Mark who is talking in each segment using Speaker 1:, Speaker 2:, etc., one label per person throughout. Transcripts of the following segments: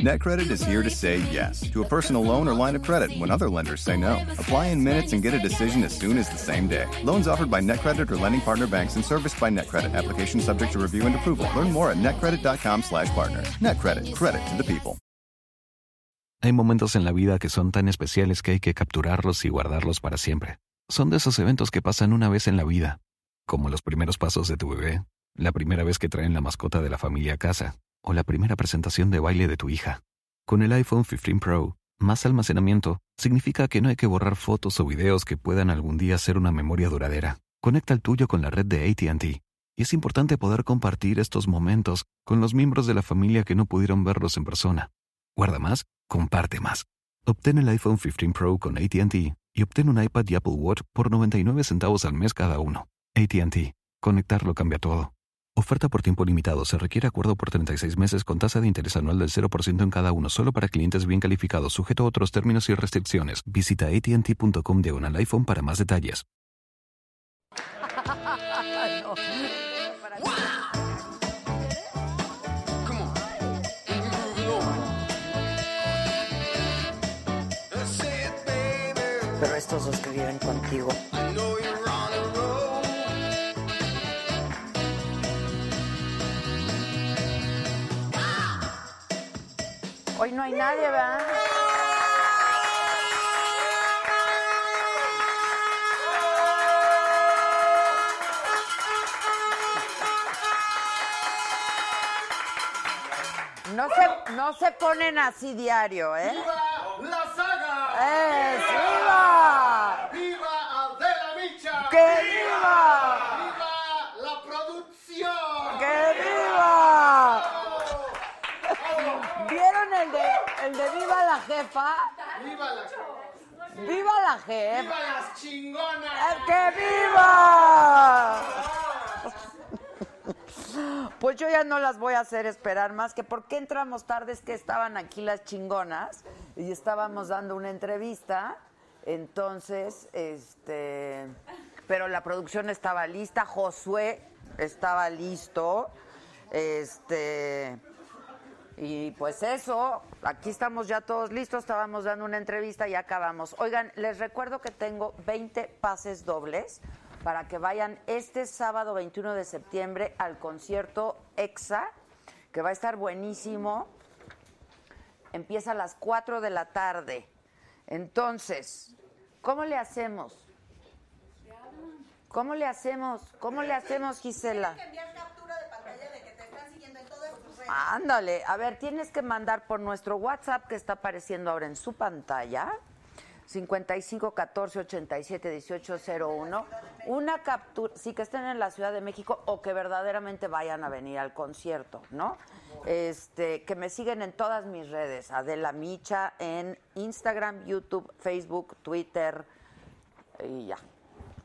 Speaker 1: NetCredit is here to say yes to a personal loan or line of credit when other lenders say no. Apply in minutes and get a decision as soon as the same day. Loans offered by NetCredit or lending partner banks and serviced by NetCredit. Application subject to review and approval. Learn more at netcredit.com slash partner. NetCredit. Credit to the people.
Speaker 2: Hay momentos en la vida que son tan especiales que hay que capturarlos y guardarlos para siempre. Son de esos eventos que pasan una vez en la vida, como los primeros pasos de tu bebé, la primera vez que traen la mascota de la familia a casa, o la primera presentación de baile de tu hija. Con el iPhone 15 Pro, más almacenamiento significa que no hay que borrar fotos o videos que puedan algún día ser una memoria duradera. Conecta el tuyo con la red de ATT. Y es importante poder compartir estos momentos con los miembros de la familia que no pudieron verlos en persona. Guarda más, comparte más. Obtén el iPhone 15 Pro con ATT y obtén un iPad y Apple Watch por 99 centavos al mes cada uno. ATT, conectarlo cambia todo. Oferta por tiempo limitado. Se requiere acuerdo por 36 meses con tasa de interés anual del 0% en cada uno, solo para clientes bien calificados, sujeto a otros términos y restricciones. Visita ATT.com diagonal iPhone para más detalles.
Speaker 3: Pero estos dos que viven contigo. Hoy no hay nadie, ¿verdad? No se, no se ponen así diario, ¿eh?
Speaker 4: ¡La saga!
Speaker 3: ¡Es viva!
Speaker 4: ¡Viva Adela Micha!
Speaker 3: ¡Que viva!
Speaker 4: ¡Viva la producción!
Speaker 3: ¡Que viva! ¿Vieron el de, el de Viva la Jefa?
Speaker 4: ¡Viva, la,
Speaker 3: ¡Viva la Jefa!
Speaker 4: viva las chingonas!
Speaker 3: ¡Eh, ¡Que viva! Pues yo ya no las voy a hacer esperar más que porque entramos tarde es que estaban aquí las chingonas y estábamos dando una entrevista. Entonces, este, pero la producción estaba lista, Josué estaba listo. Este, y pues eso, aquí estamos ya todos listos, estábamos dando una entrevista y ya acabamos. Oigan, les recuerdo que tengo 20 pases dobles para que vayan este sábado 21 de septiembre al concierto EXA, que va a estar buenísimo. Empieza a las 4 de la tarde. Entonces, ¿cómo le hacemos? ¿Cómo le hacemos? ¿Cómo le hacemos, Gisela?
Speaker 5: Ah.
Speaker 3: Ándale, a ver, tienes que mandar por nuestro WhatsApp que está apareciendo ahora en su pantalla. 55 14 87 18 01. Una captura, sí que estén en la Ciudad de México o que verdaderamente vayan a venir al concierto, ¿no? Este, que me siguen en todas mis redes, Adela Micha en Instagram, YouTube, Facebook, Twitter y ya.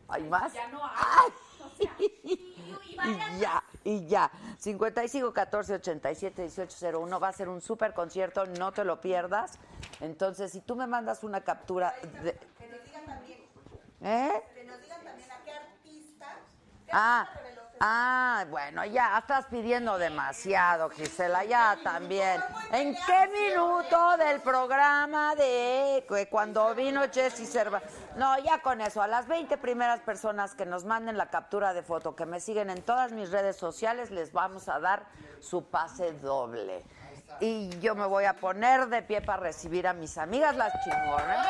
Speaker 3: ¿Hay más? Ya no hay. Y ya, y ya. 55 14 87 18 01 va a ser un super concierto, no te lo pierdas. Entonces, si tú me mandas una captura de... ¿Eh? Ah, ah, bueno, ya estás pidiendo demasiado, Gisela, ya también. ¿En qué minuto del programa de que cuando vino Jessy Cerva? No, ya con eso, a las 20 primeras personas que nos manden la captura de foto, que me siguen en todas mis redes sociales, les vamos a dar su pase doble. Y yo me voy a poner de pie para recibir a mis amigas las chingonas.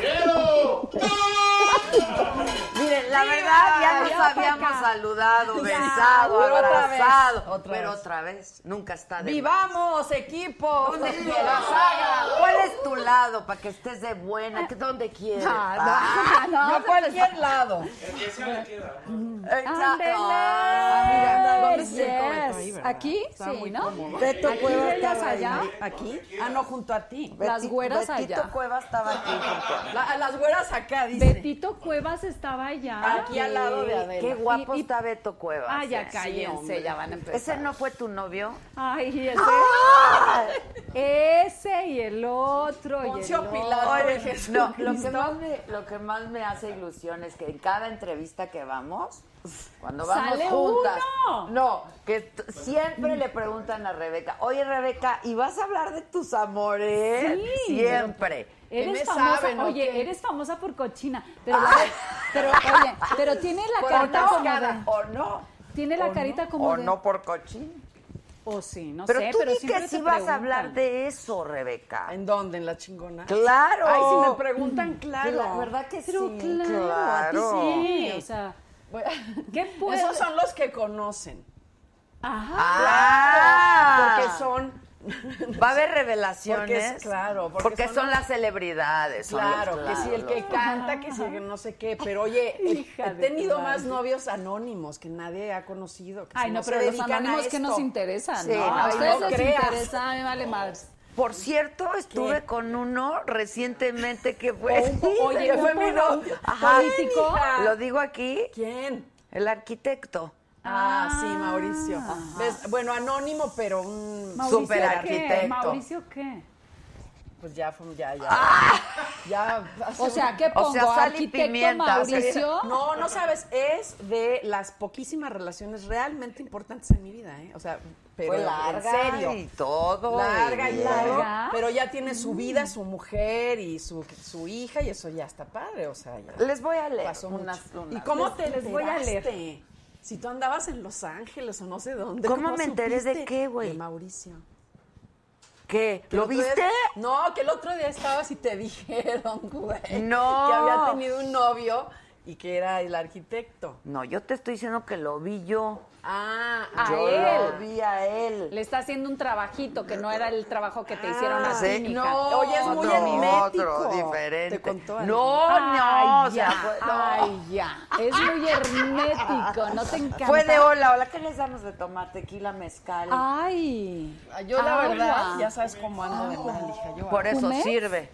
Speaker 4: ¡Quiero!
Speaker 3: Miren, la verdad ya nos habíamos saludado, besado,
Speaker 6: otra
Speaker 3: abrazado,
Speaker 6: vez, otra
Speaker 3: pero
Speaker 6: vez.
Speaker 3: otra vez nunca está de
Speaker 6: ¡Vivamos, equipo!
Speaker 3: ¿Dónde quieres? ¿Cuál es tu lado para que estés de buena? ¿Qué- ¿Dónde quieres? Ah,
Speaker 6: no, a cualquier lado.
Speaker 3: exacto.
Speaker 7: Ándele.
Speaker 3: Ah, mira, ¿dónde
Speaker 7: Yes.
Speaker 3: se come?
Speaker 7: Aquí, sí, ¿no?
Speaker 3: Beto
Speaker 7: Aquí
Speaker 3: Cuevas
Speaker 7: ellas
Speaker 3: estaba
Speaker 7: allá.
Speaker 3: ahí.
Speaker 6: ¿Aquí? Ah, no, junto a ti.
Speaker 7: Las
Speaker 3: Beti-
Speaker 7: güeras
Speaker 3: Betito
Speaker 7: allá.
Speaker 3: Cueva estaba aquí.
Speaker 6: La- a las güeras acá, dice.
Speaker 7: Betito Cuevas estaba allá.
Speaker 6: Aquí al lado de Adela.
Speaker 5: Isabela.
Speaker 3: Qué guapo
Speaker 5: Y- y-
Speaker 3: está Beto Cuevas.
Speaker 5: Ah, ya
Speaker 3: eh.
Speaker 5: cállense,
Speaker 6: hombre.
Speaker 5: ya van a empezar.
Speaker 3: ¿Ese no fue tu novio?
Speaker 5: Ay, ese. Ese y el otro. Y el
Speaker 6: Poncio
Speaker 5: otro.
Speaker 6: Pilato.
Speaker 3: Oye,
Speaker 6: Ay, Jesús
Speaker 3: no, lo que,
Speaker 6: Cristo.
Speaker 3: más me, lo que más me hace ilusión es que en cada entrevista que vamos, cuando vamos
Speaker 5: ¡Sale
Speaker 3: juntas,
Speaker 5: uno!
Speaker 3: no, que t- siempre le preguntan a Rebeca, oye Rebeca, ¿y vas a hablar de tus amores?
Speaker 5: Sí.
Speaker 3: Siempre.
Speaker 5: Eres
Speaker 6: me
Speaker 5: famosa,
Speaker 6: saben o
Speaker 5: oye,
Speaker 6: qué?
Speaker 5: eres famosa por cochina, pero, la- pero oye, pero tiene la
Speaker 3: Por
Speaker 5: carita
Speaker 3: no,
Speaker 5: como de-
Speaker 3: cara, o no.
Speaker 5: tiene la carita como
Speaker 3: O
Speaker 5: de-
Speaker 3: no por cochín.
Speaker 5: o sí, no
Speaker 3: pero
Speaker 5: sé,
Speaker 3: tú
Speaker 5: pero
Speaker 3: di
Speaker 5: siempre
Speaker 3: que
Speaker 5: te
Speaker 3: sí vas a hablar
Speaker 5: preguntan.
Speaker 3: de eso, Rebeca.
Speaker 6: ¿En dónde? ¿En la chingona?
Speaker 3: Claro.
Speaker 6: Ay, si me preguntan, claro.
Speaker 3: Que la verdad que
Speaker 5: Pero
Speaker 3: sí.
Speaker 5: claro, a ti sí, o sea, ¿qué puedo?
Speaker 6: Esos son los que conocen.
Speaker 5: Ajá.
Speaker 3: Ah,
Speaker 6: Porque son.
Speaker 3: Va a haber revelaciones.
Speaker 6: Porque es- claro,
Speaker 3: Porque,
Speaker 6: porque
Speaker 3: son,
Speaker 6: son
Speaker 3: las celebridades. son
Speaker 6: Claro,
Speaker 3: los-
Speaker 6: que si el que
Speaker 3: los-
Speaker 6: canta, que si el que no sé qué, pero oye, he-
Speaker 5: Hija
Speaker 6: he
Speaker 5: de
Speaker 6: tenido
Speaker 5: tu
Speaker 6: más
Speaker 5: madre.
Speaker 6: novios anónimos que nadie ha conocido. que
Speaker 5: Ay,
Speaker 6: si
Speaker 5: no,
Speaker 6: se
Speaker 5: pero los
Speaker 6: dedican a
Speaker 5: anónimos que nos
Speaker 6: esto.
Speaker 5: interesan,
Speaker 3: Sí,
Speaker 5: ¿no? A
Speaker 3: ay,
Speaker 5: ustedes
Speaker 6: no
Speaker 5: les
Speaker 6: creas.
Speaker 5: interesa, a mí me vale más.
Speaker 3: Por cierto, estuve con uno recientemente que fue.
Speaker 6: O un po- oye,
Speaker 3: que
Speaker 6: un
Speaker 3: fue
Speaker 6: po-
Speaker 3: mi novio.
Speaker 6: Ajá.
Speaker 5: político.
Speaker 6: Hija.
Speaker 3: Lo digo aquí,
Speaker 6: ¿Quién?
Speaker 3: el arquitecto.
Speaker 6: Ah,
Speaker 5: Ah.
Speaker 6: sí, Mauricio. ¿Ves? Bueno, anónimo, pero un.
Speaker 5: Mauricio,
Speaker 3: Súper
Speaker 5: ¿qué?
Speaker 3: arquitecto.
Speaker 5: Mauricio, ¿qué?
Speaker 6: Pues ya fue, ya, ya. Ya. hace
Speaker 5: O sea, ¿qué
Speaker 3: ¡Ah! O
Speaker 5: pongo?
Speaker 3: sea, sal y
Speaker 5: ¿Arquitecto
Speaker 3: pimienta, o sea,
Speaker 5: Mauricio?
Speaker 6: No, no sabes, es de las poquísimas relaciones realmente importantes en mi vida, ¿eh? O sea, pero
Speaker 3: Fue larga
Speaker 6: en serio.
Speaker 3: y todo.
Speaker 6: larga y
Speaker 3: y- Mm.
Speaker 6: todo,
Speaker 5: Larga.
Speaker 6: pero ya tiene su vida, su mujer y su, su hija y eso ya está padre, o sea, ya
Speaker 3: Les voy a leer
Speaker 6: pasó
Speaker 3: unas,
Speaker 6: mucho.
Speaker 3: unas-
Speaker 6: ¿Y cómo te
Speaker 5: les voy a leer.
Speaker 6: enteraste? Si tú andabas en Los Ángeles o no sé dónde.
Speaker 3: ¿Cómo me enteré de
Speaker 6: supiste?
Speaker 3: qué, güey?
Speaker 6: De Mauricio.
Speaker 3: ¿Qué?
Speaker 6: Que el
Speaker 3: ¿Lo
Speaker 6: otro día-
Speaker 3: viste?
Speaker 6: no, que el otro día estabas y te dijeron, güey.
Speaker 3: No.
Speaker 6: Que había tenido un novio y que era el arquitecto.
Speaker 3: No, yo te estoy diciendo que lo vi yo.
Speaker 6: Ah,
Speaker 5: A
Speaker 6: yo-
Speaker 3: yo
Speaker 5: él.
Speaker 3: lo vi a él.
Speaker 5: Le está haciendo un trabajito que no era el trabajo que te hicieron
Speaker 6: Ah,
Speaker 5: a
Speaker 3: ¿sí?
Speaker 5: ti, mija.
Speaker 6: No, oye, es muy
Speaker 3: Otro,
Speaker 6: hermético.
Speaker 3: Otro,
Speaker 6: Te
Speaker 3: diferente.
Speaker 6: contó algo.
Speaker 3: No, no,
Speaker 5: ay,
Speaker 3: o sea,
Speaker 5: ya,
Speaker 3: fue, ah, no.
Speaker 5: ay, ya. Es muy hermético, no te encanta.
Speaker 3: Fue de hola, hola, ¿qué les damos de tomar? Tequila, mezcal.
Speaker 5: Ay.
Speaker 6: Ah, Yo la
Speaker 5: Agua.
Speaker 6: verdad, ya sabes cómo ando de mal, hija. Yo
Speaker 3: Por eso
Speaker 5: ¿Jumex?
Speaker 3: sirve.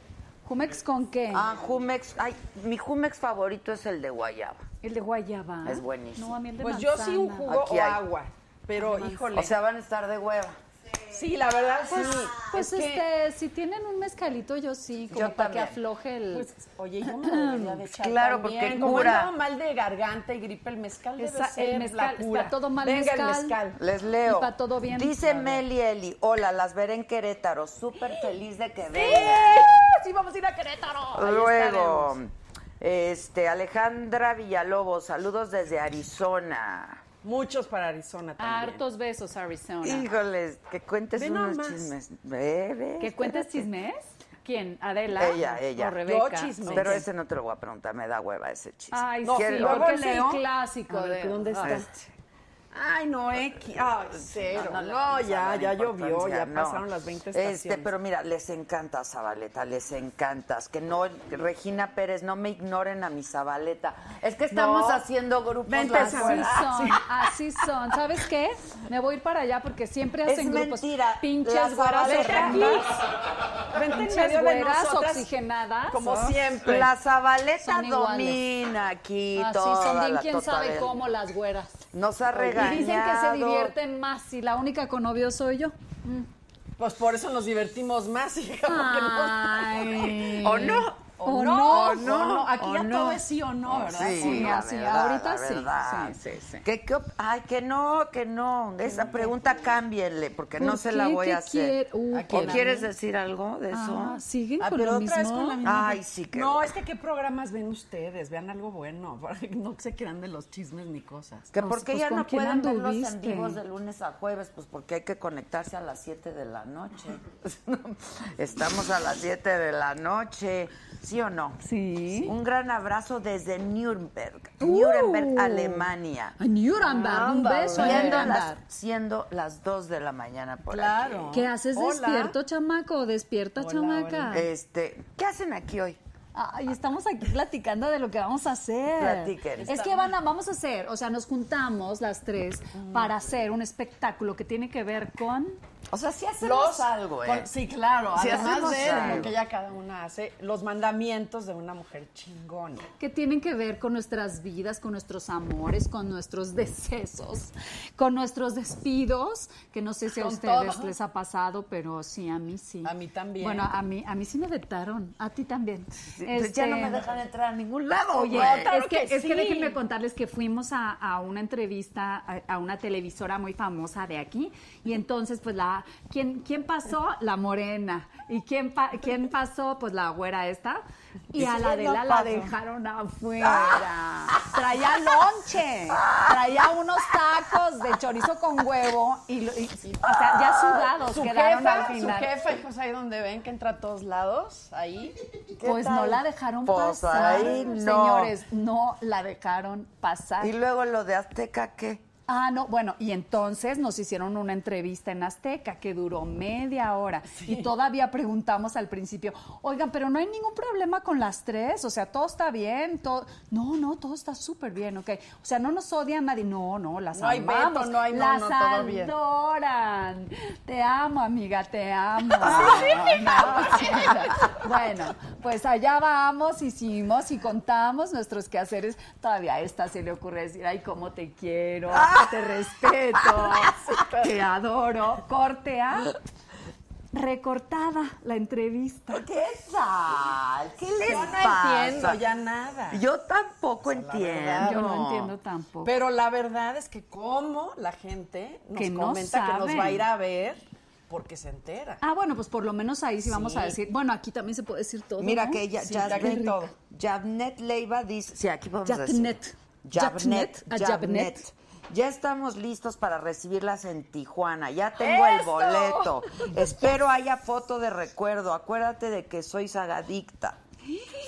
Speaker 5: ¿Jumex con qué?
Speaker 3: Ah, Jumex, ay, mi Jumex favorito es el de guayaba.
Speaker 5: El de guayaba.
Speaker 3: Es buenísimo.
Speaker 5: No, a mí el de
Speaker 6: Pues yo sí un
Speaker 5: manzana.
Speaker 6: jugo
Speaker 3: Aquí
Speaker 6: o
Speaker 3: hay.
Speaker 6: agua, pero híjole.
Speaker 3: O sea, van a estar de hueva.
Speaker 6: sí, la verdad
Speaker 5: Pues,
Speaker 6: sí.
Speaker 5: pues
Speaker 6: Es que,
Speaker 5: este, si tienen un mezcalito, yo sí, como
Speaker 3: Yo
Speaker 5: para
Speaker 3: también.
Speaker 5: que afloje el.
Speaker 6: pues, oye, yo me lo debería de echar
Speaker 3: Claro,
Speaker 6: también.
Speaker 3: porque
Speaker 6: Como
Speaker 3: cura.
Speaker 6: andaba mal de garganta y gripe, el mezcal debe
Speaker 5: Esa- el
Speaker 6: ser
Speaker 5: mezcal,
Speaker 6: la cura.
Speaker 5: está todo mal
Speaker 6: Venga
Speaker 5: mezcal.
Speaker 6: el mezcal.
Speaker 3: Les leo.
Speaker 5: Y pa' todo bien.
Speaker 3: Dice
Speaker 5: A ver.
Speaker 3: Meli Eli, hola, las veré en Querétaro. Súper feliz de que vengan.
Speaker 6: ¡Eh!
Speaker 5: ¡Ah! Sí, vamos a ir a Querétaro. Ahí
Speaker 3: Luego,
Speaker 5: estaremos.
Speaker 3: este, Alejandra Villalobos, saludos desde Arizona.
Speaker 6: Muchos para Arizona también.
Speaker 5: Hartos besos, Arizona.
Speaker 3: Híjoles, que cuentes
Speaker 6: Ve
Speaker 3: unos
Speaker 6: nomás.
Speaker 3: chismes. Ve, ve,
Speaker 5: ¿Que cuentes chismes? ¿Quién? ¿Adela?
Speaker 3: Ella, ella.
Speaker 5: ¿O Rebeca?
Speaker 6: Yo chisme.
Speaker 3: Pero
Speaker 6: Sí.
Speaker 3: ese no te lo voy a preguntar, me da hueva ese chisme.
Speaker 5: Ay,
Speaker 6: No,
Speaker 5: sí,
Speaker 6: y
Speaker 3: Quiero-
Speaker 6: luego
Speaker 5: porque es el
Speaker 6: leo.
Speaker 5: clásico
Speaker 6: A ver,
Speaker 5: de...
Speaker 6: ¿dónde
Speaker 5: Ay,
Speaker 6: está? Ay, no, X. Ay, cero.
Speaker 3: no
Speaker 6: No,
Speaker 3: le vamos a
Speaker 6: ya,
Speaker 3: dar
Speaker 6: ya
Speaker 3: importancia,
Speaker 6: llovió, ya
Speaker 3: no.
Speaker 6: pasaron las 20 estaciones.
Speaker 3: Este, pero mira, les encanta Zabaleta, les encantas. Que no, Regina Pérez, no me ignoren a mi Zabaleta. Es que estamos
Speaker 6: No.
Speaker 3: haciendo grupos.
Speaker 6: Vente,
Speaker 3: las-
Speaker 6: Zabaleta.
Speaker 5: Así son, así son. ¿Sabes qué? Me voy a ir para allá porque siempre
Speaker 3: Es
Speaker 5: hacen grupos
Speaker 3: mentira, las
Speaker 5: pinches güeras
Speaker 3: Zabaleta aquí.
Speaker 5: horrendas,
Speaker 6: Vente en
Speaker 5: pinches
Speaker 6: medio de
Speaker 5: güeras
Speaker 6: nosotras,
Speaker 5: oxigenadas.
Speaker 6: Como
Speaker 5: Ah.
Speaker 6: siempre.
Speaker 3: La Zabaleta
Speaker 5: Son iguales.
Speaker 3: domina aquí
Speaker 5: Así
Speaker 3: toda
Speaker 5: son bien
Speaker 3: la
Speaker 5: quién sabe
Speaker 3: totadela.
Speaker 5: cómo las güeras.
Speaker 3: Nos ha regañado.
Speaker 5: Y dicen que se divierten más y la única con novio soy yo.
Speaker 6: Pues por eso nos divertimos más, hija, porque
Speaker 5: Ay.
Speaker 3: ¿O no?
Speaker 5: O no,
Speaker 6: o no. Aquí
Speaker 3: o
Speaker 6: ya
Speaker 3: no.
Speaker 6: todo es sí o no, ¿verdad?
Speaker 3: Sí,
Speaker 5: Sí,
Speaker 3: la
Speaker 5: así,
Speaker 3: verdad,
Speaker 5: ahorita
Speaker 3: la
Speaker 5: sí,
Speaker 3: verdad.
Speaker 5: sí, sí, sí.
Speaker 3: ¿Qué- qué op- ay, que no, que no. Esa pregunta cámbienle, porque no
Speaker 5: ¿Por
Speaker 3: se la
Speaker 5: qué?
Speaker 3: voy
Speaker 5: ¿Qué
Speaker 3: a hacer.
Speaker 5: quiere? Uh,
Speaker 3: ¿O
Speaker 5: ¿qué?
Speaker 3: quieres decir algo de
Speaker 5: Ah,
Speaker 3: eso?
Speaker 5: ¿Siguen
Speaker 6: Ah,
Speaker 5: con
Speaker 6: pero
Speaker 5: lo
Speaker 6: otra vez con la
Speaker 5: mismo?
Speaker 6: misma.
Speaker 3: Ay, sí que-
Speaker 6: No, es que qué programas ven ustedes, vean algo bueno, para que no se quedan de los chismes ni cosas.
Speaker 3: Que
Speaker 5: No,
Speaker 3: porque
Speaker 5: pues,
Speaker 3: ya
Speaker 5: ¿con
Speaker 3: no
Speaker 5: quién
Speaker 3: pueden ver los en
Speaker 5: anduviste?
Speaker 3: vivos de lunes a jueves, pues porque hay que conectarse a las 7 de la noche. Estamos a las 7 de la noche, ¿sí o no?
Speaker 5: Sí.
Speaker 3: Un gran abrazo desde Nuremberg, Nuremberg,
Speaker 5: Uh.
Speaker 3: Alemania.
Speaker 5: A Nuremberg, un beso a
Speaker 3: Siendo las,
Speaker 5: Nuremberg.
Speaker 3: siendo las 2 de la mañana por
Speaker 6: Claro.
Speaker 5: ¿Qué haces
Speaker 6: Hola.
Speaker 5: despierto, chamaco? Despierta,
Speaker 6: Hola,
Speaker 5: chamaca.
Speaker 3: aquí. Este, ¿qué hacen aquí hoy?
Speaker 5: Ay, estamos aquí platicando de lo que vamos a hacer.
Speaker 3: Platiquen.
Speaker 5: Es que van a- vamos a hacer, o sea, nos juntamos las tres para hacer un espectáculo que tiene que ver con
Speaker 3: O sea, si hacemos
Speaker 6: los
Speaker 3: algo, ¿eh?
Speaker 6: con- sí, claro,
Speaker 3: Sí,
Speaker 6: además
Speaker 3: hacemos
Speaker 6: de
Speaker 3: algo.
Speaker 6: lo que ya cada una hace, los mandamientos de una mujer chingona.
Speaker 5: que tienen que ver con nuestras vidas, con nuestros amores, con nuestros decesos, con nuestros despidos, que no sé si a
Speaker 6: Con
Speaker 5: ustedes
Speaker 6: todo.
Speaker 5: les ha pasado, pero sí, a mí sí.
Speaker 6: A mí también.
Speaker 5: Bueno, a mí, a mí sí me vetaron, a ti también.
Speaker 3: Pues ya no
Speaker 5: Este,
Speaker 3: me dejan entrar a ningún lado,
Speaker 5: Oye,
Speaker 3: güey.
Speaker 6: claro
Speaker 5: es, que,
Speaker 6: que
Speaker 5: es que
Speaker 6: sí.
Speaker 5: déjenme contarles que fuimos a, a una entrevista a, a una televisora muy famosa de aquí y entonces pues la quién quién pasó la morena y quién pa- quién pasó pues la güera esta y a la de la la dejaron afuera traía lonche traía unos tacos de chorizo con huevo y, lo- y- o sea, ya sudados
Speaker 6: Su
Speaker 5: quedaron
Speaker 6: jefa,
Speaker 5: al final
Speaker 6: su jefa, hijos, ahí donde ven que entra a todos lados, ahí.
Speaker 5: pues
Speaker 3: tal?
Speaker 5: no la dejaron
Speaker 3: Pues
Speaker 5: pasar
Speaker 3: ahí no.
Speaker 5: señores no la dejaron pasar
Speaker 3: Y luego lo de Azteca, ¿qué?
Speaker 5: Ah, no, bueno, y entonces nos hicieron una entrevista en Azteca que duró media hora y todavía preguntamos al principio, oigan, pero no hay ningún problema con las tres, o sea, todo está bien, todo... No, no, todo está súper bien, ok. O sea, no nos odian nadie, no, no, las
Speaker 6: No hay veto,
Speaker 5: amamos,
Speaker 6: no hay no,
Speaker 5: las
Speaker 6: no, todo bien.
Speaker 5: adoran. Te amo, amiga, te amo. No, sí, no. bueno, pues allá vamos, hicimos y contamos nuestros quehaceres. Todavía a esta se le ocurre decir, ay, cómo te quiero, te respeto, te adoro. Corte A. Recortada la entrevista.
Speaker 3: ¿Qué tal? ¿Qué les
Speaker 6: Yo no
Speaker 3: pasa?
Speaker 6: entiendo ya nada.
Speaker 3: Yo tampoco
Speaker 6: verdad,
Speaker 3: entiendo.
Speaker 5: Yo no entiendo tampoco.
Speaker 6: Pero la verdad es que como la gente nos
Speaker 5: Que no
Speaker 6: comenta que nos
Speaker 5: saben.
Speaker 6: va a ir a ver porque se entera.
Speaker 5: Ah, bueno, pues por lo menos ahí sí vamos
Speaker 6: Sí.
Speaker 5: a decir. Bueno, aquí también se puede decir todo.
Speaker 3: Mira
Speaker 5: ¿no?
Speaker 3: que ya,
Speaker 6: Sí,
Speaker 3: ya-
Speaker 6: ya tiene
Speaker 3: Qué
Speaker 6: todo.
Speaker 3: rico. Javnet Leiva dice. Sí, aquí vamos
Speaker 5: Javnet.
Speaker 3: a decir. Javnet.
Speaker 5: Javnet, a
Speaker 3: Javnet.
Speaker 5: Javnet.
Speaker 3: Ya estamos listos para recibirlas en Tijuana. Ya tengo el
Speaker 5: ¡Eso!
Speaker 3: boleto. Espero haya foto de recuerdo. Acuérdate de que soy sagadicta.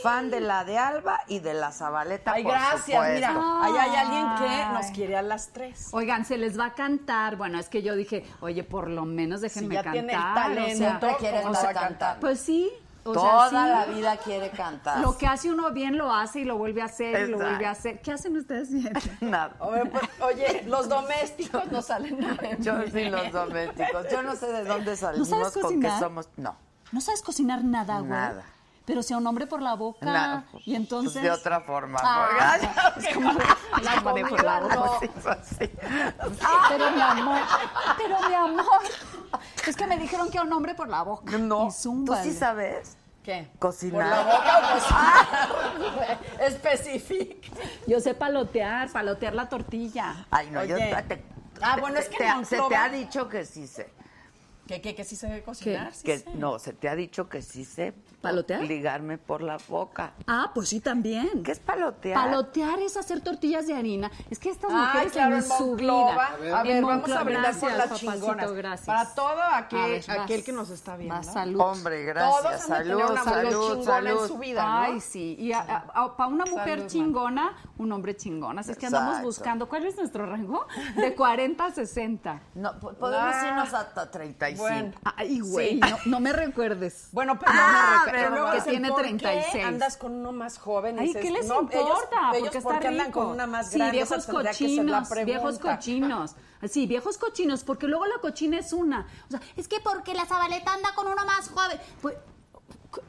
Speaker 3: Fan de la de Alba y de la Zabaleta.
Speaker 6: Ay,
Speaker 3: por
Speaker 6: gracias, mira,
Speaker 3: supuesto.
Speaker 6: ahí hay alguien que nos
Speaker 5: Ay.
Speaker 6: quiere a las tres.
Speaker 5: Oigan, se les va a cantar. Bueno, es que yo dije, oye, por lo menos déjenme
Speaker 6: Si ya
Speaker 5: cantar.
Speaker 6: tiene el
Speaker 5: o
Speaker 6: talento,
Speaker 5: sea,
Speaker 3: Siempre quiere
Speaker 6: ¿cómo se va a
Speaker 3: estar
Speaker 6: cantar?
Speaker 3: cantando.
Speaker 5: pues sí. O
Speaker 3: Toda
Speaker 5: sea, sí,
Speaker 3: la vida quiere cantar.
Speaker 5: Lo que hace uno bien lo hace y lo vuelve a hacer y lo
Speaker 3: Exacto.
Speaker 5: vuelve a hacer. ¿Qué hacen ustedes bien?
Speaker 3: Nada.
Speaker 6: Oye, pues, oye, los domésticos no salen a ver.
Speaker 3: Yo sí, los domésticos. Yo no sé de dónde salimos
Speaker 5: sabes
Speaker 3: con que
Speaker 5: cocinar?
Speaker 3: somos. No.
Speaker 5: No sabes cocinar nada, güey.
Speaker 3: Nada.
Speaker 5: Pero sea un hombre por la boca.
Speaker 6: Ah,
Speaker 3: Nada.
Speaker 5: Y entonces.
Speaker 3: Pues de otra forma.
Speaker 5: Ah,
Speaker 3: porque-
Speaker 5: es como de- la
Speaker 3: Como de
Speaker 5: comida, no.
Speaker 3: Sí, pues, sí.
Speaker 5: Pero mi amor, pero mi amor. Es que me dijeron que a un hombre por la boca.
Speaker 3: No.
Speaker 5: Y
Speaker 3: ¿Tú
Speaker 5: zúmbale.
Speaker 3: sí sabes
Speaker 6: ¿Qué? ¿Por la
Speaker 3: cocinar?
Speaker 6: boca o cocinar? Específica.
Speaker 5: Yo sé palotear, palotear la tortilla.
Speaker 3: Ay, no, yo
Speaker 6: Oye.
Speaker 3: te- te-
Speaker 6: Ah, bueno, es
Speaker 3: te-
Speaker 6: que
Speaker 3: te-
Speaker 6: en
Speaker 3: se te
Speaker 6: Monclova-
Speaker 3: ha dicho que sí sé.
Speaker 6: ¿Qué, qué, que sí se debe cocinar? Sí
Speaker 3: que
Speaker 6: sé.
Speaker 3: no, se te ha dicho que sí sé
Speaker 5: ¿Palotear?
Speaker 3: ligarme por la boca.
Speaker 5: Ah, pues sí, también.
Speaker 3: ¿Qué es palotear?
Speaker 5: Palotear es hacer tortillas de harina. Es que estas
Speaker 6: Ay,
Speaker 5: mujeres
Speaker 6: claro,
Speaker 5: Ah, en,
Speaker 6: en
Speaker 5: su
Speaker 6: Monclova.
Speaker 5: vida.
Speaker 6: A ver,
Speaker 5: En
Speaker 6: vamos
Speaker 5: Monclova.
Speaker 6: a brindar por
Speaker 5: Gracias,
Speaker 6: las
Speaker 5: papacito,
Speaker 6: chingonas.
Speaker 5: gracias.
Speaker 6: Para todo aquel,
Speaker 5: A ver, vas.
Speaker 6: aquel que nos está viendo.
Speaker 5: Más salud.
Speaker 3: Hombre, gracias.
Speaker 6: Todos han de tener
Speaker 3: Salud,
Speaker 6: una mujer
Speaker 3: salud,
Speaker 6: chingona en
Speaker 3: salud.
Speaker 6: su vida, ¿no?
Speaker 5: Ay, sí. Y para una mujer
Speaker 6: Salud, man.
Speaker 5: chingona, un hombre chingón. Así es que andamos
Speaker 3: Exacto.
Speaker 5: buscando. ¿Cuál es nuestro rango? De 40 a 60.
Speaker 3: No, po- podemos
Speaker 6: Ah.
Speaker 3: irnos hasta 35.
Speaker 6: Bueno.
Speaker 5: Ay, güey,
Speaker 6: Sí.
Speaker 5: no, no me recuerdes.
Speaker 6: Bueno, pero,
Speaker 3: Ah,
Speaker 6: no me recuerdo.
Speaker 3: pero
Speaker 6: Luego
Speaker 3: que
Speaker 6: dicen,
Speaker 5: tiene
Speaker 6: ¿por
Speaker 5: 36?
Speaker 6: Qué andas con uno más joven. Y
Speaker 5: Ay,
Speaker 6: dices,
Speaker 5: ¿qué les
Speaker 6: no,
Speaker 5: importa?
Speaker 6: Ellos,
Speaker 5: porque
Speaker 6: ellos,
Speaker 5: está
Speaker 6: ¿por qué
Speaker 5: rico.
Speaker 6: andan con una más
Speaker 5: sí,
Speaker 6: grande.
Speaker 5: viejos
Speaker 6: Esa tendría que ser la
Speaker 5: cochinos, viejos
Speaker 6: pregunta.
Speaker 5: cochinos. Sí, viejos cochinos, porque luego la cochina es una. O sea, es que porque la Zabaleta anda con uno más joven. Pues,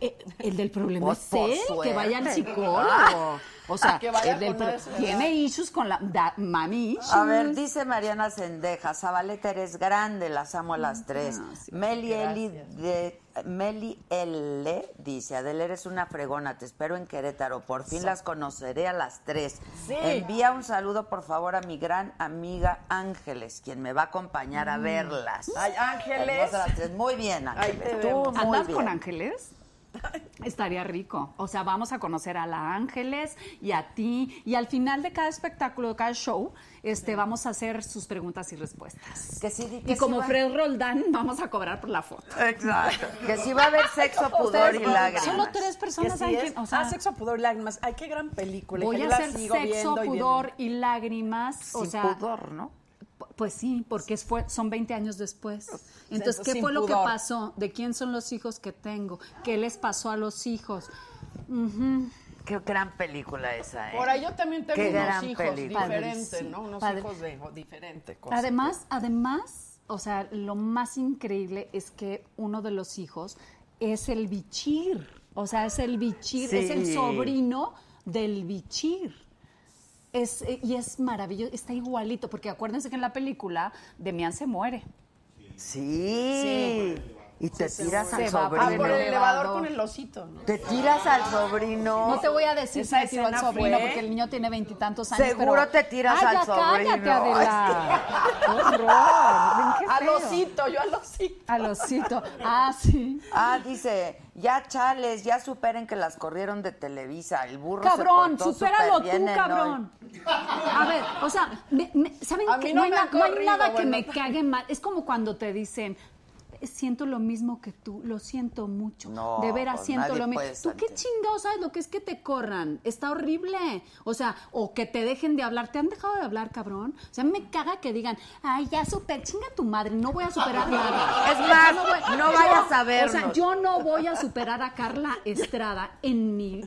Speaker 5: eh, el del problema
Speaker 3: Pues,
Speaker 5: es
Speaker 3: por
Speaker 5: él, que vaya al
Speaker 3: suerte.
Speaker 5: psicólogo. O sea,
Speaker 6: Que vaya
Speaker 5: el del
Speaker 6: con
Speaker 5: pro-
Speaker 6: una de su edad.
Speaker 5: tiene issues con la da- mami issues.
Speaker 3: A ver, dice Mariana Sendeja, Zabaleta eres grande, las amo a las tres.
Speaker 5: Mm, sí,
Speaker 3: Meli, Eli de, Meli L dice, Adel, eres una fregona, te espero en Querétaro, por fin las conoceré a las tres.
Speaker 6: Sí.
Speaker 3: Envía un saludo, por favor, a mi gran amiga Ángeles, quien me va a acompañar a
Speaker 5: Mm.
Speaker 3: verlas.
Speaker 6: Ay, Ángeles.
Speaker 3: Hermosa las tres. Muy bien, Ángeles.
Speaker 6: te
Speaker 3: Tú
Speaker 6: vemos.
Speaker 3: muy
Speaker 5: ¿Andas
Speaker 3: bien.
Speaker 5: con ángeles? Estaría rico. O sea, vamos a conocer a la Ángeles y a ti. Y al final de cada espectáculo, de cada show, este, vamos a hacer sus preguntas y respuestas.
Speaker 3: Que sí, di- que
Speaker 5: Y
Speaker 3: sí
Speaker 5: como
Speaker 3: va-
Speaker 5: Fred Roldán, vamos a cobrar por la foto.
Speaker 3: Exacto. Que sí va a haber sexo, pudor y
Speaker 5: Ustedes,
Speaker 3: lágrimas.
Speaker 5: Solo tres
Speaker 6: Que
Speaker 5: personas
Speaker 6: sí
Speaker 5: saben
Speaker 6: es.
Speaker 5: quién- o sea,
Speaker 6: ah, sexo, pudor y lágrimas. Ay, qué gran película.
Speaker 5: Voy
Speaker 6: que
Speaker 5: a
Speaker 6: yo la
Speaker 5: hacer
Speaker 6: sigo
Speaker 5: sexo,
Speaker 6: viendo y viendo.
Speaker 5: pudor y lágrimas. O
Speaker 3: Sin
Speaker 5: sea,
Speaker 3: pudor, ¿no?
Speaker 5: P- Pues sí, porque es- fue, son 20 años después. Entonces, ¿qué
Speaker 6: sin
Speaker 5: fue lo que
Speaker 6: pudor.
Speaker 5: pasó? ¿De quién son los hijos que tengo? ¿Qué les pasó a los hijos?
Speaker 3: Qué gran película esa, ¿eh?
Speaker 6: Por ahí yo también tengo
Speaker 3: Qué
Speaker 6: unos
Speaker 3: gran
Speaker 6: hijos
Speaker 3: película.
Speaker 6: diferentes,
Speaker 5: Padrísimo,
Speaker 6: ¿no? Unos
Speaker 5: padre.
Speaker 6: hijos de diferente cosa.
Speaker 5: Además, además, o sea, lo más increíble es que uno de los hijos es el bichir. O sea, es el bichir, es el
Speaker 3: Sí.
Speaker 5: sobrino del bichir. Es, eh, y es maravilloso, está igualito, porque acuérdense que en la película Demian se muere.
Speaker 3: Sí. Y te tiras al
Speaker 5: se va
Speaker 6: Ah, por el
Speaker 5: Elevador.
Speaker 3: sobrino.
Speaker 6: elevador con el osito, ¿no?
Speaker 3: Te tiras al sobrino.
Speaker 5: No te voy a decir si
Speaker 6: Esa
Speaker 5: me tiró al
Speaker 6: escena
Speaker 5: sobrino,
Speaker 6: fue-
Speaker 5: porque el niño tiene veintitantos años.
Speaker 3: Seguro
Speaker 5: pero-
Speaker 3: te tiras
Speaker 5: Ay,
Speaker 3: al
Speaker 5: ya Cállate,
Speaker 3: sobrino.
Speaker 5: Adela. ¡Qué horror! Ven qué
Speaker 6: Al
Speaker 5: feo.
Speaker 6: osito, yo al osito.
Speaker 5: Al osito. Ah, sí.
Speaker 3: Ah, dice, ya chales, ya superen que las corrieron de Televisa. El burro se
Speaker 5: Cabrón,
Speaker 3: portó
Speaker 5: supéralo
Speaker 3: superbién
Speaker 5: tú,
Speaker 3: en hoy.
Speaker 5: cabrón. A ver, o sea, me- me- ¿saben
Speaker 6: A
Speaker 5: que
Speaker 6: mí
Speaker 5: no,
Speaker 6: no
Speaker 5: hay
Speaker 6: me
Speaker 5: na-
Speaker 6: han
Speaker 5: no hay
Speaker 6: corrido,
Speaker 5: nada que
Speaker 6: bueno.
Speaker 5: me cague mal? Es como cuando te dicen, siento lo mismo que tú, lo siento mucho.
Speaker 3: No,
Speaker 5: de veras
Speaker 3: pues
Speaker 5: siento
Speaker 3: nadie
Speaker 5: lo mismo.
Speaker 3: puede
Speaker 5: ¿Tú qué
Speaker 3: sentir.
Speaker 5: chingado sabes lo que es que te corran? Está horrible. O sea, o que te dejen de hablar. ¿Te han dejado de hablar, cabrón? O sea, me caga que digan, ay, ya super, chinga tu madre, no voy a superar nada.
Speaker 3: Es más,
Speaker 5: voy-
Speaker 3: no vayas a
Speaker 5: O sea,
Speaker 3: vernos.
Speaker 5: yo no voy a superar a Carla Estrada en mi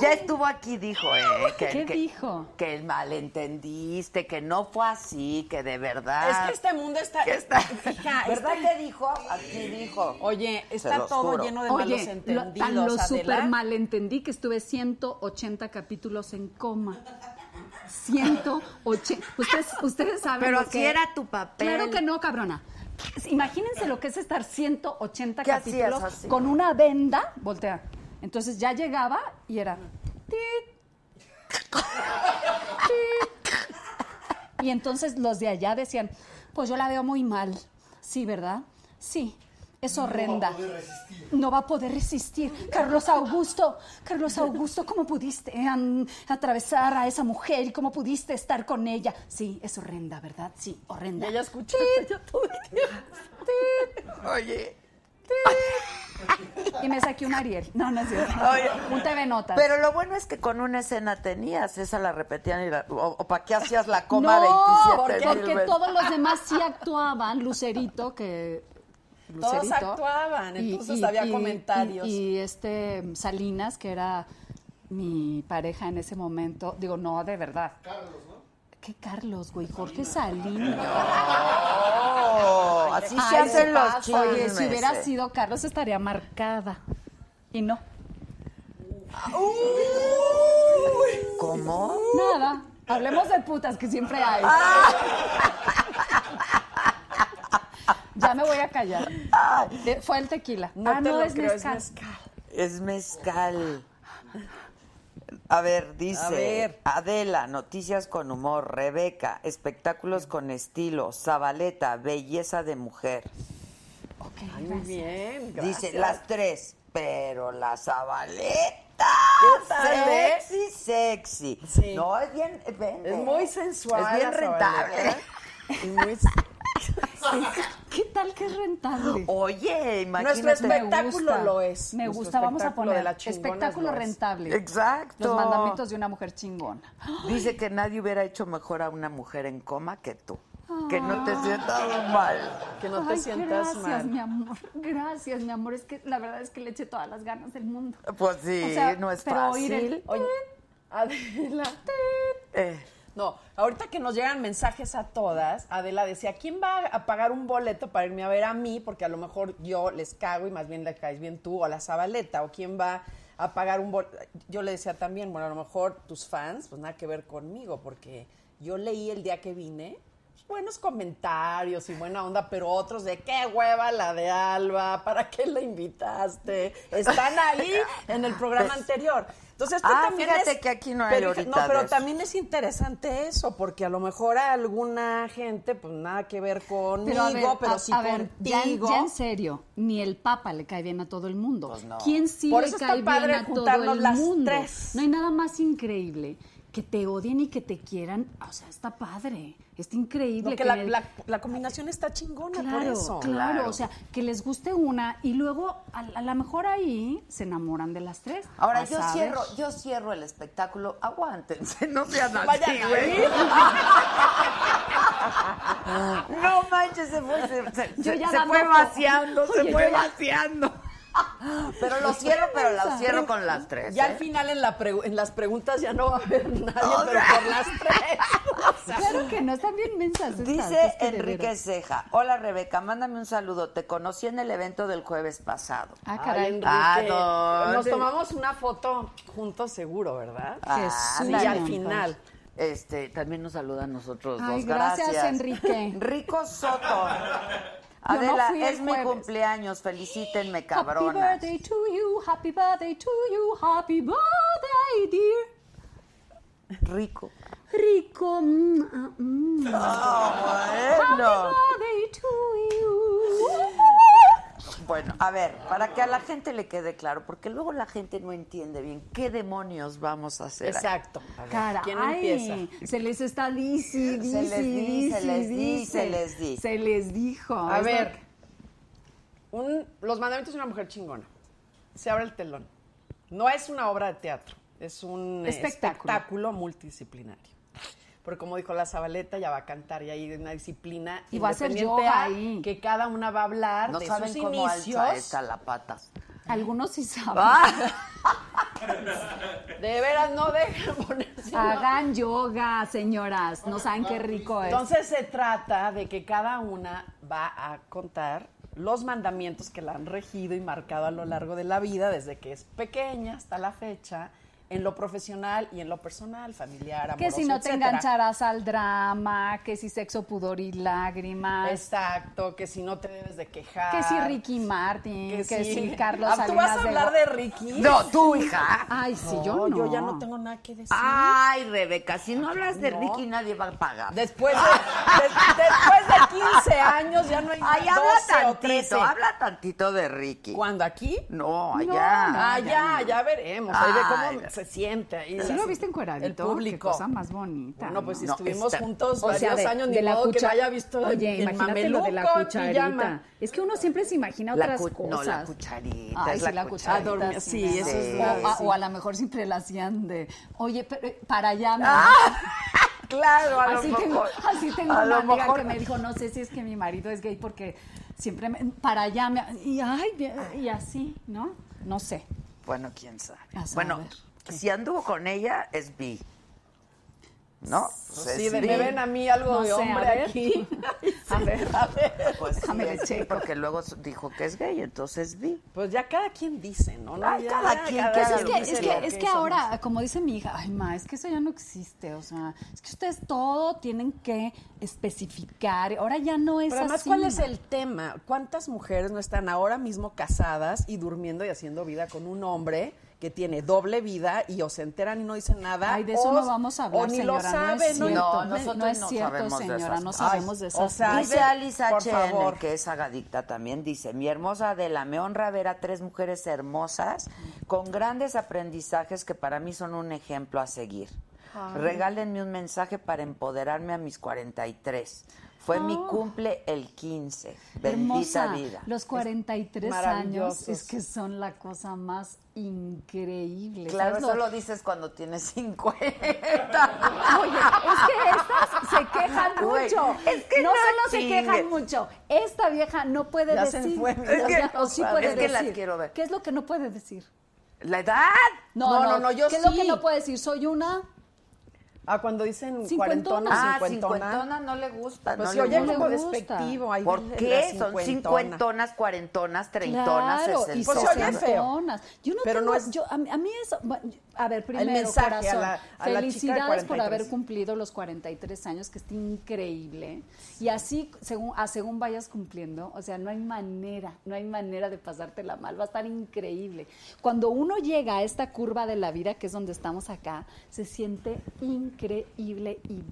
Speaker 3: Ya estuvo aquí, dijo, ¿eh? Que,
Speaker 5: ¿Qué
Speaker 3: que-
Speaker 5: dijo?
Speaker 3: Que malentendiste, que no fue así, que de verdad.
Speaker 6: Es que este mundo está.
Speaker 3: que está-
Speaker 6: Hija,
Speaker 3: Ah, ¿Verdad
Speaker 6: está-
Speaker 3: que dijo? Aquí dijo.
Speaker 6: Oye,
Speaker 3: Se
Speaker 6: está
Speaker 3: los
Speaker 6: todo
Speaker 3: juro.
Speaker 6: lleno de malos
Speaker 5: Oye, lo-
Speaker 6: entendidos.
Speaker 5: tan lo
Speaker 6: Adela.
Speaker 5: super malentendí que estuve 180 capítulos en coma. 180. Ustedes, ustedes saben
Speaker 3: Pero
Speaker 5: lo que-
Speaker 3: si era tu papel.
Speaker 5: Claro que no, cabrona. Pues, Imagínense lo que es estar 180
Speaker 3: ¿Qué hacías
Speaker 5: capítulos
Speaker 3: así?
Speaker 5: con una venda. Voltea. Entonces ya llegaba y era. tit, Y entonces los de allá decían, pues yo la veo muy mal. Sí, ¿verdad? Sí, es horrenda. No va a poder resistir. Carlos Augusto, Carlos Augusto, ¿cómo pudiste eh, an- atravesar a esa mujer? ¿Cómo pudiste estar con ella? Sí, es horrenda, ¿verdad? Sí, horrenda.
Speaker 6: Y ella escucha.
Speaker 3: Oye.
Speaker 5: Y me saqué un Ariel. No, no es cierto.
Speaker 3: Oye.
Speaker 5: Un TV Notas.
Speaker 3: Pero lo bueno es que con una escena tenías, esa la repetían y la- o, para qué hacías la coma
Speaker 5: no,
Speaker 3: 27
Speaker 5: porque,
Speaker 3: mil
Speaker 5: porque
Speaker 3: veces?
Speaker 5: todos los demás sí actuaban. Lucerito, que.
Speaker 6: Todos actuaban, entonces había comentarios.
Speaker 5: Y, y este Salinas, que era mi pareja en ese momento, digo, no, de verdad. Carlos, ¿no? ¿Qué Carlos, güey? Jorge Salinas.
Speaker 3: Oh, así se
Speaker 5: Ay,
Speaker 3: hacen
Speaker 5: sí
Speaker 3: los
Speaker 5: pasa.
Speaker 3: chismes.
Speaker 5: Oye, si hubiera
Speaker 3: eh.
Speaker 5: sido Carlos, estaría marcada. Y no.
Speaker 3: ¿Cómo?
Speaker 5: Nada. Hablemos de putas que siempre hay.
Speaker 6: Ah.
Speaker 5: ya me voy a callar. Eh, Fue el tequila.
Speaker 6: No
Speaker 5: ah,
Speaker 6: te
Speaker 5: no,
Speaker 6: lo
Speaker 5: es
Speaker 6: creo, es
Speaker 5: mezcal.
Speaker 6: mezcal.
Speaker 3: Es mezcal. A ver, dice
Speaker 6: A ver.
Speaker 3: Adela, noticias con humor, Rebeca, espectáculos con estilo, Zabaleta, belleza de mujer.
Speaker 5: Ok,
Speaker 6: Muy
Speaker 5: gracias.
Speaker 6: bien.
Speaker 3: Dice las tres, pero la Zabaleta.
Speaker 6: ¿Qué tal, eh?
Speaker 3: Sexy, sexy.
Speaker 6: Sí.
Speaker 3: No, es bien, vende.
Speaker 6: Es muy sensual.
Speaker 3: Es bien
Speaker 6: la
Speaker 3: rentable.
Speaker 6: Zabaleta. Y muy-
Speaker 5: ¿Qué tal que es rentable?
Speaker 3: Oye, imagínate.
Speaker 6: Nuestro espectáculo
Speaker 5: Me gusta.
Speaker 6: lo es.
Speaker 5: Me
Speaker 6: Nuestro
Speaker 5: gusta, vamos a
Speaker 6: espectáculo
Speaker 5: poner
Speaker 6: de las chingonas
Speaker 5: espectáculo
Speaker 6: lo es.
Speaker 5: rentable.
Speaker 3: Exacto.
Speaker 5: Los mandamientos de una mujer chingona.
Speaker 3: Dice que nadie hubiera hecho mejor a una mujer en coma que tú. Que no te
Speaker 6: Ah.
Speaker 3: sientas mal.
Speaker 6: Que no te
Speaker 5: Ay,
Speaker 6: sientas
Speaker 5: gracias,
Speaker 6: mal.
Speaker 5: mi amor. Gracias, mi amor. Es que la verdad es que le eché todas las ganas del mundo.
Speaker 3: Pues sí,
Speaker 5: O sea,
Speaker 3: no es
Speaker 5: pero oír
Speaker 3: fácil.
Speaker 5: el-
Speaker 6: Oye, Adela.
Speaker 3: Eh,
Speaker 6: No, ahorita que nos llegan mensajes a todas, Adela decía, ¿quién va a pagar un boleto para irme a ver a mí? Porque a lo mejor yo les cago y más bien le caes bien tú o la Zabaleta, o quién va a pagar un boleto. Yo le decía también, bueno, a lo mejor tus fans, pues nada que ver conmigo, porque yo leí el día que vine pues, buenos comentarios y buena onda, pero otros de qué hueva la de Alba, ¿para qué la invitaste? Están ahí en el programa anterior. Entonces tú
Speaker 3: Pues, Ah,
Speaker 6: también
Speaker 3: fíjate
Speaker 6: es-
Speaker 3: que aquí no hay
Speaker 6: pero,
Speaker 3: ahorita
Speaker 6: No, pero
Speaker 3: de eso.
Speaker 6: también es interesante eso, porque a lo mejor a alguna gente, pues nada que ver conmigo, pero,
Speaker 5: a ver, a-
Speaker 6: sí
Speaker 5: a ver, ya, en-
Speaker 6: contigo.
Speaker 5: ya en serio, ni el Papa le cae bien a todo el mundo.
Speaker 3: Pues
Speaker 5: ¿Quién sí
Speaker 6: Por
Speaker 5: le
Speaker 6: eso está
Speaker 5: cae bien
Speaker 6: padre
Speaker 5: a todo
Speaker 6: juntarnos
Speaker 5: el
Speaker 6: las
Speaker 5: mundo?
Speaker 6: tres.
Speaker 5: No hay nada más increíble que te odien y que te quieran. Ah, O sea, está padre, está increíble.
Speaker 6: No, que
Speaker 5: que
Speaker 6: la,
Speaker 5: le-
Speaker 6: la- la combinación está chingona
Speaker 5: Claro,
Speaker 6: por eso.
Speaker 5: claro, o sea, que les guste una y luego a, a lo mejor ahí se enamoran de las tres.
Speaker 6: Ah,
Speaker 5: Ah,
Speaker 3: ahora
Speaker 5: A
Speaker 3: yo
Speaker 5: saber.
Speaker 3: cierro, yo cierro el espectáculo. Aguántense, no sean
Speaker 6: Vayan
Speaker 3: así,
Speaker 6: a
Speaker 3: güey.
Speaker 6: ir.
Speaker 3: No manches, se fue, se, se-
Speaker 5: Yo ya
Speaker 3: se
Speaker 5: dando
Speaker 3: fue
Speaker 5: por-
Speaker 3: vaciando, se
Speaker 5: Oye,
Speaker 3: fue
Speaker 5: yo ya-
Speaker 3: vaciando. Pero lo cierro, pero lo cierro con las tres.
Speaker 6: Ya
Speaker 3: ¿eh?
Speaker 6: al final en, la pregu- en las preguntas ya no va a haber nadie,
Speaker 3: O
Speaker 6: pero
Speaker 3: sea.
Speaker 6: por las tres. O sea,
Speaker 5: Claro que no, están bien mensas. estas,
Speaker 3: Dice
Speaker 5: es que de
Speaker 3: Enrique
Speaker 5: veras.
Speaker 3: Ceja, hola Rebeca, mándame un saludo. Te conocí en el evento del jueves pasado.
Speaker 5: Ah,
Speaker 6: Ay,
Speaker 5: caray.
Speaker 6: Enrique,
Speaker 3: Ah, no.
Speaker 6: Nos tomamos una foto juntos seguro, ¿verdad?
Speaker 5: Jesús.
Speaker 6: sí, al final.
Speaker 3: Este, también nos saluda a nosotros
Speaker 5: Ay,
Speaker 3: dos.
Speaker 5: gracias, Enrique.
Speaker 3: Rico Soto.
Speaker 5: Yo no
Speaker 3: Adela,
Speaker 5: fui el
Speaker 3: es mi
Speaker 5: jueves.
Speaker 3: cumpleaños, felicítenme,
Speaker 5: Happy
Speaker 3: cabrona.
Speaker 5: birthday to you, happy birthday to you, happy birthday, dear.
Speaker 3: Rico.
Speaker 5: Rico. mm, ah, mm. Happy
Speaker 3: Bueno.
Speaker 5: birthday to you.
Speaker 3: Bueno, a ver, para que a la gente le quede claro, porque luego la gente no entiende bien qué demonios vamos a hacer. aquí.
Speaker 6: Exacto. A ver,
Speaker 5: Caray,
Speaker 6: ¿Quién empieza?
Speaker 5: se les está dici, dici,
Speaker 3: Se les di,
Speaker 5: dici,
Speaker 3: se les di,
Speaker 5: dici.
Speaker 3: se les di.
Speaker 5: Se les dijo.
Speaker 6: A
Speaker 5: Es lo
Speaker 6: ver,
Speaker 5: que-
Speaker 6: un- los mandamientos de una mujer chingona. Se abre el telón. No es una obra de teatro, es un eh,
Speaker 5: Espectáculo.
Speaker 6: espectáculo multidisciplinario. Porque como dijo la Zabaleta, ya va a cantar y hay una disciplina
Speaker 5: Y va a hacer
Speaker 6: independiente
Speaker 5: yoga
Speaker 6: a
Speaker 5: ahí.
Speaker 6: que cada una va a hablar
Speaker 3: No
Speaker 6: de
Speaker 3: saben
Speaker 6: sus
Speaker 3: cómo alza
Speaker 6: inicios.
Speaker 3: esta la pata.
Speaker 5: Algunos sí saben.
Speaker 3: Ah,
Speaker 6: De veras, no dejan ponerse.
Speaker 5: Hagan yoga, señoras. No saben qué rico es.
Speaker 6: Entonces se trata de que cada una va a contar los mandamientos que la han regido y marcado a lo largo de la vida, desde que es pequeña hasta la fecha, en lo profesional y en lo personal, familiar, amoroso,
Speaker 5: que si no te
Speaker 6: etcétera.
Speaker 5: engancharás al drama, que si sexo, pudor y lágrimas,
Speaker 6: Exacto, que si no te debes de quejar.
Speaker 5: que si Ricky Martin, que, si Carlos
Speaker 6: Ah, ¿Tú vas a
Speaker 5: Salinas de
Speaker 6: hablar
Speaker 5: Go-
Speaker 6: de Ricky?
Speaker 3: no, tú, hija.
Speaker 5: Ay, sí,
Speaker 6: No,
Speaker 5: yo no. Ah.
Speaker 6: ya no tengo nada que decir.
Speaker 3: Ay, Rebeca, si no hablas de
Speaker 6: No.
Speaker 3: Ricky nadie va a pagar.
Speaker 6: Después de, des- después de 15 años ya no hay
Speaker 3: Ay,
Speaker 6: 12
Speaker 3: habla
Speaker 6: o 13.
Speaker 3: tantito, habla tantito de Ricky.
Speaker 6: ¿Cuándo? ¿Aquí?
Speaker 3: No, allá.
Speaker 5: No,
Speaker 6: Ah, ya, ya veremos. Ahí
Speaker 3: Ay,
Speaker 6: ve
Speaker 3: ya.
Speaker 6: cómo se siente ahí.
Speaker 5: ¿Sí
Speaker 6: la-
Speaker 5: lo viste encueradito?
Speaker 6: El público.
Speaker 5: Qué cosa más bonita.
Speaker 6: No, pues
Speaker 5: ¿no?
Speaker 3: No,
Speaker 6: estuvimos
Speaker 3: está-
Speaker 6: juntos
Speaker 5: O
Speaker 6: varios
Speaker 5: sea, de,
Speaker 6: años, ni
Speaker 5: de la
Speaker 6: modo que no
Speaker 5: cuchara-
Speaker 6: haya visto
Speaker 5: Oye,
Speaker 6: el
Speaker 5: imagínate lo de la
Speaker 6: mameluco en
Speaker 5: cucharita.
Speaker 6: pijama.
Speaker 5: Es que uno siempre se imagina
Speaker 3: La
Speaker 5: otras
Speaker 3: cu-
Speaker 5: cosas.
Speaker 3: no, la cucharita,
Speaker 5: Ay,
Speaker 3: es
Speaker 5: sí,
Speaker 3: la
Speaker 5: la
Speaker 3: cucharita.
Speaker 5: cucharita.
Speaker 6: Adorme- sí,
Speaker 5: me da.
Speaker 6: eso
Speaker 3: es
Speaker 5: o,
Speaker 3: grave,
Speaker 5: a,
Speaker 6: sí.
Speaker 5: o a lo mejor siempre la hacían de, oye, pero, eh, para allá. ¿no?
Speaker 6: Ah,
Speaker 3: Claro, a lo
Speaker 5: así, tengo,
Speaker 3: mejor.
Speaker 5: así tengo
Speaker 3: a
Speaker 5: una
Speaker 3: lo
Speaker 5: amiga
Speaker 3: mejor-
Speaker 5: que me dijo, no sé si es que mi marido es gay porque siempre me- para allá me... Y, ay, bien, y así, ¿no? No sé.
Speaker 3: Bueno, quién sabe.
Speaker 5: A saber.
Speaker 3: Bueno, si anduvo con ella, es bi. ¿No? Pues
Speaker 6: Sí,
Speaker 3: es
Speaker 6: de,
Speaker 3: bi.
Speaker 6: me ven a mí algo
Speaker 5: No
Speaker 6: de
Speaker 5: sé, a
Speaker 6: hombre
Speaker 5: ver.
Speaker 6: aquí. A ver, a ver.
Speaker 3: Pues sí,
Speaker 5: Déjame
Speaker 3: es
Speaker 5: le
Speaker 3: bi,
Speaker 5: checo.
Speaker 3: porque luego su- dijo que es gay, entonces bi.
Speaker 6: Pues ya cada quien dice, ¿no? No,
Speaker 3: Ay,
Speaker 6: ya,
Speaker 3: cada quien que
Speaker 5: Pues
Speaker 3: haga
Speaker 5: es
Speaker 3: lo
Speaker 5: que, es
Speaker 6: dice
Speaker 5: que,
Speaker 6: lo
Speaker 5: es que
Speaker 6: hizo,
Speaker 5: ahora, como dice mi hija, ay, ma, es que eso ya no existe. O sea, es que ustedes todo tienen que especificar. Ahora ya no es
Speaker 6: Pero además,
Speaker 5: así.
Speaker 6: ¿cuál es el tema? ¿Cuántas mujeres no están ahora mismo casadas y durmiendo y haciendo vida con un hombre que tiene doble vida y o se enteran y no dicen nada?
Speaker 5: Ay, de eso
Speaker 6: o-
Speaker 5: no vamos a hablar,
Speaker 6: O ni
Speaker 5: señora.
Speaker 6: lo saben,
Speaker 5: no es cierto.
Speaker 3: Ah, No,
Speaker 5: No,
Speaker 3: nosotros
Speaker 5: no es
Speaker 3: no
Speaker 5: cierto,
Speaker 3: sabemos de
Speaker 5: señora.
Speaker 3: esas
Speaker 5: no
Speaker 3: cosas.
Speaker 5: sabemos de esas
Speaker 6: o sea,
Speaker 5: cosas.
Speaker 3: Dice Alice
Speaker 6: por
Speaker 3: HN,
Speaker 6: favor.
Speaker 3: que es agadicta también, dice, mi hermosa Adela, me honra ver a tres mujeres hermosas con grandes aprendizajes que para mí son un ejemplo a seguir. Regálenme un mensaje para empoderarme a mis 43. Fue mi cumple el 15. Bendita
Speaker 5: Ah. Hermosa,
Speaker 3: vida.
Speaker 5: los 43 años
Speaker 6: maravillosos.
Speaker 5: es que son la cosa más increíble.
Speaker 3: Claro,
Speaker 5: ¿Sabes
Speaker 3: eso
Speaker 5: lo-
Speaker 3: lo dices cuando tienes 50.
Speaker 5: Oye, es que estas se quejan
Speaker 3: Güey,
Speaker 5: mucho.
Speaker 3: es que
Speaker 5: no,
Speaker 3: no
Speaker 5: solo
Speaker 3: chingues.
Speaker 5: se quejan mucho. Esta vieja no puede
Speaker 6: Ya se
Speaker 5: decir.
Speaker 6: fue, mira.
Speaker 5: O
Speaker 3: Es
Speaker 5: sea,
Speaker 3: que-
Speaker 5: o sí puede
Speaker 3: es que las
Speaker 5: decir.
Speaker 3: quiero ver.
Speaker 5: ¿Qué es lo que no puede decir?
Speaker 3: ¿La edad?
Speaker 5: No,
Speaker 6: No,
Speaker 5: no,
Speaker 6: no, no, yo
Speaker 5: ¿Qué es lo
Speaker 6: sí.
Speaker 5: que no puede decir? Soy una.
Speaker 6: Ah, cuando dicen
Speaker 5: Cincuentona.
Speaker 6: cuarentona,
Speaker 3: Ah,
Speaker 6: cincuentona.
Speaker 3: cincuentona no le gusta.
Speaker 6: Pues
Speaker 3: no
Speaker 6: sí,
Speaker 3: le
Speaker 6: oye,
Speaker 5: no
Speaker 3: gusta.
Speaker 6: como
Speaker 5: le gusta.
Speaker 6: despectivo. ahí
Speaker 3: ¿Por
Speaker 6: la
Speaker 3: qué? Son
Speaker 6: cincuentona.
Speaker 3: cincuentonas, cuarentonas, treintonas,
Speaker 5: claro, y
Speaker 6: Pues
Speaker 3: sesentonas.
Speaker 6: se oye feo.
Speaker 5: Yo no
Speaker 6: Pero
Speaker 5: tengo-
Speaker 6: no es-
Speaker 5: yo- a, mí- a mí eso, a ver, primero,
Speaker 6: mensaje a
Speaker 5: corazón,
Speaker 6: la- a la chica de
Speaker 5: felicidades por
Speaker 6: 43.
Speaker 5: haber cumplido los 43 años, que está increíble. Y así, según, a según vayas cumpliendo, o sea, no hay manera, no hay manera de pasártela mal, va a estar increíble. Cuando uno llega a esta curva de la vida, que es donde estamos acá, se siente increíble y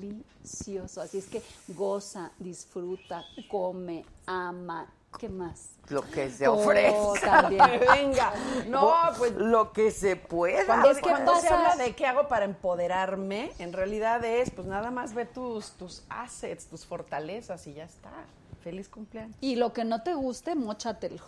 Speaker 5: delicioso. Así es que goza, disfruta, come, ama. ¿Qué más?
Speaker 3: Lo que se
Speaker 5: Oh,
Speaker 3: ofrece.
Speaker 5: también.
Speaker 6: Venga. No, pues
Speaker 3: Lo que se pueda.
Speaker 6: Cuando,
Speaker 5: Es que
Speaker 6: cuando se
Speaker 5: pasa-
Speaker 6: habla de qué hago para empoderarme, en realidad es, pues nada más ve tus, tus assets, tus fortalezas y ya está. Feliz cumpleaños.
Speaker 5: Y lo que no te guste, mochatelo.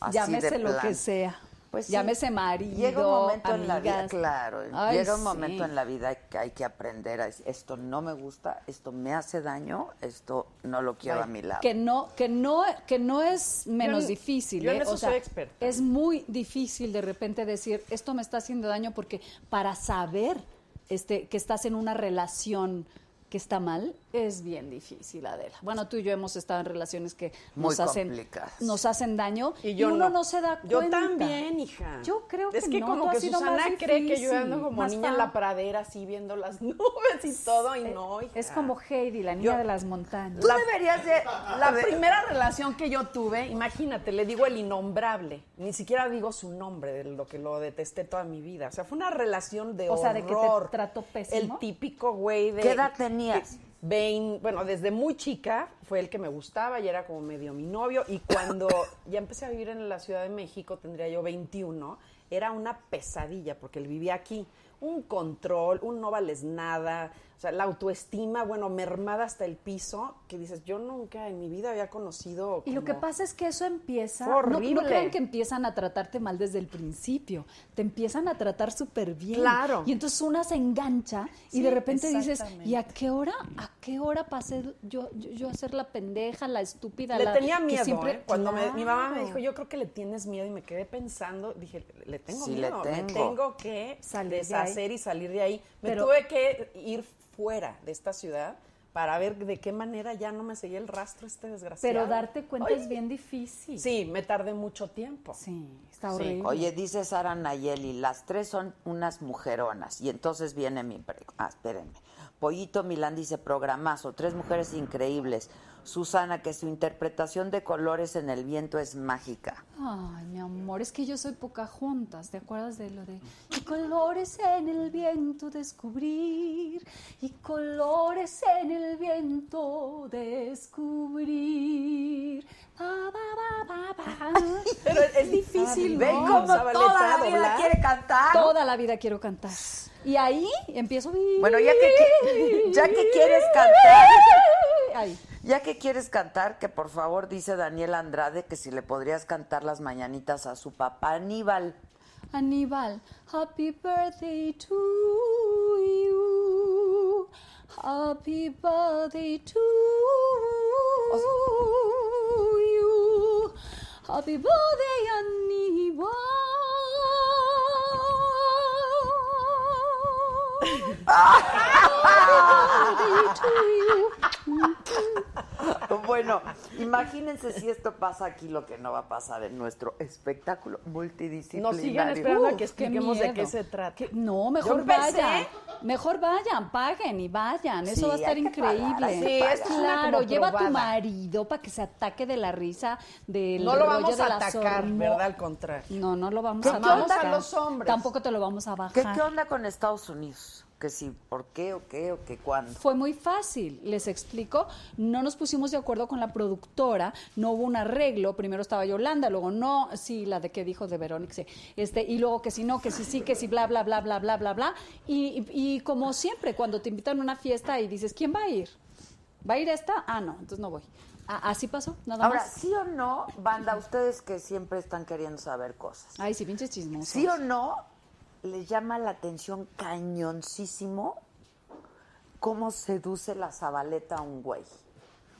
Speaker 3: Así de
Speaker 5: Llámese lo
Speaker 3: plan.
Speaker 5: que sea.
Speaker 3: Pues sí.
Speaker 5: Llámese marido,
Speaker 3: Llega un momento en la vida,
Speaker 5: amigas.
Speaker 3: claro,
Speaker 5: Ay,
Speaker 3: llega un
Speaker 5: sí.
Speaker 3: momento en la vida que hay que aprender a decir, esto no me gusta, esto me hace daño, esto no lo quiero a mi lado.
Speaker 5: que no que no que no es menos
Speaker 6: en-
Speaker 5: difícil
Speaker 6: yo en
Speaker 5: ¿eh?
Speaker 6: eso
Speaker 5: O sea,
Speaker 6: soy experta.
Speaker 5: es muy difícil de repente decir esto me está haciendo daño porque para saber este que estás en una relación que está mal es bien difícil Adela bueno tú y yo hemos estado en relaciones que
Speaker 3: Muy
Speaker 5: nos hacen
Speaker 3: complicadas.
Speaker 5: nos hacen daño
Speaker 6: Y yo
Speaker 5: uno no.
Speaker 6: no.
Speaker 5: se da
Speaker 6: Yo
Speaker 5: cuenta
Speaker 6: también, hija.
Speaker 5: yo creo que
Speaker 6: Es que
Speaker 5: no,
Speaker 6: como
Speaker 5: tú
Speaker 6: que
Speaker 5: has sido más
Speaker 6: Susana cree que yo
Speaker 5: difícil,
Speaker 6: ando como
Speaker 5: más
Speaker 6: niña en
Speaker 5: fan.
Speaker 6: la pradera así viendo las nubes y todo y
Speaker 5: Eh,
Speaker 6: no, hija.
Speaker 5: es como Heidi la niña
Speaker 6: Yo-
Speaker 5: de las montañas
Speaker 6: Tú
Speaker 3: La-
Speaker 6: deberías de.
Speaker 3: la
Speaker 6: La
Speaker 3: ve-
Speaker 6: primera relación que yo tuve, imagínate, le digo el innombrable. Ni siquiera digo su nombre, de lo que lo detesté toda mi vida. O sea, fue una relación de
Speaker 5: O
Speaker 6: horror.
Speaker 5: sea, de que te trató pésimo.
Speaker 6: El típico güey de.
Speaker 3: ¿Qué edad tenías?
Speaker 6: Vein- bueno, desde muy chica fue el que me gustaba y era como medio mi novio. Y cuando ya empecé a vivir en la Ciudad de México, tendría yo 21, era una pesadilla porque él vivía aquí. Un control, un no vales nada, o sea, la autoestima, bueno, mermada hasta el piso, que dices, yo nunca en mi vida había conocido.
Speaker 5: Y lo que
Speaker 6: como-
Speaker 5: pasa es que eso empieza.
Speaker 6: Fue
Speaker 5: no- No,
Speaker 6: horrible.
Speaker 5: crean que empiezan a tratarte mal desde el principio. Te empiezan a tratar súper bien.
Speaker 6: Claro.
Speaker 5: Y entonces una se engancha y de repente dices,
Speaker 6: exactamente.
Speaker 5: ¿y a qué hora? ¿A qué hora pasé yo, yo, yo a ser la pendeja, la estúpida?
Speaker 6: Le
Speaker 5: la
Speaker 6: tenía
Speaker 5: que
Speaker 6: miedo.
Speaker 5: siempre-
Speaker 6: ¿eh? Cuando me- mi mamá me
Speaker 5: Claro.
Speaker 6: dijo, yo creo que le tienes miedo, y me quedé pensando, dije, le tengo
Speaker 3: Sí, le
Speaker 6: miedo,
Speaker 3: tengo.
Speaker 6: me tengo que
Speaker 5: Salir de
Speaker 6: deshacer y salir de ahí. Me
Speaker 5: Pero-
Speaker 6: tuve que ir fuera de esta ciudad para ver de qué manera ya no me seguía el rastro este desgraciado.
Speaker 5: Pero darte cuenta
Speaker 6: Oye,
Speaker 5: es bien difícil.
Speaker 6: Sí, me tardé mucho tiempo.
Speaker 5: Sí, está
Speaker 6: Sí.
Speaker 5: horrible.
Speaker 3: Oye, dice Sara Nayeli, las tres son unas mujeronas. Y entonces viene mi... pre- Ah, espérenme. Pollito Milán dice, programazo, tres mujeres increíbles. Susana, que su interpretación de colores en el viento es mágica.
Speaker 5: Ay, mi amor, es que yo soy poca juntas, ¿te acuerdas de lo de y colores en el viento descubrir y colores en el viento descubrir? Ba, ba, ba, ba, ba.
Speaker 6: Pero es, es difícil,
Speaker 3: ¿Ven
Speaker 6: ¿no?
Speaker 3: cómo
Speaker 6: Zabaleta,
Speaker 3: toda la vida
Speaker 6: doblar.
Speaker 3: quiere cantar?
Speaker 5: Toda la vida quiero cantar. Y ahí empiezo.
Speaker 3: Bueno, ya que, que- ya que quieres cantar,
Speaker 5: Ay,
Speaker 3: ya que quieres cantar, que por favor dice Daniel Andrade que si le podrías cantar las mañanitas a su papá Aníbal.
Speaker 5: Aníbal, happy birthday to you. Happy birthday to you. Happy birthday, Aníbal. Happy birthday to you.
Speaker 3: Bueno, imagínense si esto pasa aquí, lo que no va a pasar en nuestro espectáculo multidisciplinario.
Speaker 6: Nos siguen esperando a
Speaker 5: Uf,
Speaker 6: que expliquemos de
Speaker 5: miedo.
Speaker 6: qué se trata.
Speaker 5: Que- no, mejor
Speaker 6: empecé.
Speaker 5: vayan. Mejor vayan, paguen y vayan. Eso
Speaker 3: Sí,
Speaker 5: va a estar
Speaker 3: hay que pagar,
Speaker 5: increíble.
Speaker 3: hay que Sí, pagar. esto
Speaker 6: es una
Speaker 5: claro,
Speaker 6: como
Speaker 5: lleva a tu
Speaker 6: probada.
Speaker 5: marido para que se ataque de la risa del
Speaker 6: No lo
Speaker 5: rollo
Speaker 6: vamos
Speaker 5: de
Speaker 6: a
Speaker 5: la
Speaker 6: atacar,
Speaker 5: sormo-
Speaker 6: ¿verdad? Al contrario.
Speaker 5: No, no lo vamos
Speaker 6: ¿Qué
Speaker 5: a
Speaker 6: onda
Speaker 5: atacar.
Speaker 6: con los hombres?
Speaker 5: Tampoco te lo vamos a bajar.
Speaker 3: ¿Qué, ¿Qué onda con Estados Unidos? Que si, ¿por qué o qué o qué cuándo?
Speaker 5: Fue muy fácil, les explico. No nos pusimos de acuerdo con la productora, no hubo un arreglo. Primero estaba Yolanda, luego no, sí, la de que dijo de Verónica, sí. este, y luego que si no, que si sí, que si bla, bla, bla, bla, bla, bla, bla. Y, y- y como siempre, cuando te invitan a una fiesta y dices, ¿quién va a ir? ¿Va a ir esta? Ah, no, entonces no voy. A- así pasó, nada
Speaker 3: Ahora,
Speaker 5: más.
Speaker 3: ¿sí o no, banda, ustedes que siempre están queriendo saber cosas?
Speaker 6: Ah,
Speaker 5: Ay, sí, pinches chismosos.
Speaker 3: ¿Sí o no les llama la atención cañoncísimo cómo seduce la zabaleta a un güey?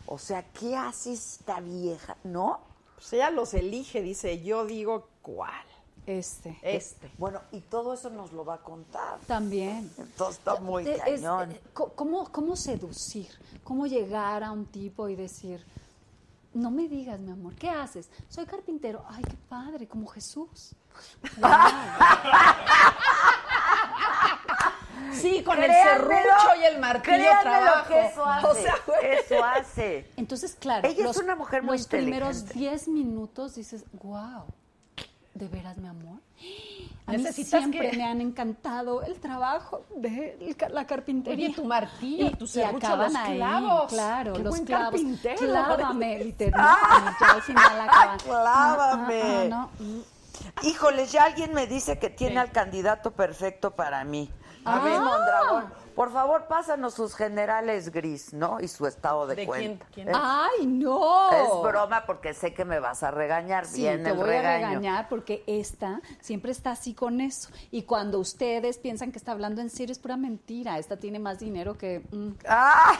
Speaker 3: O sea, ¿qué hace esta vieja? ¿No?
Speaker 6: Pues ella los elige, dice, yo digo cuál.
Speaker 5: Este.
Speaker 6: Este.
Speaker 3: Bueno, y todo eso nos lo va a contar.
Speaker 5: También.
Speaker 3: Entonces está muy
Speaker 5: Es- es-
Speaker 3: cañón.
Speaker 5: este, co- ¿cómo, ¿Cómo seducir? ¿Cómo llegar a un tipo y decir, no me digas, mi amor, ¿qué haces? Soy carpintero. Ay, qué padre, como Jesús.
Speaker 6: Sí, con el
Speaker 3: Créanmelo,
Speaker 6: serrucho y el martillo
Speaker 3: créanmelo
Speaker 6: trabajo.
Speaker 3: que eso hace.
Speaker 6: O sea, güey.
Speaker 3: eso hace.
Speaker 5: Entonces, claro,
Speaker 3: Ella es una mujer muy
Speaker 5: los primeros
Speaker 3: inteligente.
Speaker 5: 10 minutos dices, wow, ¿de veras, mi amor? A mí
Speaker 6: Necesitas
Speaker 5: siempre
Speaker 6: que-
Speaker 5: me han encantado el trabajo de el ca- la carpintería.
Speaker 6: Oye, tu martillo, tu serrucho,
Speaker 5: acaban
Speaker 6: los
Speaker 5: ahí,
Speaker 6: clavos.
Speaker 5: claro,
Speaker 6: Qué
Speaker 5: los
Speaker 6: buen
Speaker 5: clavos.
Speaker 6: carpintero.
Speaker 5: Clávame, literal. y ya al final acaban.
Speaker 3: Ah, Clávame.
Speaker 5: Ah, ah, ah, no.
Speaker 3: Híjole, ya alguien me dice que tiene al candidato perfecto para mí. David
Speaker 5: Ah.
Speaker 3: Mondragón. Por favor, pásanos sus generales gris, ¿no? Y su estado de,
Speaker 6: ¿De quién?
Speaker 3: cuenta.
Speaker 6: quién? Ah.
Speaker 3: Es-
Speaker 5: ¡Ay, ah, no!
Speaker 3: Es broma porque sé que me vas a regañar.
Speaker 5: Sí,
Speaker 3: Bien,
Speaker 5: te
Speaker 3: el
Speaker 5: voy
Speaker 3: regaño.
Speaker 5: a regañar porque esta siempre está así con eso. Y cuando ustedes piensan que está hablando en serio es pura mentira. Esta tiene más dinero que, mm,
Speaker 3: ¡Ah!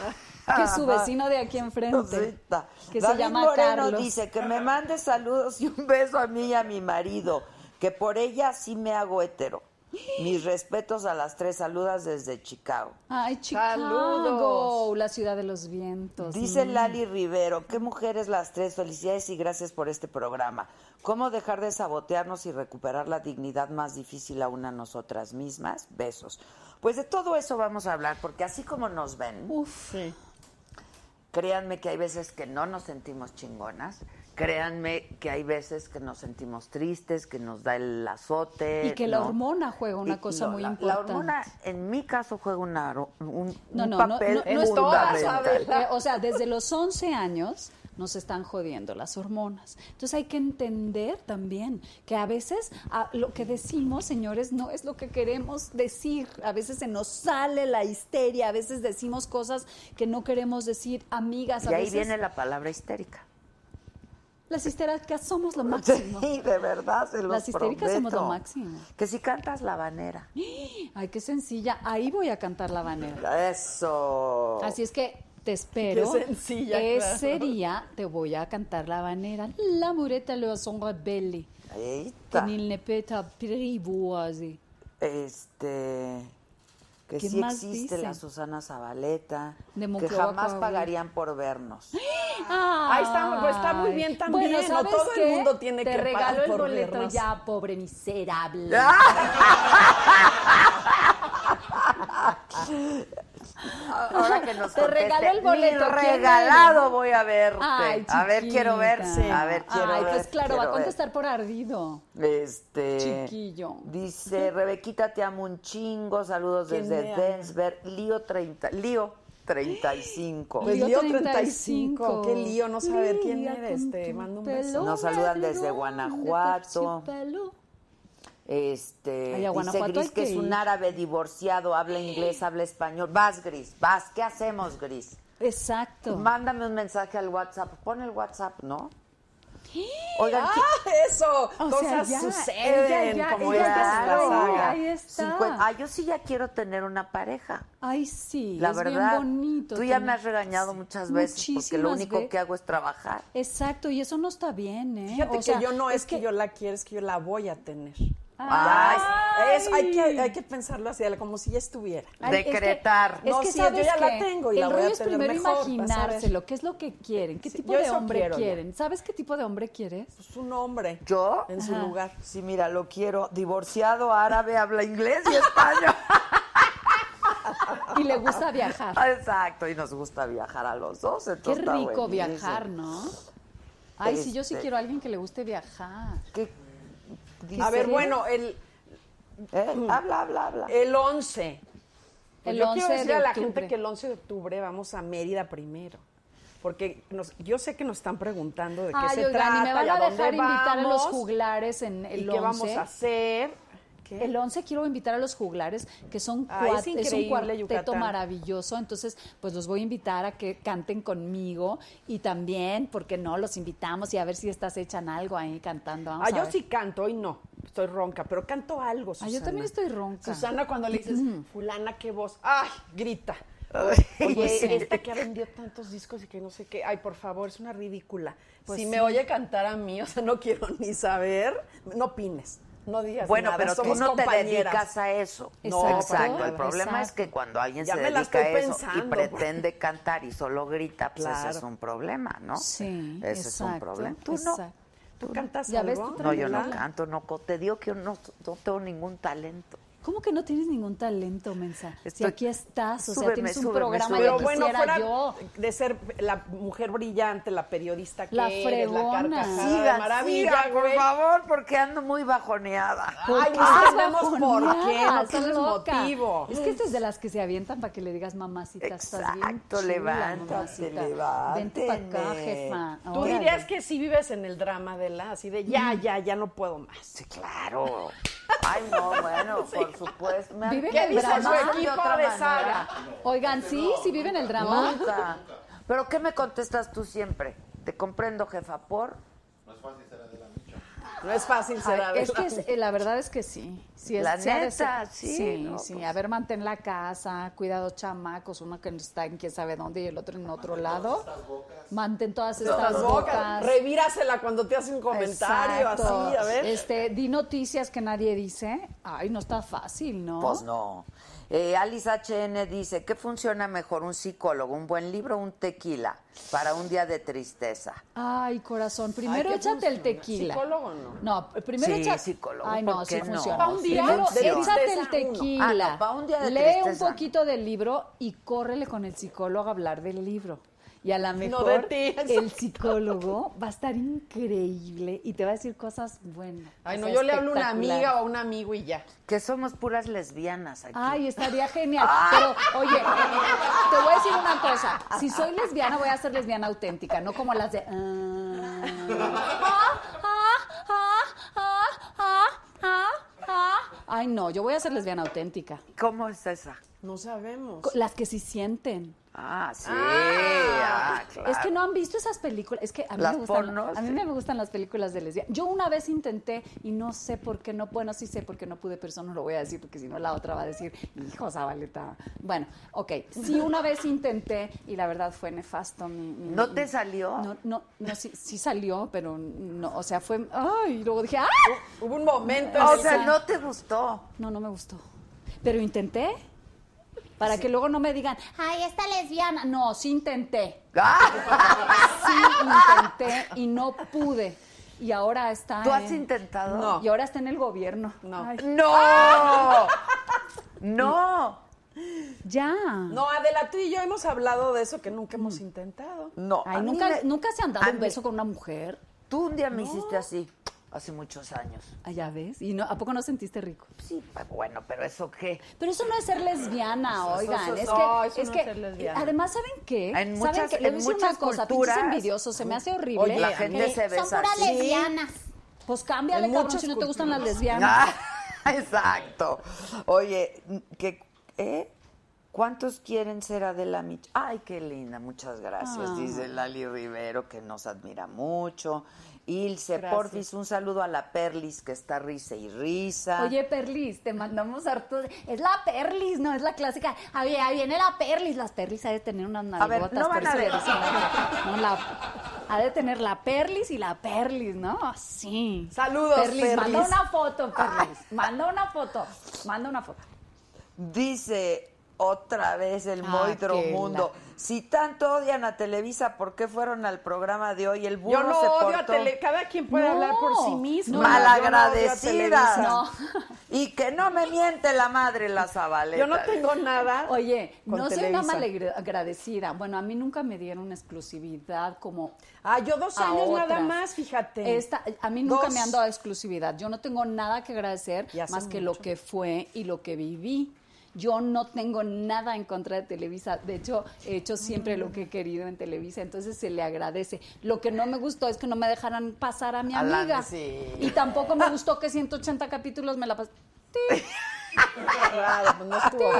Speaker 5: que su vecino de aquí enfrente.
Speaker 3: Rosita.
Speaker 5: Que se
Speaker 3: David
Speaker 5: llama
Speaker 3: Moreno
Speaker 5: Carlos.
Speaker 3: dice que me mande saludos y un beso a mí y a mi marido, que por ella sí me hago hetero. Mis respetos a las tres saludas desde Chicago.
Speaker 5: Ay, Chicago,
Speaker 6: Saludos.
Speaker 5: la ciudad de los vientos.
Speaker 3: Dice
Speaker 5: Mm.
Speaker 3: Lali Rivero, qué mujeres las tres, felicidades y gracias por este programa. ¿Cómo dejar de sabotearnos y recuperar la dignidad más difícil aún a nosotras mismas? Besos. Pues de todo eso vamos a hablar, porque así como nos ven,
Speaker 5: Uf.
Speaker 3: Créanme que hay veces que no nos sentimos chingonas. Créanme que hay veces que nos sentimos tristes, que nos da el azote.
Speaker 5: Y que la
Speaker 3: ¿no?
Speaker 5: hormona juega una
Speaker 3: Y-
Speaker 5: cosa
Speaker 3: no,
Speaker 5: muy
Speaker 3: la-
Speaker 5: importante.
Speaker 3: La hormona, en mi caso, juega una, ro- un,
Speaker 5: No,
Speaker 3: un
Speaker 5: no, no, no,
Speaker 3: papel
Speaker 5: no es
Speaker 6: todas,
Speaker 3: fundamental.
Speaker 6: Abela.
Speaker 5: Eh, o sea, desde los 11 años nos están jodiendo las hormonas. Entonces hay que entender también que a veces ah, lo que decimos, señores, no es lo que queremos decir. A veces se nos sale la histeria, a veces decimos cosas que no queremos decir, amigas, a
Speaker 3: Y ahí
Speaker 5: veces
Speaker 3: viene la palabra histérica.
Speaker 5: las histéricas somos lo máximo.
Speaker 3: Sí, de verdad, se los
Speaker 5: Las histéricas
Speaker 3: prometo.
Speaker 5: somos lo máximo.
Speaker 3: Que si cantas la banera.
Speaker 5: Ay, qué sencilla. Ahí voy a cantar la banera.
Speaker 3: Eso.
Speaker 5: Así es que te espero.
Speaker 6: Qué sencilla,
Speaker 5: Ese
Speaker 6: claro.
Speaker 5: día te voy a cantar la banera. La mureta le sombra belle.
Speaker 3: Eita.
Speaker 5: Con il ne peut pas privoiser.
Speaker 3: este que
Speaker 5: ¿Qué
Speaker 3: sí
Speaker 5: más
Speaker 3: existe la
Speaker 5: dicen?
Speaker 3: Susana Zabaleta,
Speaker 5: De
Speaker 3: que
Speaker 5: Monclova,
Speaker 3: jamás
Speaker 5: Coahuila.
Speaker 3: pagarían por vernos.
Speaker 6: Ahí está, pues, está muy
Speaker 5: Ay.
Speaker 6: bien también,
Speaker 5: Bueno,
Speaker 6: ¿no?
Speaker 5: ¿sabes
Speaker 6: Todo el
Speaker 5: qué?
Speaker 6: mundo tiene
Speaker 5: te
Speaker 6: que pagar
Speaker 5: regalo el
Speaker 6: por
Speaker 5: boleto
Speaker 6: vernos.
Speaker 5: ya, pobre miserable.
Speaker 3: Ahora que nos
Speaker 5: Te
Speaker 3: conteste,
Speaker 5: regalo el
Speaker 3: "Ni
Speaker 5: boleto, ¿quién
Speaker 3: regalado
Speaker 5: eres?"
Speaker 3: voy a verte.
Speaker 5: Ay,
Speaker 3: a ver, quiero ver.
Speaker 5: chiquita.
Speaker 3: A ver, quiero
Speaker 5: Ay,
Speaker 3: ver.
Speaker 5: pues claro, va a
Speaker 3: quiero ver.
Speaker 5: contestar por ardido.
Speaker 3: Este
Speaker 5: Chiquillo.
Speaker 3: Dice, "Rebequita, te amo un chingo. Saludos
Speaker 6: ¿Quién
Speaker 3: desde
Speaker 6: me ama?
Speaker 3: Denver, Lío 30, Lío 35."
Speaker 6: Pues
Speaker 5: Lío
Speaker 6: lío 35. Qué lío no saber quién
Speaker 5: Lía
Speaker 6: eres.
Speaker 5: con
Speaker 6: Te
Speaker 5: tu
Speaker 6: mando un
Speaker 5: pelo
Speaker 6: beso.
Speaker 3: Nos saludan
Speaker 5: negro,
Speaker 3: desde
Speaker 5: de
Speaker 3: Guanajuato.
Speaker 5: terciopelo.
Speaker 3: Este,
Speaker 5: Ay, a
Speaker 3: dice
Speaker 5: Guanajuato
Speaker 3: Gris
Speaker 5: hay
Speaker 3: que,
Speaker 5: que
Speaker 3: es un
Speaker 5: ir.
Speaker 3: árabe divorciado, habla inglés, habla español. Vas, Gris, vas. ¿Qué hacemos, Gris?
Speaker 5: Exacto.
Speaker 3: Mándame un mensaje al WhatsApp. Pon el WhatsApp, ¿no? Oigan, ¿qué-
Speaker 6: ¡Ah, eso!
Speaker 5: O sea,
Speaker 6: Cosas
Speaker 5: ya,
Speaker 6: suceden
Speaker 5: ella ya-
Speaker 6: como
Speaker 5: ella
Speaker 6: esta
Speaker 5: ya
Speaker 6: es la
Speaker 5: está ahí,
Speaker 6: saga.
Speaker 5: ahí está.
Speaker 3: cincuen- Ah, yo sí ya quiero tener una pareja.
Speaker 5: Ay, sí,
Speaker 3: La
Speaker 5: es
Speaker 3: verdad,
Speaker 5: bien bonito.
Speaker 3: tú ya me
Speaker 5: tener-
Speaker 3: has regañado muchas veces porque lo
Speaker 5: Muchísimas
Speaker 3: único
Speaker 5: ve-
Speaker 3: que hago es trabajar.
Speaker 5: Exacto, y eso no está bien, ¿eh?
Speaker 6: Fíjate
Speaker 5: O sea,
Speaker 6: que yo no es, que, yo la quiero, es que yo la voy a tener.
Speaker 5: Ah,
Speaker 3: Ay,
Speaker 6: Es, hay, que, hay que pensarlo así, como si ya estuviera.
Speaker 5: Ay, es que-
Speaker 3: decretar.
Speaker 5: Es
Speaker 6: No,
Speaker 5: que,
Speaker 6: sí, yo
Speaker 5: sabes
Speaker 6: ya la
Speaker 5: qué?
Speaker 6: tengo y
Speaker 5: el
Speaker 6: la voy a
Speaker 5: rollo es
Speaker 6: tener
Speaker 5: primero
Speaker 6: mejor, vas a ver.
Speaker 5: imaginárselo, qué es lo que quieren, qué
Speaker 6: Sí,
Speaker 5: tipo
Speaker 6: yo
Speaker 5: de
Speaker 6: eso
Speaker 5: hombre
Speaker 6: quiero ya.
Speaker 5: quieren. ¿Sabes qué tipo de hombre quieres?
Speaker 6: Es Pues, un hombre.
Speaker 3: ¿Yo?
Speaker 6: En su lugar.
Speaker 3: Sí, mira, lo quiero. Divorciado, árabe, habla inglés y español.
Speaker 5: Y le gusta viajar.
Speaker 3: Ah, Exacto, y nos gusta viajar a los dos.
Speaker 5: Qué
Speaker 3: entonces está buenísimo.
Speaker 5: rico viajar, ¿no? Ay, sí, yo sí
Speaker 3: Este.
Speaker 5: quiero a alguien que le guste viajar.
Speaker 3: ¿Qué
Speaker 6: A ver,
Speaker 3: dice?
Speaker 6: bueno, el,
Speaker 3: Eh, Habla, habla, habla.
Speaker 6: el 11.
Speaker 5: El
Speaker 6: yo quiero
Speaker 5: 11
Speaker 6: decir
Speaker 5: de
Speaker 6: a la
Speaker 5: octubre.
Speaker 6: gente que el 11 de octubre vamos a Mérida primero. Porque nos, yo sé que nos están preguntando de qué
Speaker 5: Ay,
Speaker 6: se
Speaker 5: oigan,
Speaker 6: trata,
Speaker 5: y me van
Speaker 6: y
Speaker 5: a
Speaker 6: dónde
Speaker 5: dejar invitar a los
Speaker 6: vamos,
Speaker 5: juglares en
Speaker 6: y
Speaker 5: el
Speaker 6: qué vamos
Speaker 5: 11.
Speaker 6: a hacer. ¿Qué?
Speaker 5: El 11 quiero invitar a los juglares, que son
Speaker 6: Ay,
Speaker 5: cuat-
Speaker 6: es
Speaker 5: es, un
Speaker 6: increíble,
Speaker 5: cuarteto
Speaker 6: Yucatán.
Speaker 5: maravilloso. Entonces, pues los voy a invitar a que canten conmigo y también, porque no, los invitamos y a ver si estas echan algo ahí cantando. Vamos
Speaker 6: Ah,
Speaker 5: a
Speaker 6: yo
Speaker 5: ver.
Speaker 6: sí canto, hoy no, estoy ronca, pero canto algo,
Speaker 5: Ah,
Speaker 6: Susana.
Speaker 5: yo también estoy ronca. Mm.
Speaker 6: Susana, cuando le dices, fulana, qué voz, ¡ay! Grita. Oye,
Speaker 5: Pues sí.
Speaker 6: esta que ha vendido tantos discos y que no sé qué, ay, por favor, es una ridícula.
Speaker 5: Pues
Speaker 6: si
Speaker 5: sí.
Speaker 6: me oye cantar a mí, o sea, no quiero ni saber, no opines, no digas
Speaker 3: Bueno,
Speaker 6: pues nada,
Speaker 3: pero tú
Speaker 6: somos
Speaker 3: no te
Speaker 6: compañeras.
Speaker 3: dedicas a eso.
Speaker 5: No,
Speaker 3: exacto.
Speaker 5: para
Speaker 3: El
Speaker 5: nada.
Speaker 3: problema es
Speaker 5: Exacto.
Speaker 3: que cuando alguien
Speaker 6: Ya
Speaker 3: se
Speaker 6: me la
Speaker 3: dedica a
Speaker 6: estoy
Speaker 3: eso y
Speaker 6: pensando.
Speaker 3: pretende cantar y solo grita, pues ese
Speaker 6: Claro.
Speaker 3: es un problema, ¿no?
Speaker 5: Sí,
Speaker 3: Ese es un
Speaker 5: exacto,
Speaker 3: problema. Tú no.
Speaker 5: exacto.
Speaker 6: ¿Tú cantas
Speaker 5: Ya ves,
Speaker 6: algo?
Speaker 5: tú
Speaker 3: No, yo no
Speaker 5: Tranquila.
Speaker 3: canto, no. co- Te digo que yo no, no tengo ningún talento.
Speaker 5: ¿Cómo que no tienes ningún talento, Mensa? si
Speaker 3: Estoy-
Speaker 5: aquí estás, o
Speaker 3: Súbeme,
Speaker 5: sea, tienes un
Speaker 3: súbeme,
Speaker 5: programa
Speaker 3: súbeme.
Speaker 5: ya
Speaker 6: Pero
Speaker 5: quisiera
Speaker 6: bueno, fuera
Speaker 5: yo.
Speaker 6: de ser la mujer brillante, la periodista que
Speaker 5: La
Speaker 6: eres, la
Speaker 5: fregona.
Speaker 6: carcajada Ah, de
Speaker 3: Sigan,
Speaker 6: maravilla,
Speaker 3: sigan, por
Speaker 6: güey.
Speaker 3: favor, porque ando muy bajoneada.
Speaker 6: Ay,
Speaker 5: ¿Qué
Speaker 6: no
Speaker 5: estás
Speaker 6: sabemos por
Speaker 5: bajoneada?
Speaker 6: qué, no
Speaker 5: Estás
Speaker 6: tienes
Speaker 5: loca.
Speaker 6: motivo.
Speaker 5: Es que esta es de las que se avientan para que le digas mamacita, estás bien
Speaker 3: Exacto,
Speaker 5: chula,
Speaker 3: levántate,
Speaker 5: mamacita. Vente para acá,
Speaker 3: levánteme.
Speaker 5: jefa.
Speaker 6: Tú
Speaker 5: Órale.
Speaker 6: dirías que sí vives en el drama de la, así de ya, ya, ya no puedo más.
Speaker 3: Sí, claro. Ay, no, bueno, por supuesto. Me han-
Speaker 5: Viven
Speaker 6: ¿Qué
Speaker 5: el
Speaker 6: dice su
Speaker 5: drama
Speaker 3: Mamá,
Speaker 6: equipo
Speaker 3: otra
Speaker 6: de
Speaker 3: manera.
Speaker 6: saga?
Speaker 5: Oigan, sí, sí viven el drama.
Speaker 3: Nunca. ¿Pero qué me contestas tú siempre? Te comprendo, jefa, por...
Speaker 6: No es fácil ser
Speaker 5: Ay, es que
Speaker 6: Adela.
Speaker 5: es- eh, la verdad es que sí. sí es,
Speaker 3: La
Speaker 5: sí ha de
Speaker 3: neta,
Speaker 5: ser-
Speaker 3: sí,
Speaker 5: Sí,
Speaker 3: no,
Speaker 5: sí.
Speaker 3: pues.
Speaker 5: A ver, mantén la casa, cuida dos chamacos, uno que está en quién sabe dónde y el otro en otro lado. mantén todas estas
Speaker 6: Las bocas.
Speaker 5: bocas.
Speaker 6: Revírasela cuando te hace un comentario
Speaker 5: Exacto.
Speaker 6: así, a ver.
Speaker 5: Este, di noticias que nadie dice. Ay, no está fácil, ¿no?
Speaker 3: Pues no. Eh, Alice HN dice, ¿qué funciona mejor, un psicólogo, un buen libro o un tequila para un día de tristeza?
Speaker 5: Ay, corazón, primero
Speaker 6: ¿qué
Speaker 5: échate el
Speaker 6: funciona?
Speaker 5: tequila.
Speaker 6: ¿Psicólogo no?
Speaker 5: No, primero
Speaker 3: Sí,
Speaker 5: échate.
Speaker 3: psicólogo,
Speaker 5: Ay,
Speaker 3: ¿por
Speaker 5: no,
Speaker 3: qué
Speaker 5: sí
Speaker 3: no?
Speaker 5: funciona.
Speaker 3: Pa' un día
Speaker 5: Primero
Speaker 3: de
Speaker 5: échate
Speaker 6: tristeza,
Speaker 5: el
Speaker 6: uno.
Speaker 5: tequila.
Speaker 3: Ah, no, pa' un día de
Speaker 5: Lee
Speaker 3: tristeza.
Speaker 5: un poquito del libro y córrele con el psicólogo a hablar del libro. Y a lo mejor
Speaker 6: de ti,
Speaker 5: el psicólogo va a estar increíble y te va a decir cosas buenas.
Speaker 6: Ay,
Speaker 5: o
Speaker 6: no,
Speaker 5: sea,
Speaker 6: yo le hablo a una
Speaker 5: espectaculares.
Speaker 6: amiga o a un amigo y ya.
Speaker 3: Que somos puras lesbianas aquí.
Speaker 5: Ay, estaría genial. Pero, oye, te voy a decir una cosa. Si soy lesbiana, voy a ser lesbiana auténtica, no como las de. ah, ah, ah, ah, ah, ah, ah. Ay, no, yo voy a ser lesbiana auténtica.
Speaker 3: ¿Cómo es esa?
Speaker 6: No sabemos.
Speaker 5: Co- Las que sí sienten.
Speaker 3: Ah, sí.
Speaker 6: Ah.
Speaker 3: ah, claro.
Speaker 5: Es que no han visto esas películas. Es que a mí,
Speaker 3: Las
Speaker 5: me gustan,
Speaker 3: pornos,
Speaker 5: a mí
Speaker 3: sí.
Speaker 5: me gustan las películas de lesbiana. Yo una vez intenté y no sé por qué no. Bueno, sí sé por qué no pude, pero eso no lo voy a decir porque si no la otra va a decir, hijo, Zabaleta. Bueno, ok. Sí, una vez intenté y la verdad fue nefasto. mi- mi-
Speaker 3: ¿No te
Speaker 5: mi-
Speaker 3: salió?
Speaker 5: No, no, no sí, sí salió, pero no. O sea, fue. Ay, y luego dije, ¡ah!
Speaker 6: Hubo un momento en
Speaker 3: O
Speaker 6: el
Speaker 3: sea,
Speaker 6: que-
Speaker 3: no te gustó.
Speaker 5: No, no me gustó. Pero intenté. Para que luego no me digan, ay, esta lesbiana. No, sí intenté. Sí intenté y no pude. Y ahora está.
Speaker 3: ¿Tú has
Speaker 5: en-
Speaker 3: intentado?
Speaker 6: No.
Speaker 5: Y ahora está en el gobierno.
Speaker 6: No.
Speaker 5: Ay,
Speaker 3: ¡No! ¡No!
Speaker 5: ya.
Speaker 6: No, Adela, tú y yo hemos hablado de eso que nunca hemos
Speaker 5: Mm.
Speaker 6: intentado.
Speaker 3: No.
Speaker 5: Ay,
Speaker 3: a mí
Speaker 5: nunca,
Speaker 3: me-
Speaker 5: nunca se han
Speaker 3: a
Speaker 5: dado un
Speaker 3: mí-
Speaker 5: beso con una mujer.
Speaker 3: Tú un día me hiciste así, hace muchos años.
Speaker 5: Ay, ya ves. ¿Y no, a poco no sentiste rico?
Speaker 3: Sí, pa- bueno, pero ¿eso qué?
Speaker 5: Pero eso no es ser lesbiana, oigan.
Speaker 6: eso-
Speaker 5: es
Speaker 6: no,
Speaker 5: que,
Speaker 6: eso
Speaker 5: es
Speaker 6: no
Speaker 5: que eh,
Speaker 6: es ser lesbiana.
Speaker 5: además, ¿saben qué?
Speaker 3: En
Speaker 5: ¿Saben
Speaker 3: muchas-
Speaker 5: qué? Les
Speaker 3: en
Speaker 5: voy a decir
Speaker 3: muchas
Speaker 5: una cosa,
Speaker 3: culturas-
Speaker 5: pinches envidiosos, se me hace horrible. Eh,
Speaker 6: Oye,
Speaker 3: la
Speaker 6: a mí-
Speaker 3: gente se besa así.
Speaker 5: Pues cámbiale,
Speaker 6: En
Speaker 5: cabrón,
Speaker 6: muchas
Speaker 5: si no te gustan las
Speaker 6: culturas.
Speaker 5: lesbianas.
Speaker 3: Ah, exacto. Oye, que, ¿eh? ¿cuántos quieren ser Adela Mich? Ay, qué linda, muchas gracias.
Speaker 5: Ah.
Speaker 3: Dice Lali Rivero, que nos admira mucho. Ilse
Speaker 6: Gracias.
Speaker 3: Porfis, un saludo a la Perlis, que está risa y risa.
Speaker 5: Oye, Perlis, te mandamos harto. de- Es la Perlis, no es la clásica. Ah, bien, Ahí viene la Perlis. Las Perlis ha de tener unas
Speaker 3: A ver,
Speaker 5: nalgotas.
Speaker 3: no
Speaker 5: por
Speaker 3: van a
Speaker 5: eso le
Speaker 3: ver.
Speaker 5: dicen la- no, la- ha de tener la Perlis y la Perlis, ¿no? Ah, Sí.
Speaker 6: Saludos,
Speaker 5: Perlis. Manda
Speaker 6: Perlis.
Speaker 5: una foto,
Speaker 3: Ah.
Speaker 5: Perlis. Manda una foto. Manda una foto.
Speaker 3: Dice otra vez el
Speaker 5: Ah,
Speaker 3: Moidro
Speaker 5: que
Speaker 3: Mundo. Si tanto odian a Televisa, ¿por qué fueron al programa de hoy? El burro
Speaker 6: Yo no
Speaker 3: se
Speaker 6: odio a
Speaker 3: portó
Speaker 6: Tele... Cada quien puede
Speaker 5: No,
Speaker 6: hablar por sí mismo.
Speaker 5: no,
Speaker 3: malagradecidas.
Speaker 5: No.
Speaker 3: Y que no me miente la madre la Zabaleta.
Speaker 6: Yo no tengo nada.
Speaker 5: Oye,
Speaker 6: con
Speaker 5: no soy una
Speaker 6: Televisa.
Speaker 5: malagradecida. Bueno, a mí nunca me dieron exclusividad como
Speaker 6: Ah, yo dos
Speaker 5: a
Speaker 6: años nada
Speaker 5: otras.
Speaker 6: más, fíjate.
Speaker 5: Esta, a mí nunca
Speaker 6: Dos.
Speaker 5: me han dado exclusividad. Yo no tengo nada que agradecer
Speaker 6: Y hace
Speaker 5: más que lo
Speaker 6: mucho.
Speaker 5: que fue y lo que viví. Yo no tengo nada en contra de Televisa. De hecho, he hecho siempre lo que he querido en Televisa. Entonces se le agradece. Lo que no me gustó es que no me dejaran pasar a mi
Speaker 3: A la-
Speaker 5: amiga.
Speaker 3: sí.
Speaker 5: Y tampoco me gustó que 180 capítulos me la pasaran.
Speaker 6: Claro, pues no estuvo.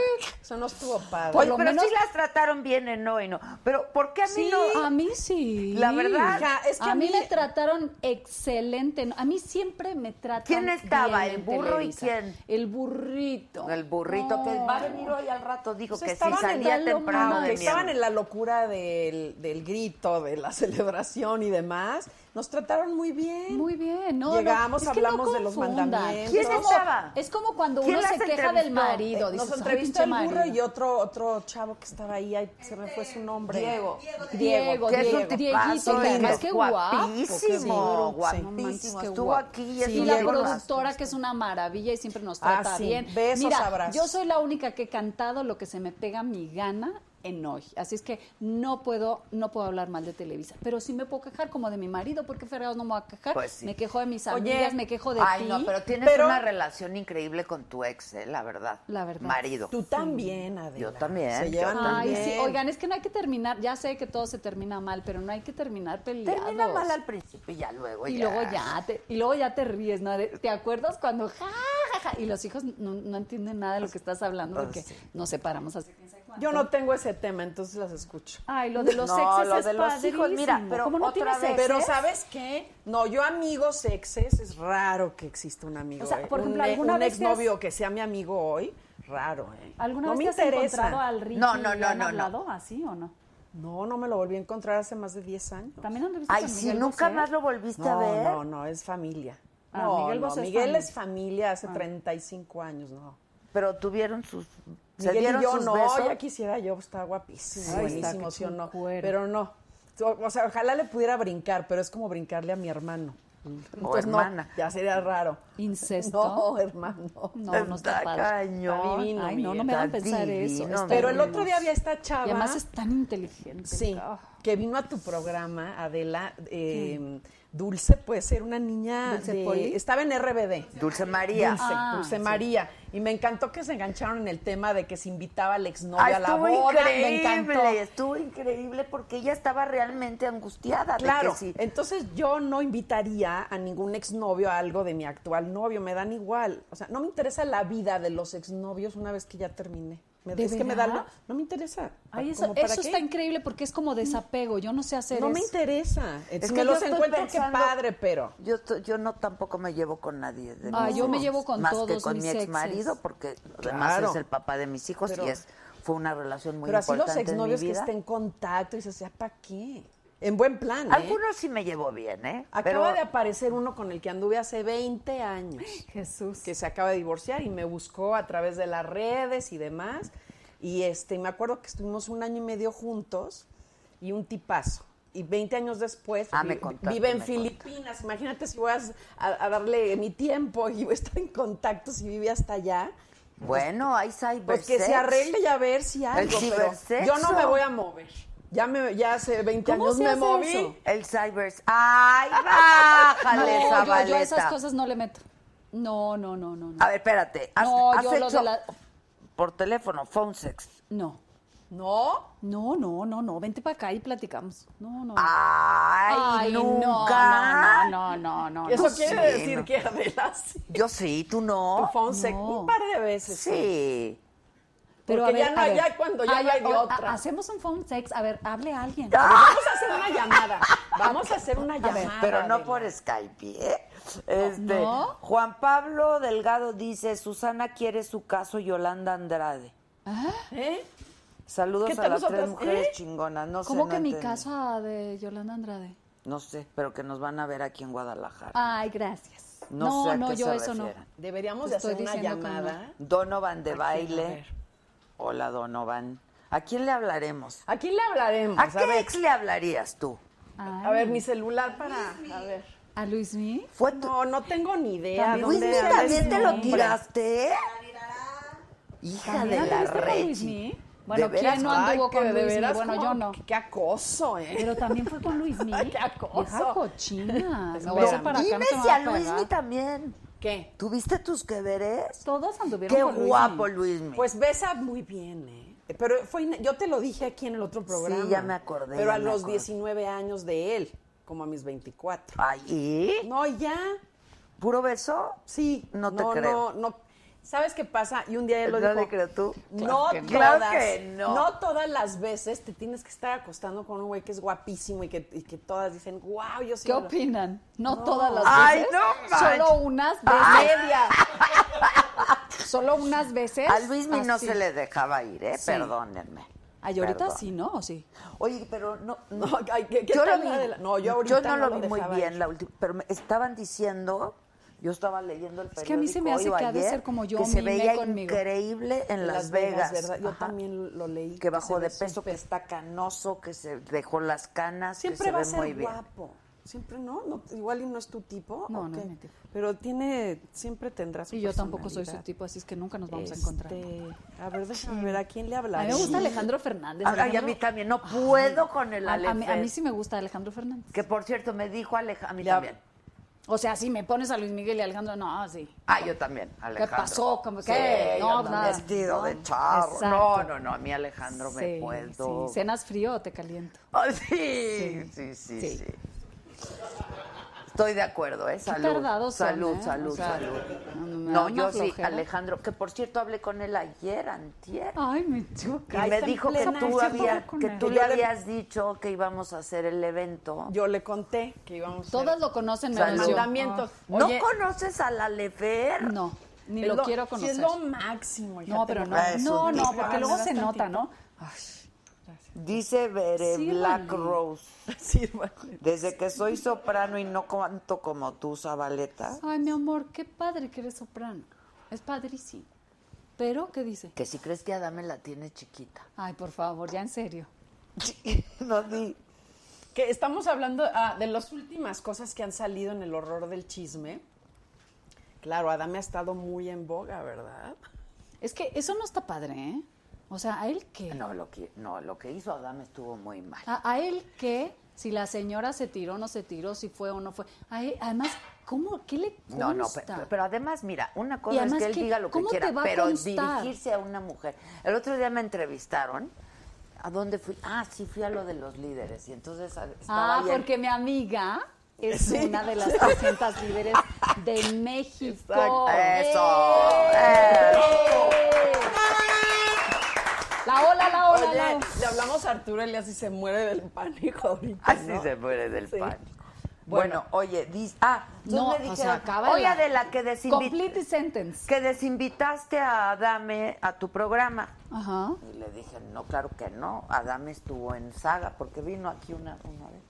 Speaker 6: Eso no estuvo padre.
Speaker 5: Por
Speaker 3: Oye,
Speaker 5: lo
Speaker 3: pero
Speaker 5: menos-
Speaker 3: sí las trataron bien en hoy, ¿no? Pero ¿por qué a mí
Speaker 5: Sí,
Speaker 3: no?
Speaker 5: a mí sí.
Speaker 3: La verdad,
Speaker 6: Hija, Ah, es que a
Speaker 5: a mí
Speaker 6: mí-
Speaker 5: me trataron excelente. no, A mí siempre me tratan
Speaker 3: ¿Quién estaba,
Speaker 5: bien
Speaker 3: el
Speaker 5: en
Speaker 3: burro y
Speaker 5: Televisa.
Speaker 3: quién?
Speaker 5: El burrito.
Speaker 3: El burrito que
Speaker 5: No.
Speaker 3: va a venir hoy al rato dijo
Speaker 6: Pues
Speaker 3: que si
Speaker 6: estaban en
Speaker 3: salía
Speaker 5: la
Speaker 3: temprano
Speaker 5: loma,
Speaker 3: de
Speaker 6: que
Speaker 3: mi
Speaker 6: estaban
Speaker 3: ama.
Speaker 6: en la locura del, del grito, de la celebración y demás, nos trataron muy bien.
Speaker 5: Muy bien, no.
Speaker 6: Llegamos,
Speaker 5: no, es que
Speaker 6: hablamos
Speaker 5: no
Speaker 6: de los
Speaker 5: confundan.
Speaker 6: mandamientos. Eh,
Speaker 3: ¿Quién
Speaker 5: es como,
Speaker 3: estaba?
Speaker 5: Es como cuando
Speaker 3: ¿Quién
Speaker 5: uno
Speaker 3: las
Speaker 5: se queja del
Speaker 3: entrevistó?
Speaker 5: marido.
Speaker 6: Nos
Speaker 5: dices, "Ay,
Speaker 6: entrevistó
Speaker 5: pinche
Speaker 6: el burro
Speaker 5: marido".
Speaker 6: y otro, otro chavo que estaba ahí, ay, se me fue su nombre.
Speaker 3: Diego.
Speaker 5: Diego,
Speaker 3: Que es un
Speaker 5: Diego,
Speaker 3: tipazo,
Speaker 5: Dieguito, que además que guapo, que
Speaker 3: guapísimo,
Speaker 5: seguro, sí. No manches,
Speaker 3: guapísimo.
Speaker 5: qué
Speaker 3: Estuvo
Speaker 5: guapo.
Speaker 3: aquí y
Speaker 5: Sí,
Speaker 3: estuvo
Speaker 5: la
Speaker 3: con las-
Speaker 5: productora que es una maravilla y siempre nos
Speaker 6: Ah,
Speaker 5: trata
Speaker 6: sí.
Speaker 5: bien.
Speaker 6: Besos,
Speaker 5: Mira,
Speaker 6: abrazos.
Speaker 5: yo soy la única que he cantado lo que se me pega mi gana en hoy. Así es que no puedo, no puedo hablar mal de Televisa, pero sí me puedo quejar como de mi marido, porque fregados no me voy a quejar.
Speaker 3: Pues sí.
Speaker 5: Me quejo de mis
Speaker 6: Oye,
Speaker 5: amigas, me quejo de
Speaker 3: Ay,
Speaker 5: ti.
Speaker 3: no, pero tienes
Speaker 6: Pero-
Speaker 3: una relación increíble con tu ex, eh, la verdad.
Speaker 5: La verdad.
Speaker 3: Marido.
Speaker 6: Tú también, Adela.
Speaker 3: Yo también,
Speaker 6: Se
Speaker 3: yo
Speaker 6: llevan muy
Speaker 5: Ay, sí,
Speaker 6: bien.
Speaker 5: oigan, es que no hay que terminar, ya sé que todo se termina mal, pero no hay que terminar peleados.
Speaker 3: Termina mal al principio y ya luego
Speaker 5: y
Speaker 3: ya.
Speaker 5: luego ya te, y luego ya te ríes, ¿no? De- ¿Te acuerdas cuando ja, ja, jaja. Y los hijos no, no entienden nada de lo que estás hablando
Speaker 3: Ah,
Speaker 5: porque
Speaker 3: sí.
Speaker 5: nos separamos hace quién sabe cuánto.
Speaker 6: Yo no tengo ese tema, entonces las escucho.
Speaker 5: Ay, lo de los
Speaker 3: No,
Speaker 5: exes
Speaker 3: lo
Speaker 5: es
Speaker 3: de los hijos, mira,
Speaker 5: padrísimo.
Speaker 3: pero
Speaker 5: ¿Cómo no
Speaker 3: otra
Speaker 5: tienes
Speaker 3: vez,
Speaker 5: exes?
Speaker 6: Pero ¿sabes qué? No, yo amigos exes, es raro que exista un amigo.
Speaker 5: O sea,
Speaker 6: ¿eh?
Speaker 5: por ejemplo,
Speaker 6: un, e-
Speaker 5: ¿alguna
Speaker 6: un
Speaker 5: vez te has-
Speaker 6: exnovio que sea mi amigo hoy, raro, ¿eh?
Speaker 5: ¿Alguna
Speaker 6: no
Speaker 5: vez
Speaker 6: me
Speaker 5: te has
Speaker 6: interesa.
Speaker 5: encontrado al Ricky
Speaker 3: No, no,
Speaker 5: y
Speaker 3: no,
Speaker 5: han
Speaker 3: no, no.
Speaker 5: hablado así o no?
Speaker 6: No, no me lo volví a encontrar hace más de 10 años.
Speaker 5: También anduviste
Speaker 3: Ay,
Speaker 5: con
Speaker 3: si
Speaker 5: Miguel
Speaker 3: nunca
Speaker 5: Bosé?
Speaker 3: más lo volviste a
Speaker 6: No,
Speaker 3: ver.
Speaker 6: no, no, es familia.
Speaker 5: Ah,
Speaker 6: no,
Speaker 5: Miguel
Speaker 6: no,
Speaker 5: Bosé es
Speaker 6: Miguel es
Speaker 5: familia. Ah.
Speaker 6: familia hace 35 años, no.
Speaker 3: Pero tuvieron sus. Se
Speaker 6: Miguel
Speaker 3: dieron
Speaker 6: y yo
Speaker 3: sus
Speaker 6: no,
Speaker 3: besos.
Speaker 6: ya quisiera yo, pues, está guapísimo,
Speaker 5: Sí,
Speaker 6: buenísimo,
Speaker 5: está
Speaker 6: sí o no.
Speaker 5: cuero.
Speaker 6: Pero no. O o sea, ojalá le pudiera brincar, pero es como brincarle a mi hermano. Entonces, no,
Speaker 3: hermana.
Speaker 6: ya sería raro.
Speaker 5: ¿Incesto?
Speaker 6: No, hermano.
Speaker 5: No, no está, padre.
Speaker 3: cañón.
Speaker 6: Está divino,
Speaker 5: Ay, no, no
Speaker 6: Miguel,
Speaker 5: me hagan
Speaker 3: está
Speaker 5: pensar eso.
Speaker 3: divino,
Speaker 5: está
Speaker 6: Pero el
Speaker 5: horrible.
Speaker 6: otro día había esta chava.
Speaker 5: Y además es tan inteligente.
Speaker 6: Sí,
Speaker 5: Ah.
Speaker 6: que vino a tu programa, Adela. eh, Dulce puede ser una niña.
Speaker 5: ¿Dulce
Speaker 6: de-
Speaker 5: Poli?
Speaker 6: Estaba en RBD.
Speaker 3: Dulce María.
Speaker 6: Dulce,
Speaker 5: Ah,
Speaker 6: Dulce
Speaker 5: sí.
Speaker 6: María. Y me encantó que se engancharon en el tema de que se invitaba al exnovio
Speaker 5: Ah,
Speaker 3: Ay,
Speaker 6: a la
Speaker 3: estuvo
Speaker 6: boda. Me
Speaker 3: increíble,
Speaker 6: encantó.
Speaker 3: estuvo increíble porque ella estaba realmente angustiada. de
Speaker 6: Claro,
Speaker 3: que si-
Speaker 6: entonces yo no invitaría a ningún exnovio a algo de mi actual novio, me dan igual. O sea, no me interesa la vida de los exnovios una vez que ya terminé. Me,
Speaker 5: ¿De
Speaker 6: es que me da,
Speaker 5: verdad?
Speaker 6: no, no me interesa.
Speaker 3: Ah,
Speaker 6: Ah,
Speaker 5: Ay, eso
Speaker 6: ¿Como para
Speaker 5: eso
Speaker 6: qué?
Speaker 5: está increíble porque es
Speaker 3: Mm.
Speaker 5: como desapego. Yo no sé hacer
Speaker 6: No me
Speaker 5: eso.
Speaker 6: interesa.
Speaker 3: que
Speaker 6: Es que me
Speaker 3: yo
Speaker 6: los
Speaker 3: estoy
Speaker 6: encuentro
Speaker 3: pensando-
Speaker 6: que padre, pero.
Speaker 3: Yo, estoy- yo no tampoco me llevo con nadie. De
Speaker 5: Ah,
Speaker 3: mis
Speaker 5: yo me
Speaker 3: hijos,
Speaker 5: llevo con
Speaker 3: más que
Speaker 5: todos
Speaker 3: con
Speaker 5: mis
Speaker 3: mi ex marido
Speaker 5: exes.
Speaker 3: porque además
Speaker 6: Claro.
Speaker 3: es el papá de mis hijos
Speaker 6: Pero-
Speaker 3: y es fue una relación muy
Speaker 6: Pero así
Speaker 3: importante
Speaker 6: los exnovios
Speaker 3: en mi
Speaker 6: que
Speaker 3: vida.
Speaker 6: estén en contacto y se sea ¿para qué? En buen plan. ¿eh?
Speaker 3: Algunos sí me llevo bien, ¿eh?
Speaker 6: Acaba
Speaker 3: Pero-
Speaker 6: de aparecer uno con el que anduve hace 20 años.
Speaker 5: Jesús.
Speaker 6: que se acaba de divorciar y me buscó a través de las redes y demás. Y este, me acuerdo que estuvimos un año y medio juntos y un tipazo. Y 20 años después
Speaker 3: Ah, me
Speaker 6: vi-
Speaker 3: contaste,
Speaker 6: vive en
Speaker 3: me
Speaker 6: Filipinas. Imagínate si voy a, a- a darle mi tiempo y voy a estar en contacto si vive hasta allá.
Speaker 3: Bueno, hay cybersex.
Speaker 6: Pues que se arregle y a ver si algo. Pero
Speaker 3: cibersexo.
Speaker 6: yo no me voy a mover. Ya, me, ya hace 20
Speaker 5: ¿Cómo
Speaker 6: años
Speaker 5: se
Speaker 6: me
Speaker 5: hace
Speaker 6: moví.
Speaker 5: eso?
Speaker 3: El cyber... ¡Ay, bájale,
Speaker 5: no, yo- yo,
Speaker 3: Zabaleta!
Speaker 5: a esas cosas no le meto. No, no, no, no. No,
Speaker 3: A ver, espérate. ¿Has,
Speaker 5: No,
Speaker 3: has
Speaker 5: yo lo
Speaker 3: hecho
Speaker 5: de la-
Speaker 3: por teléfono, phone sex?
Speaker 5: no.
Speaker 6: ¿No?
Speaker 5: No, no, no, no. Vente para acá y platicamos. No, no.
Speaker 3: ¡Ay,
Speaker 5: no,
Speaker 3: nunca!
Speaker 5: No, no, no, no. no,
Speaker 6: Eso
Speaker 5: no.
Speaker 6: quiere
Speaker 3: sí,
Speaker 6: decir
Speaker 3: no.
Speaker 6: que Adela sí.
Speaker 3: Yo sí, ¿tú no?
Speaker 6: Tu phone se-
Speaker 5: no.
Speaker 6: un par de veces.
Speaker 3: Sí.
Speaker 6: Porque ya no hay- ya cuando ya no hay de
Speaker 5: o-
Speaker 6: otra.
Speaker 5: ha- Hacemos un phone sex. A ver, hable a alguien.
Speaker 6: A ver, Pues vamos a hacer una llamada. Vamos a hacer una
Speaker 3: Ah. A ver,
Speaker 6: llamada.
Speaker 3: pero no
Speaker 6: Adela.
Speaker 3: por Skype, ¿eh? Este,
Speaker 5: ¿No?
Speaker 3: Juan Pablo Delgado dice, Susana quiere su caso Yolanda Andrade.
Speaker 6: ¿Eh? ¿Qué
Speaker 3: Saludos a
Speaker 6: tal
Speaker 3: las tres
Speaker 6: nosotras?
Speaker 3: mujeres
Speaker 6: ¿Eh?
Speaker 3: chingonas. No sé,
Speaker 5: ¿Cómo
Speaker 3: no
Speaker 5: que mi
Speaker 3: entendí.
Speaker 5: casa de Yolanda Andrade?
Speaker 3: No sé, pero que nos van a ver aquí en Guadalajara.
Speaker 5: Ay, gracias.
Speaker 3: No sé a
Speaker 5: Ah, no,
Speaker 3: qué
Speaker 5: yo
Speaker 3: se
Speaker 5: eso
Speaker 3: refieren.
Speaker 6: Deberíamos
Speaker 5: Te
Speaker 6: de hacer
Speaker 5: estoy
Speaker 6: una
Speaker 5: diciendo que no.
Speaker 6: llamada.
Speaker 3: Donovan de
Speaker 6: A
Speaker 3: baile.
Speaker 6: ver.
Speaker 3: Hola, Donovan. ¿A quién le hablaremos?
Speaker 6: Pues ¿A quién le hablaremos?
Speaker 3: ¿A qué
Speaker 6: ver,
Speaker 3: ex le hablarías tú?
Speaker 5: no. Ay,
Speaker 6: a ver, mi celular para. A ver.
Speaker 5: ¿A Luis Mí?
Speaker 3: Fue tu-
Speaker 6: No, no tengo ni idea.
Speaker 5: También
Speaker 3: Luis
Speaker 6: dónde
Speaker 3: Miguel
Speaker 6: anda
Speaker 3: también
Speaker 6: ese
Speaker 3: te lo
Speaker 6: hombre.
Speaker 3: tiraste. Hija de la rechi.
Speaker 5: Bueno,
Speaker 3: ¿De veras?
Speaker 5: ¿quién no
Speaker 6: Ay,
Speaker 5: anduvo
Speaker 6: que
Speaker 5: con
Speaker 6: de
Speaker 5: Luis Mí?
Speaker 6: veras,
Speaker 5: Bueno,
Speaker 6: ¿cómo?
Speaker 5: yo no.
Speaker 6: Qué, qué acoso, ¿eh?
Speaker 5: Pero también fue con Luis Mí.
Speaker 6: Ay, qué acoso.
Speaker 5: Vieja cochina. Me voy
Speaker 6: Espérame.
Speaker 5: a hacer para acá,
Speaker 3: Dime
Speaker 5: no se me
Speaker 3: si
Speaker 5: va
Speaker 3: a Luismi
Speaker 5: pegar.
Speaker 3: también.
Speaker 6: ¿Qué?
Speaker 3: ¿Tuviste tus que veres?
Speaker 5: Todos anduvieron
Speaker 3: Qué
Speaker 5: con Luis
Speaker 3: guapo
Speaker 5: Mí.
Speaker 3: Luismi.
Speaker 6: Pues besa muy bien, ¿eh? Pero fue, ina- yo te lo dije aquí en el otro programa.
Speaker 3: ya me acordé,
Speaker 6: Pero
Speaker 3: ya
Speaker 6: a
Speaker 3: me
Speaker 6: los
Speaker 3: acordé.
Speaker 6: 19 años de él, como a mis 24.
Speaker 3: Ahí,
Speaker 6: No, ya.
Speaker 3: puro beso.
Speaker 6: Sí.
Speaker 3: No te
Speaker 6: no,
Speaker 3: creo.
Speaker 6: No, no. ¿Sabes qué pasa? Y un día él lo
Speaker 3: No
Speaker 6: dijo.
Speaker 3: le creo tú.
Speaker 6: No
Speaker 3: Claro que no.
Speaker 6: todas.
Speaker 3: Claro que no.
Speaker 6: todas las veces te tienes que estar acostando con un güey que es guapísimo y que, y que todas dicen, wow, yo sí.
Speaker 5: ¿Qué
Speaker 6: me lo-".
Speaker 5: opinan? No, todas las veces.
Speaker 3: Ay, no manches.
Speaker 5: Solo unas de
Speaker 3: Ay.
Speaker 5: media. Solo unas veces.
Speaker 3: A Luismi no
Speaker 5: así.
Speaker 3: se le dejaba ir, ¿eh?
Speaker 5: Sí.
Speaker 3: Perdónenme.
Speaker 5: Ay, ahorita
Speaker 3: Perdón.
Speaker 5: sí, ¿no? ¿O sí?
Speaker 3: Oye, pero no.
Speaker 6: No, ay, ¿qué- qué
Speaker 3: yo
Speaker 6: tal
Speaker 3: lo vi.
Speaker 6: la de la- no, yo ahorita
Speaker 3: no,
Speaker 6: no
Speaker 3: lo
Speaker 6: lo
Speaker 3: vi muy
Speaker 6: dejaba
Speaker 3: bien
Speaker 6: ir.
Speaker 3: la última. Pero me estaban diciendo. Yo estaba leyendo el periódico.
Speaker 5: que a mí se me hace
Speaker 3: hoy o
Speaker 5: que ha de
Speaker 3: ayer,
Speaker 5: ser como yo,
Speaker 3: Que se
Speaker 5: mime
Speaker 3: veía
Speaker 5: conmigo.
Speaker 3: increíble en Las, Vegas.
Speaker 6: ¿verdad? Yo
Speaker 3: Ajá.
Speaker 6: también lo leí.
Speaker 3: Que bajó
Speaker 6: se
Speaker 3: de
Speaker 6: ve
Speaker 3: peso,
Speaker 6: súper-
Speaker 3: que está canoso, que se dejó las canas. que
Speaker 6: Siempre
Speaker 3: se
Speaker 6: va a
Speaker 3: ve muy
Speaker 6: ser
Speaker 3: bien.
Speaker 6: guapo. Siempre no, no, igual y no es tu tipo.
Speaker 5: No,
Speaker 6: ¿o
Speaker 5: no es
Speaker 6: qué?
Speaker 5: mi tipo.
Speaker 6: Pero tiene, siempre tendrás
Speaker 5: Y yo tampoco soy su tipo, así es que nunca nos vamos
Speaker 3: Este,
Speaker 5: a encontrar.
Speaker 6: Este, A ver, déjame ver a quién le
Speaker 5: A mí
Speaker 6: hablaré.
Speaker 5: me gusta Alejandro Fernández.
Speaker 3: Ahora, y Ah, a
Speaker 5: Alejandro-
Speaker 3: mí también. No puedo con el
Speaker 5: A, a mí, a mí
Speaker 3: Alefes.
Speaker 5: sí me gusta Alejandro Fernández.
Speaker 3: Que por cierto, me dijo Alejandro. A mí también.
Speaker 5: O sea, si me pones a Luis Miguel y Alejandro, no, sí.
Speaker 3: Ah, yo también, Alejandro.
Speaker 5: pasó? ¿Cómo
Speaker 3: Sí,
Speaker 5: qué?
Speaker 3: yo
Speaker 5: No,
Speaker 3: no,
Speaker 5: nada.
Speaker 3: Vestido de
Speaker 5: No,
Speaker 3: charro. No,
Speaker 5: exacto.
Speaker 3: no, no, a mí Alejandro
Speaker 5: Sí,
Speaker 3: me puedo.
Speaker 5: sí. ¿Cenas frío o te caliento?
Speaker 3: Ah, sí, sí, sí, sí,
Speaker 5: Sí.
Speaker 3: Estoy de acuerdo, ¿eh? Salud.
Speaker 5: tardado son,
Speaker 3: salud,
Speaker 5: ¿eh?
Speaker 3: salud,
Speaker 5: O sea,
Speaker 3: salud.
Speaker 5: no, no, me da
Speaker 3: No,
Speaker 5: una
Speaker 3: yo sí,
Speaker 5: flojera.
Speaker 3: Alejandro, que por cierto hablé con él ayer, antier.
Speaker 5: Ay, me choca.
Speaker 3: y me dijo que tú, había-
Speaker 5: habías
Speaker 3: que tú
Speaker 6: él.
Speaker 3: le
Speaker 6: Yo le-
Speaker 3: habías dicho que íbamos a hacer el evento.
Speaker 6: Yo le conté que íbamos a
Speaker 5: Todas
Speaker 6: hacer
Speaker 5: lo conocen,
Speaker 3: Salud.
Speaker 5: menos yo.
Speaker 6: mandamientos.
Speaker 3: ¿No
Speaker 6: Oye,
Speaker 3: conoces a la Lefer?
Speaker 5: No, ni
Speaker 6: es
Speaker 5: lo, quiero
Speaker 6: sí,
Speaker 5: conocer.
Speaker 6: es lo máximo. hija,
Speaker 5: no,
Speaker 6: te
Speaker 5: pero
Speaker 6: lo
Speaker 5: no.
Speaker 3: Ah, es
Speaker 5: No,
Speaker 3: un
Speaker 5: no,
Speaker 3: disco.
Speaker 5: porque luego se
Speaker 6: Tantito.
Speaker 5: nota, ¿no?
Speaker 3: Dice Bere
Speaker 5: Sí,
Speaker 3: Black
Speaker 5: vale.
Speaker 3: Rose.
Speaker 6: Sí, bueno.
Speaker 3: Desde que soy soprano y no canto como tú, Zabaleta,
Speaker 5: Ay, mi amor, qué padre que eres soprano. Es padrísimo. Pero, ¿qué dice?
Speaker 3: que si crees que Adame la tiene chiquita.
Speaker 5: Ay, por favor, ya en serio.
Speaker 3: no di.
Speaker 6: Que estamos hablando ah, de las últimas cosas que han salido en el horror del chisme. Claro, Adame ha estado muy en boga, ¿verdad?
Speaker 5: Es que eso no está padre, ¿eh? O sea, ¿a él qué?
Speaker 3: No lo, que, no, lo que hizo Adame estuvo muy mal.
Speaker 5: ¿A, a él qué? Si la señora se tiró o no se tiró, si fue o no fue. A él- además, ¿cómo? ¿Qué le consta?
Speaker 3: No, no, pe- pero, además, mira, una
Speaker 5: Y
Speaker 3: cosa es
Speaker 5: además
Speaker 3: que él
Speaker 5: que,
Speaker 3: diga lo que
Speaker 5: ¿cómo
Speaker 3: quiera,
Speaker 5: te va a
Speaker 3: pero
Speaker 5: constar?
Speaker 3: dirigirse a una mujer. El otro día me entrevistaron. ¿A dónde fui? Ah, sí, fui a lo de los líderes. Y entonces a- estaba
Speaker 5: Ah,
Speaker 3: ahí el-
Speaker 5: porque mi amiga es una de las 300 líderes de México.
Speaker 3: Eso.
Speaker 5: ¡Eh!
Speaker 3: eso.
Speaker 5: La ola, la ola,
Speaker 6: Oye,
Speaker 5: la ola.
Speaker 6: le hablamos a Arturo Elias y se muere del pánico ahorita.
Speaker 3: Así
Speaker 6: ¿no?
Speaker 3: se muere del
Speaker 6: Sí.
Speaker 3: pánico. Bueno, oye, dice, ah,
Speaker 5: No,
Speaker 3: no,
Speaker 5: o sea, acaba
Speaker 3: oye, de la que, desinvi-
Speaker 5: Complete the sentence.
Speaker 3: que desinvitaste a Adame a tu programa.
Speaker 5: Ajá.
Speaker 3: Y le dije, no, claro que no, Adame estuvo en Saga, porque vino aquí una, una vez.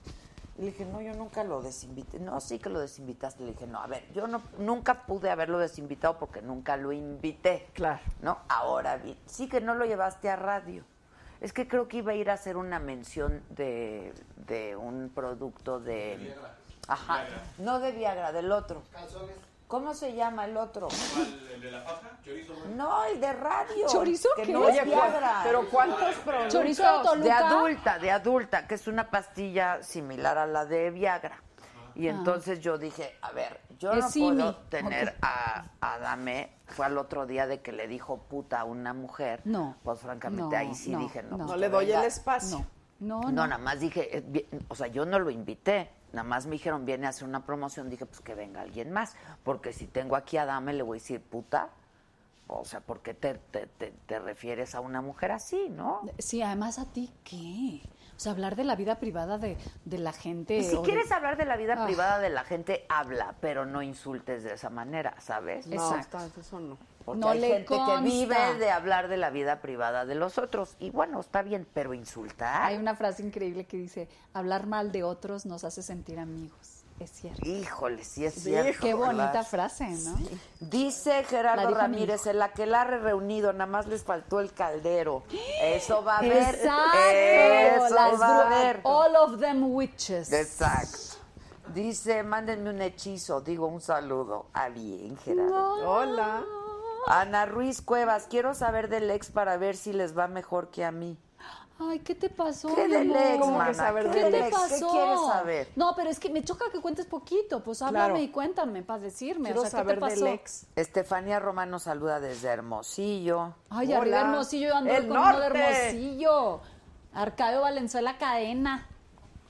Speaker 3: Y le dije, no, yo nunca lo desinvité. No, sí que lo desinvitaste. Le dije, no, a ver, yo no, nunca pude haberlo desinvitado porque nunca lo invité.
Speaker 6: Claro.
Speaker 3: ¿No? Ahora vi- sí que no lo llevaste a radio. Es que creo que iba a ir a hacer una mención de, de un producto de... Ajá. No de Viagra, del otro. ¿Cómo se llama el otro? No, el de radio.
Speaker 5: ¿Chorizo
Speaker 3: Que
Speaker 5: qué?
Speaker 3: no
Speaker 6: Oye,
Speaker 3: es
Speaker 6: ¿cu-
Speaker 3: Viagra.
Speaker 6: pero ¿cuántos problemas?
Speaker 5: Chorizo de
Speaker 3: De
Speaker 5: Toluca.
Speaker 3: adulta, de adulta, que es una pastilla similar a la de Viagra. Y entonces yo dije, a ver, yo
Speaker 5: Es
Speaker 3: no
Speaker 5: simi.
Speaker 3: puedo tener
Speaker 5: Ok.
Speaker 3: a a Adame. Fue al otro día de que le dijo puta a una mujer.
Speaker 5: No.
Speaker 3: Pues francamente
Speaker 5: No,
Speaker 3: ahí sí
Speaker 5: no,
Speaker 3: dije, no.
Speaker 5: no.
Speaker 3: pues
Speaker 6: No
Speaker 3: que
Speaker 6: le doy
Speaker 3: venga.
Speaker 6: el espacio.
Speaker 5: No,
Speaker 3: No,
Speaker 5: no, no.
Speaker 3: nada más dije, eh, vi- o sea, yo no lo invité. Nada más me dijeron, viene a hacer una promoción. Dije, pues que venga alguien más. Porque si tengo aquí a Dame, le voy a decir puta. O sea, ¿por qué te, te- te- te refieres a una mujer así, no?
Speaker 5: Sí, además a ti, ¿qué? O sea, hablar de la vida privada de, de la gente.
Speaker 3: Y Pues, si
Speaker 5: o de-
Speaker 3: quieres hablar de la vida
Speaker 5: Ah.
Speaker 3: privada de la gente, habla, pero no insultes de esa manera, ¿sabes?
Speaker 5: No. Exacto.
Speaker 6: está- eso no.
Speaker 3: Porque
Speaker 5: No
Speaker 3: hay
Speaker 5: le
Speaker 3: gente
Speaker 5: consta.
Speaker 3: que vive de hablar de la vida privada de los otros. Y bueno, está bien, pero insultar.
Speaker 5: Hay una frase increíble que dice, hablar mal de otros nos hace sentir amigos. Es cierto.
Speaker 3: Híjole, sí es
Speaker 6: Sí,
Speaker 3: cierto.
Speaker 5: Qué bonita
Speaker 3: ¿verdad?
Speaker 5: frase, ¿no?
Speaker 3: Dice
Speaker 5: La
Speaker 3: Gerardo
Speaker 5: dijo mi
Speaker 3: Ramírez, el aquelarre reunido, nada más les faltó el caldero. Eso va a haber.
Speaker 5: Exacto.
Speaker 3: Eso
Speaker 5: las Oh.
Speaker 3: va a
Speaker 5: dru-
Speaker 3: haber.
Speaker 5: All of them witches.
Speaker 3: Exacto. Dice, mándenme un hechizo, digo un saludo. Ah, bien, Gerardo.
Speaker 6: Hola.
Speaker 3: Ana Ruiz Cuevas, quiero saber del ex para ver si les va mejor que a mí.
Speaker 5: Ay, ¿qué te pasó?
Speaker 3: ¿Qué
Speaker 5: mi
Speaker 3: del
Speaker 5: amor?
Speaker 3: ex,
Speaker 6: ¿Cómo que
Speaker 3: mana?
Speaker 6: saber
Speaker 3: ¿Qué
Speaker 5: ¿Qué
Speaker 6: del
Speaker 3: del
Speaker 5: te
Speaker 3: ex? ¿Qué
Speaker 5: pasó?
Speaker 3: quieres saber?
Speaker 5: No, pero es que me choca que cuentes poquito. Pues háblame
Speaker 6: Claro.
Speaker 5: y cuéntame para decirme.
Speaker 6: Quiero
Speaker 5: o sea,
Speaker 6: saber
Speaker 5: ¿qué te pasó?
Speaker 6: del ex.
Speaker 3: Estefanía Romano saluda desde Hermosillo.
Speaker 5: Ay,
Speaker 6: Hola.
Speaker 5: arriba Hermosillo, yo anduve
Speaker 6: ¡El
Speaker 5: con uno de
Speaker 6: norte!
Speaker 5: Hermosillo. Arcadio Valenzuela Cadena.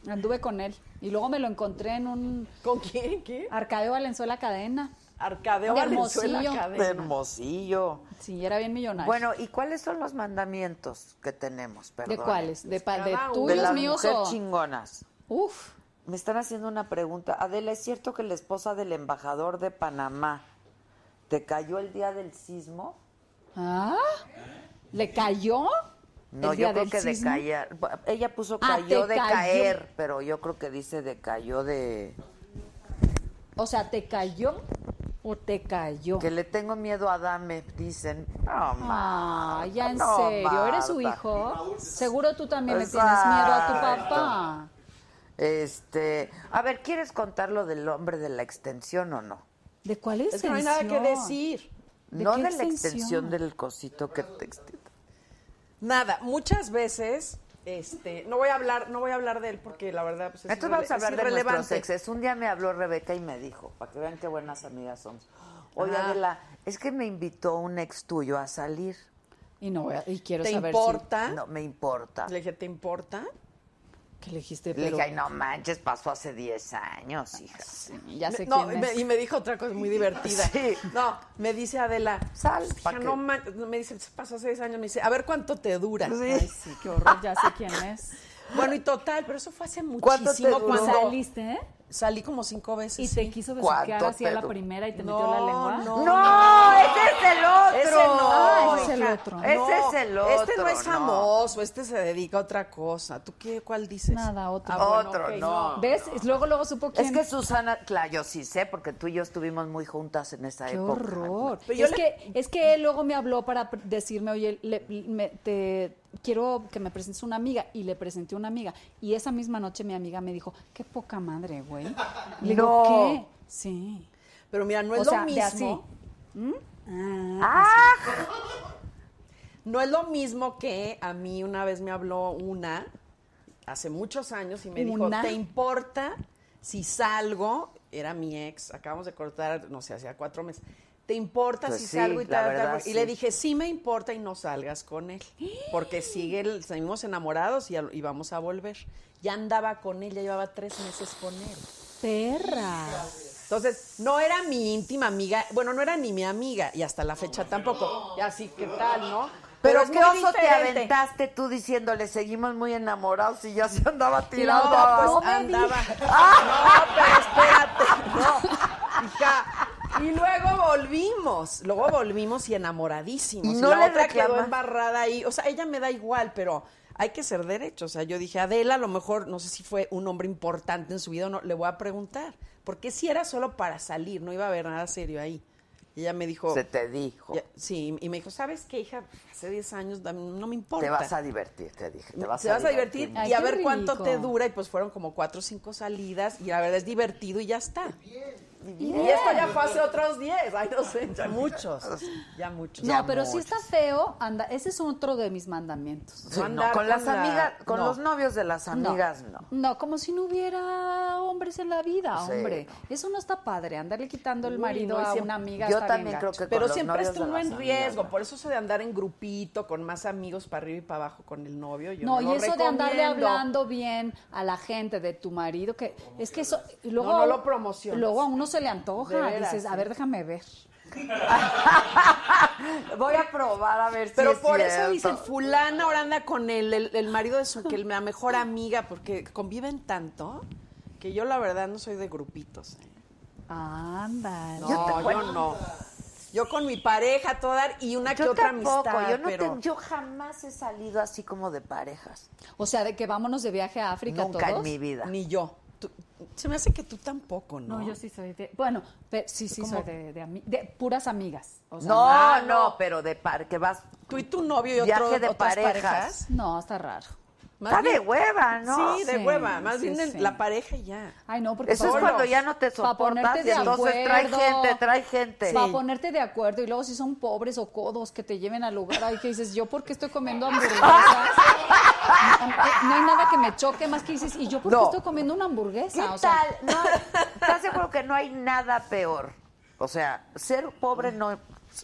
Speaker 5: Anduve con él. Y luego me lo encontré en un
Speaker 6: ¿Con quién? ¿Qué?
Speaker 5: Arcadio Valenzuela Cadena.
Speaker 6: Arcadeo
Speaker 5: De
Speaker 6: Valenzuela
Speaker 5: Hermosillo.
Speaker 3: De
Speaker 6: Cadena.
Speaker 3: Hermosillo.
Speaker 5: Sí, era bien millonario.
Speaker 3: Bueno, ¿y cuáles son los mandamientos que tenemos?
Speaker 5: ¿de
Speaker 3: Perdón.
Speaker 5: cuáles? ¿De, pa- de
Speaker 6: Cada uno.
Speaker 3: De
Speaker 5: tuyos,
Speaker 3: las
Speaker 5: míos
Speaker 3: mujeres
Speaker 5: o...?
Speaker 3: chingonas.
Speaker 5: Uf.
Speaker 3: Me están haciendo una pregunta. Adela, ¿es cierto que la esposa del embajador de Panamá te cayó el día del sismo?
Speaker 5: ¿Ah? ¿Le cayó?
Speaker 3: No,
Speaker 5: ¿El día
Speaker 3: yo creo
Speaker 5: del
Speaker 3: que
Speaker 5: sismo?
Speaker 3: de callar. Bu- Ella puso
Speaker 5: Ah,
Speaker 3: cayó
Speaker 5: te
Speaker 3: de
Speaker 5: cayó.
Speaker 3: caer, pero yo creo que dice de cayó de...
Speaker 5: O sea, ¿te cayó o te cayó?
Speaker 3: Que le tengo miedo a Dame, dicen. No, ma-
Speaker 5: Ah, ya en
Speaker 3: no,
Speaker 5: serio, ¿eres su
Speaker 3: Marta.
Speaker 5: hijo? Seguro tú también le
Speaker 3: Exacto.
Speaker 5: tienes miedo a tu papá.
Speaker 3: Este, a ver, ¿quieres contar lo del hombre de la extensión o no?
Speaker 5: ¿De cuál es
Speaker 6: Es que no hay nada que decir.
Speaker 5: ¿De
Speaker 3: no de
Speaker 5: qué
Speaker 3: la
Speaker 5: extensión?
Speaker 3: extensión del cosito que te extiende.
Speaker 6: Nada, muchas veces, este, no voy a hablar, no voy a hablar de él porque la verdad pues, es,
Speaker 3: Entonces
Speaker 6: irrele-
Speaker 3: vamos a
Speaker 6: es
Speaker 3: hablar de nuestros
Speaker 6: irrelevante.
Speaker 3: exes. Un día me habló Rebeca y me dijo, para que vean qué buenas amigas somos. Oye,
Speaker 6: Ah.
Speaker 3: Adela, es que me invitó un ex tuyo a salir.
Speaker 5: Y no voy a- y quiero
Speaker 6: ¿Te
Speaker 5: saber
Speaker 6: importa?
Speaker 3: No, me importa.
Speaker 6: Le dije, ¿te importa?
Speaker 5: si que le dijiste,
Speaker 3: Le
Speaker 5: pero...
Speaker 3: dije, ay, no manches, pasó hace 10 años,
Speaker 6: Ah,
Speaker 3: hijas.
Speaker 5: Sí, ya sé
Speaker 6: No,
Speaker 5: quién
Speaker 6: me-
Speaker 5: es.
Speaker 6: y me dijo otra cosa muy divertida.
Speaker 3: Sí.
Speaker 6: No, me dice Adela,
Speaker 3: Sal,
Speaker 6: hija,
Speaker 3: pa' que-
Speaker 6: no man- me dice, "Pues, pasó hace 10 años, me dice, a ver cuánto te dura.
Speaker 5: Ay, sí, qué horror, ya sé quién es.
Speaker 6: Bueno, y total, pero eso fue hace
Speaker 3: ¿Cuánto te
Speaker 6: muchísimo
Speaker 3: duró?
Speaker 6: cuando
Speaker 7: Saliste, ¿eh?
Speaker 6: salí como cinco veces.
Speaker 7: Y
Speaker 6: sí.
Speaker 7: te quiso besuquear
Speaker 3: ¿Cuánto
Speaker 7: así a
Speaker 3: te
Speaker 7: la
Speaker 3: du-
Speaker 7: primera y te
Speaker 6: No,
Speaker 7: metió la lengua.
Speaker 6: no.
Speaker 3: ¡No! ¡Ese es el otro!
Speaker 6: Ese no,
Speaker 5: Ah,
Speaker 6: hija.
Speaker 5: ese es el otro.
Speaker 3: Ese
Speaker 6: No,
Speaker 3: es el otro.
Speaker 6: Este no es famoso, este se dedica a otra cosa. ¿Tú qué, cuál dices?
Speaker 5: Nada,
Speaker 6: Ah,
Speaker 5: otro. Ah,
Speaker 3: Otro,
Speaker 6: ok,
Speaker 3: no.
Speaker 5: ¿Ves? Es- Luego, luego supo quién
Speaker 3: Es que Susana, claro, yo sí sé, porque tú y yo estuvimos muy juntas en esa
Speaker 5: Qué
Speaker 3: época.
Speaker 5: horror.
Speaker 6: Pero yo
Speaker 5: es,
Speaker 6: le-
Speaker 5: que, es que él luego me habló para pr- decirme, oye, le- me- te, quiero que me presentes una amiga. Y le presenté una amiga. Y esa misma noche mi amiga me dijo, qué poca madre, güey. Le digo,
Speaker 3: No.
Speaker 5: ¿qué? Sí.
Speaker 6: Pero mira, no es
Speaker 5: o
Speaker 6: lo
Speaker 5: sea, de así.
Speaker 6: mismo.
Speaker 5: ¿Mm? Ah,
Speaker 3: ¡Ah!
Speaker 6: No es lo mismo que a mí una vez me habló una, hace muchos años, y me
Speaker 5: Una.
Speaker 6: dijo, ¿te importa si salgo? Era mi ex, acabamos de cortar, no sé, hacía cuatro meses. ¿Te importa
Speaker 3: Pues
Speaker 6: si
Speaker 3: sí,
Speaker 6: salgo y
Speaker 3: la
Speaker 6: tal, tal,
Speaker 3: verdad,
Speaker 6: tal? Y
Speaker 3: sí.
Speaker 6: le dije, sí me importa y no salgas con él. Porque sigue, el- seguimos enamorados y, al- y vamos a volver. Ya andaba con él, ya llevaba tres meses con él.
Speaker 5: pues perra.
Speaker 6: Entonces, no era mi íntima amiga, bueno, no era ni mi amiga, y hasta la fecha tampoco. Y así, ¿qué tal, no?
Speaker 3: Pero,
Speaker 6: es
Speaker 3: qué
Speaker 6: muy
Speaker 3: oso te
Speaker 6: diferente.
Speaker 3: aventaste tú diciéndole, seguimos muy enamorados y ya se andaba
Speaker 6: No,
Speaker 3: tirando Ah.
Speaker 6: pues
Speaker 3: abajo.
Speaker 6: andaba. No, pero espérate, no. Hija. Y luego volvimos, luego volvimos y enamoradísimos.
Speaker 3: Y
Speaker 6: Y
Speaker 3: no
Speaker 6: la
Speaker 3: le
Speaker 6: otra quedó
Speaker 3: reclamas.
Speaker 6: embarrada ahí. O sea, ella me da igual, pero hay que ser derecho. O sea, yo dije, Adela, a lo mejor, no sé si fue un hombre importante en su vida o no, le voy a preguntar. Porque si era solo para salir, no iba a haber nada serio ahí. Y ella me dijo...
Speaker 3: Se te dijo,
Speaker 6: ya- sí, y me dijo, ¿sabes qué, hija? Hace 10 años a mí no me importa
Speaker 3: te vas a divertir, te dije, te vas,
Speaker 6: te vas a divertir
Speaker 5: Ay,
Speaker 6: y a
Speaker 5: qué
Speaker 6: ver cuánto
Speaker 5: rico.
Speaker 6: te dura. Y pues fueron como cuatro o cinco salidas y la verdad es divertido y ya está.
Speaker 5: Bien.
Speaker 6: Y esto ya fue hace otros diez, ay no sé, ya muchos, ya muchos.
Speaker 5: No, pero si está feo, anda. Ese es otro de mis mandamientos.
Speaker 3: Sí, no,
Speaker 6: andar
Speaker 3: con
Speaker 6: con
Speaker 3: las
Speaker 6: la-
Speaker 3: amigas, con
Speaker 6: no.
Speaker 3: los novios de las amigas, no.
Speaker 5: No, como si no hubiera hombres en la vida,
Speaker 3: Sí,
Speaker 5: hombre. Eso no está padre, andarle quitando el
Speaker 6: Uy,
Speaker 5: marido
Speaker 6: no, y
Speaker 5: a
Speaker 6: siempre-
Speaker 5: una amiga.
Speaker 3: Yo
Speaker 5: está bien
Speaker 3: también
Speaker 5: gacho.
Speaker 3: creo que con
Speaker 6: Pero
Speaker 3: los
Speaker 6: siempre
Speaker 3: novios de
Speaker 6: estuvo
Speaker 3: las
Speaker 6: en
Speaker 3: amigas,
Speaker 6: riesgo,
Speaker 3: no.
Speaker 6: por eso eso de andar en grupito, con más amigos para arriba y para abajo con el novio. yo
Speaker 5: No,
Speaker 6: no,
Speaker 5: y
Speaker 6: lo
Speaker 5: eso de andarle
Speaker 6: recomiendo.
Speaker 5: hablando bien a la gente de tu marido, que es que eso y luego
Speaker 6: No, no
Speaker 5: a-
Speaker 6: lo promociones.
Speaker 5: Luego a uno se le antoja,
Speaker 6: De veras,
Speaker 5: dices, a
Speaker 6: sí.
Speaker 5: ver, déjame ver.
Speaker 3: Voy a probar a ver si
Speaker 6: Pero
Speaker 3: es
Speaker 6: por eso
Speaker 3: cierto.
Speaker 6: dicen, fulana ahora anda con el, el, el marido de su, que es la mejor amiga, porque conviven tanto que yo la verdad no soy de grupitos. ¿eh?
Speaker 5: Ándale.
Speaker 6: No, yo, no. Yo con mi pareja toda y una que
Speaker 3: Yo
Speaker 6: otra
Speaker 3: tampoco,
Speaker 6: amistad,
Speaker 3: yo, no
Speaker 6: pero
Speaker 3: te- yo jamás he salido así como de parejas.
Speaker 5: O sea, de que vámonos de viaje a África
Speaker 3: Nunca
Speaker 5: todos.
Speaker 3: en mi vida.
Speaker 6: ni yo. Tú- se me hace que tú tampoco, ¿no?
Speaker 7: No, yo sí soy de...
Speaker 5: Bueno, pe- sí, sí,
Speaker 6: ¿Cómo?
Speaker 5: soy de, de ami- de puras amigas. O sea,
Speaker 3: no,
Speaker 6: ah,
Speaker 3: no,
Speaker 6: no.
Speaker 3: pero de par que vas.
Speaker 6: Tú y tu novio y
Speaker 3: Viaje
Speaker 6: otro,
Speaker 3: de
Speaker 6: otras
Speaker 3: parejas.
Speaker 6: parejas.
Speaker 5: No, está raro.
Speaker 6: Más
Speaker 3: Está de
Speaker 6: bien-
Speaker 3: hueva, ¿no?
Speaker 6: Sí, de
Speaker 5: Sí,
Speaker 6: hueva. Más
Speaker 5: sí,
Speaker 6: bien el-
Speaker 5: sí.
Speaker 6: la pareja y ya.
Speaker 5: Ay, no, porque
Speaker 3: Eso es
Speaker 5: pa-
Speaker 3: cuando ya no te
Speaker 5: pa' ponerte
Speaker 3: soportas y
Speaker 5: de
Speaker 3: entonces trae
Speaker 5: acuerdo,
Speaker 3: gente, trae gente.
Speaker 5: Para ponerte de acuerdo y luego si son pobres o codos que te lleven al lugar, ay, que dices, yo porque estoy comiendo hamburguesas. No, no hay nada que me choque más que dices, y yo porque
Speaker 3: No.
Speaker 5: estoy comiendo una hamburguesa.
Speaker 3: ¿Qué
Speaker 5: o sea,
Speaker 3: tal? No, ¿Estás seguro que no hay nada peor? O sea, ser pobre no,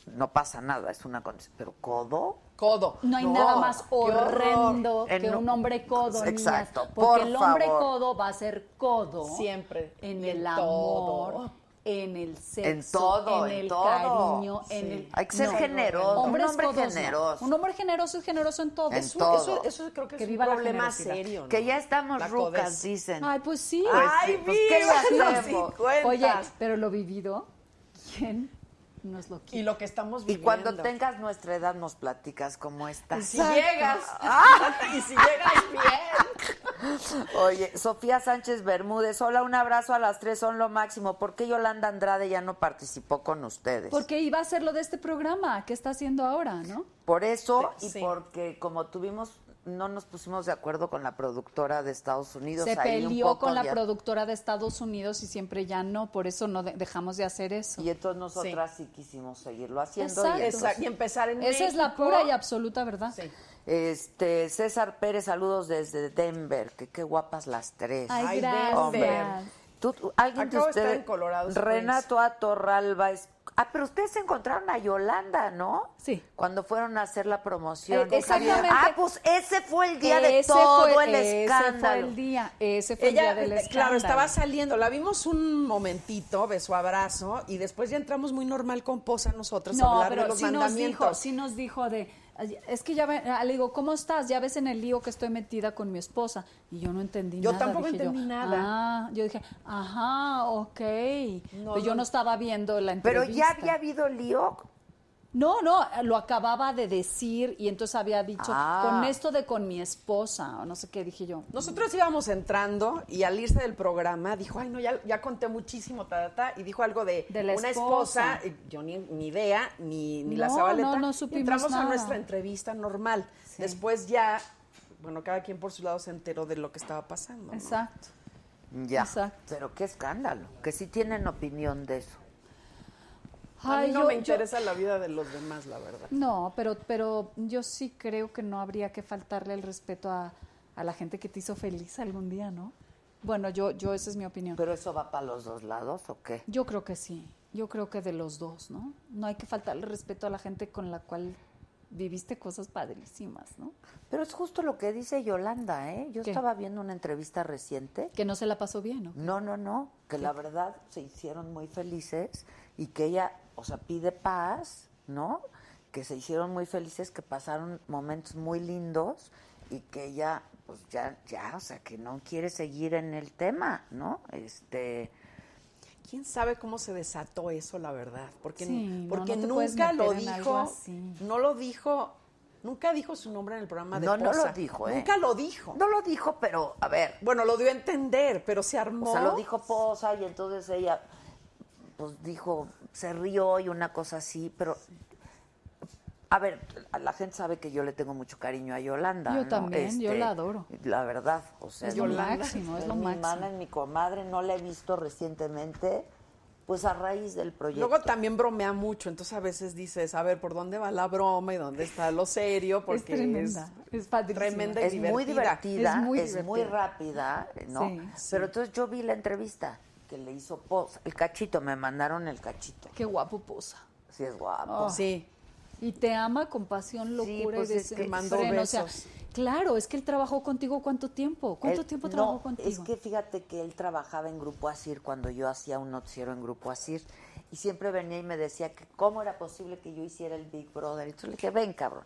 Speaker 3: no pasa nada, es una condición. Pero codo,
Speaker 6: Codo.
Speaker 5: no hay
Speaker 3: No,
Speaker 5: nada más
Speaker 6: qué horror.
Speaker 5: horrendo
Speaker 3: En
Speaker 5: que
Speaker 3: un-
Speaker 5: un hombre codo, niñas,
Speaker 3: Exacto,
Speaker 5: porque
Speaker 3: por
Speaker 5: el hombre
Speaker 3: favor.
Speaker 5: codo va a ser codo
Speaker 6: Siempre,
Speaker 5: en
Speaker 6: y en
Speaker 5: el
Speaker 6: todo.
Speaker 5: amor, en el sexo,
Speaker 3: todo,
Speaker 5: en
Speaker 3: en
Speaker 5: el
Speaker 3: todo.
Speaker 5: cariño, en
Speaker 6: Sí.
Speaker 5: el
Speaker 3: Hay que ser generoso, un
Speaker 5: Hombres
Speaker 3: hombre
Speaker 5: codos no.
Speaker 3: generoso.
Speaker 5: Un hombre generoso es generoso en todo.
Speaker 3: En
Speaker 5: Es un-
Speaker 3: todo.
Speaker 6: Eso, eso creo que,
Speaker 5: Que
Speaker 6: es
Speaker 5: viva
Speaker 6: un
Speaker 5: la
Speaker 6: problema
Speaker 5: generosidad.
Speaker 6: serio. ¿no?
Speaker 3: que ya estamos
Speaker 6: La
Speaker 3: rucas,
Speaker 6: codez.
Speaker 3: dicen.
Speaker 5: Ay, pues sí.
Speaker 6: Ay,
Speaker 3: Pues, ¿qué
Speaker 6: viva
Speaker 3: le
Speaker 6: los
Speaker 3: hacemos?
Speaker 6: 50.
Speaker 5: Oye, pero lo vivido, ¿quién nos lo
Speaker 6: y
Speaker 5: quita?
Speaker 6: lo que estamos
Speaker 3: y
Speaker 6: viviendo.
Speaker 3: cuando tengas nuestra edad nos platicas cómo Ah,
Speaker 6: Y
Speaker 3: estás.
Speaker 6: si llegas. Y si llegas bien.
Speaker 3: Oye, Sofía Sánchez Bermúdez, hola, un abrazo a las tres, son lo máximo. ¿Por qué Yolanda Andrade ya no participó con ustedes?
Speaker 5: Porque iba a ser lo de este programa, ¿qué está haciendo ahora, no?
Speaker 3: Por eso y
Speaker 6: Sí.
Speaker 3: porque como tuvimos, no nos pusimos de acuerdo con la productora de Estados Unidos.
Speaker 5: Se
Speaker 3: ahí un
Speaker 5: peleó
Speaker 3: poco
Speaker 5: con la
Speaker 3: de-
Speaker 5: productora de Estados Unidos y siempre ya no, por eso no de- dejamos de hacer eso.
Speaker 3: Y entonces nosotras sí, quisimos seguirlo haciendo.
Speaker 5: Exacto.
Speaker 3: y entonces-
Speaker 6: Exacto, Y empezar en
Speaker 5: Esa es la
Speaker 6: México.
Speaker 5: pura y absoluta verdad.
Speaker 6: Sí.
Speaker 3: Este, César Pérez, saludos desde Denver, que qué guapas las tres.
Speaker 5: Ay,
Speaker 6: Ay,
Speaker 5: gracias.
Speaker 6: Denver.
Speaker 3: Hombre. Tú- tú- alguien de
Speaker 6: Acabo de
Speaker 3: ustedes-
Speaker 6: estar en Colorado Springs.
Speaker 3: Renato Atorralba es Ah, pero ustedes encontraron a Yolanda, ¿no?
Speaker 5: Sí.
Speaker 3: Cuando fueron a hacer la promoción.
Speaker 5: Eh, exactamente.
Speaker 3: Ah, pues ese fue el día de
Speaker 5: Ese
Speaker 3: todo
Speaker 5: fue-
Speaker 3: el
Speaker 5: Ese fue
Speaker 3: escándalo.
Speaker 5: el día, ese fue
Speaker 6: Ella,
Speaker 5: el día del
Speaker 6: eh,
Speaker 5: escándalo.
Speaker 6: claro, estaba saliendo. La vimos un momentito, beso, abrazo, y después ya entramos muy normal con posa nosotras a
Speaker 5: No,
Speaker 6: hablar de
Speaker 5: pero
Speaker 6: los
Speaker 5: sí nos
Speaker 6: mandamientos.
Speaker 5: dijo, sí nos dijo de, es que ya ve- ah, le digo, ¿cómo estás? Ya ves en el lío que estoy metida con mi esposa. Y yo no entendí
Speaker 6: Yo
Speaker 5: nada.
Speaker 6: tampoco
Speaker 5: dije
Speaker 6: entendí nada.
Speaker 5: Ah, yo dije, ajá, ok.
Speaker 6: No,
Speaker 5: Pero yo
Speaker 6: no.
Speaker 5: no estaba viendo la
Speaker 3: Pero
Speaker 5: entrevista.
Speaker 3: ya había habido lío.
Speaker 5: No, no, lo acababa de decir y entonces había dicho,
Speaker 3: Ah.
Speaker 5: con esto de con mi esposa, o no sé qué, dije yo.
Speaker 6: Nosotros íbamos entrando y al irse del programa dijo, ay, no, ya, ya conté muchísimo, ta, ta, ta", y dijo algo de,
Speaker 5: De la
Speaker 6: una esposa,
Speaker 5: esposa.
Speaker 6: y yo ni, ni idea, ni, ni la
Speaker 5: No,
Speaker 6: sabaleta.
Speaker 5: no, no
Speaker 6: Y
Speaker 5: supimos
Speaker 6: Entramos a
Speaker 5: nada.
Speaker 6: nuestra entrevista normal. Después ya, bueno, cada quien por su lado se enteró de lo que estaba pasando. ¿no?
Speaker 5: Exacto.
Speaker 3: Ya.
Speaker 5: Exacto.
Speaker 3: Pero qué escándalo. Que sí tienen opinión de eso.
Speaker 6: A mí
Speaker 5: Ay,
Speaker 6: no
Speaker 5: yo-
Speaker 6: me
Speaker 5: yo-
Speaker 6: interesa la vida de los demás, la verdad.
Speaker 5: No, pero, pero yo sí creo que no habría que faltarle el respeto a, a la gente que te hizo feliz algún día, ¿no? Bueno, yo, yo esa es mi opinión.
Speaker 3: Pero eso va para los dos lados o qué?
Speaker 5: Yo creo que sí. Yo creo que de los dos, ¿no? No hay que faltarle respeto a la gente con la cual viviste cosas padrísimas, ¿no?
Speaker 3: Pero es justo lo que dice Yolanda, ¿eh? Yo
Speaker 5: ¿Qué?
Speaker 3: estaba viendo una entrevista reciente.
Speaker 5: Que no se la pasó bien,
Speaker 6: Mm.
Speaker 5: ¿no?
Speaker 3: No, no, no, que la verdad se hicieron muy felices y que ella, o sea, pide paz, ¿no? Que se hicieron muy felices, que pasaron momentos muy lindos y que ella, pues ya, ya, o sea, que no quiere seguir en el tema, ¿no? Este,
Speaker 6: ¿Quién sabe cómo se desató eso, la verdad? Porque,
Speaker 5: Sí, no,
Speaker 6: porque
Speaker 5: no te puedes
Speaker 6: nunca
Speaker 5: meter
Speaker 6: lo
Speaker 5: en algo
Speaker 6: dijo,
Speaker 5: así.
Speaker 6: no lo dijo, nunca dijo su nombre en el programa de
Speaker 3: No, no lo
Speaker 6: Poza.
Speaker 3: dijo, ¿eh?
Speaker 6: Nunca lo dijo.
Speaker 3: no lo dijo, pero a ver,
Speaker 6: Bueno, lo dio a entender, pero se armó.
Speaker 3: O sea, lo dijo Posa y entonces ella, pues dijo, se rió y una cosa así, pero... A ver, la gente sabe que yo le tengo mucho cariño a Yolanda.
Speaker 5: Yo
Speaker 3: ¿no? Este,
Speaker 5: también, yo la adoro.
Speaker 3: La verdad, o sea,
Speaker 5: Es lo
Speaker 3: Yolanda
Speaker 5: máximo, es lo
Speaker 3: mi
Speaker 5: máximo.
Speaker 3: hermana, es mi comadre, no la he visto recientemente, pues a raíz del proyecto.
Speaker 6: Luego también bromea mucho, entonces a veces dices, a ver, ¿por dónde va la broma y dónde está lo serio? Porque
Speaker 5: es tremenda. Es, padrísima.
Speaker 6: tremenda.
Speaker 3: es muy divertida, es
Speaker 5: Es
Speaker 3: muy,
Speaker 5: muy divertida.
Speaker 3: rápida, ¿no?
Speaker 5: Sí,
Speaker 3: Pero entonces yo vi la entrevista que le hizo Posa, el cachito, me mandaron el cachito.
Speaker 5: Qué guapo posa.
Speaker 3: Sí, es guapo.
Speaker 6: Oh.
Speaker 5: Oh,
Speaker 6: Sí.
Speaker 5: Y te ama con pasión, locura
Speaker 3: pues
Speaker 5: y
Speaker 3: es que
Speaker 6: mandó
Speaker 5: desenfreno. O sea,
Speaker 6: besos. Eh,
Speaker 5: claro, es que él trabajó contigo cuánto tiempo. ¿Cuánto
Speaker 3: Él-
Speaker 5: tiempo
Speaker 3: no,
Speaker 5: trabajó contigo?
Speaker 3: Es que fíjate que él trabajaba en Grupo Asir cuando yo hacía un noticiero en Grupo Asir y siempre venía y me decía que cómo era posible que yo hiciera el Big Brother. Y yo le dije, ven, cabrón.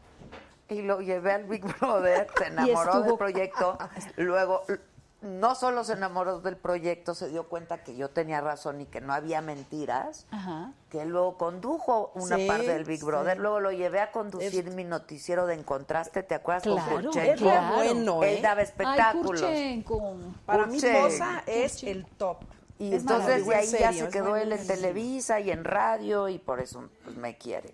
Speaker 3: Y lo llevé al Big Brother, se enamoró del
Speaker 5: estuvo-
Speaker 3: proyecto. Luego, l- no solo se enamoró del proyecto, se dio cuenta que yo tenía razón y que no había mentiras.
Speaker 5: Ajá.
Speaker 3: Que luego condujo una
Speaker 6: Sí,
Speaker 3: parte del Big
Speaker 6: sí.
Speaker 3: Brother. Luego lo llevé a conducir mi noticiero de Encontraste, ¿te acuerdas? Con
Speaker 5: Claro,
Speaker 3: Furchenko.
Speaker 6: Es lo
Speaker 5: Claro.
Speaker 6: bueno, ¿eh?
Speaker 3: Él daba espectáculos.
Speaker 5: Ay, Kurchenko.
Speaker 6: Para mí
Speaker 3: Uche.
Speaker 6: Poza es el top.
Speaker 3: Y
Speaker 6: Es
Speaker 3: entonces
Speaker 6: maravilloso,
Speaker 3: de ahí
Speaker 6: en
Speaker 3: ya
Speaker 6: serio,
Speaker 3: se
Speaker 6: es
Speaker 3: quedó él en
Speaker 6: maravilloso.
Speaker 3: Televisa y en radio y por eso pues, me quiere.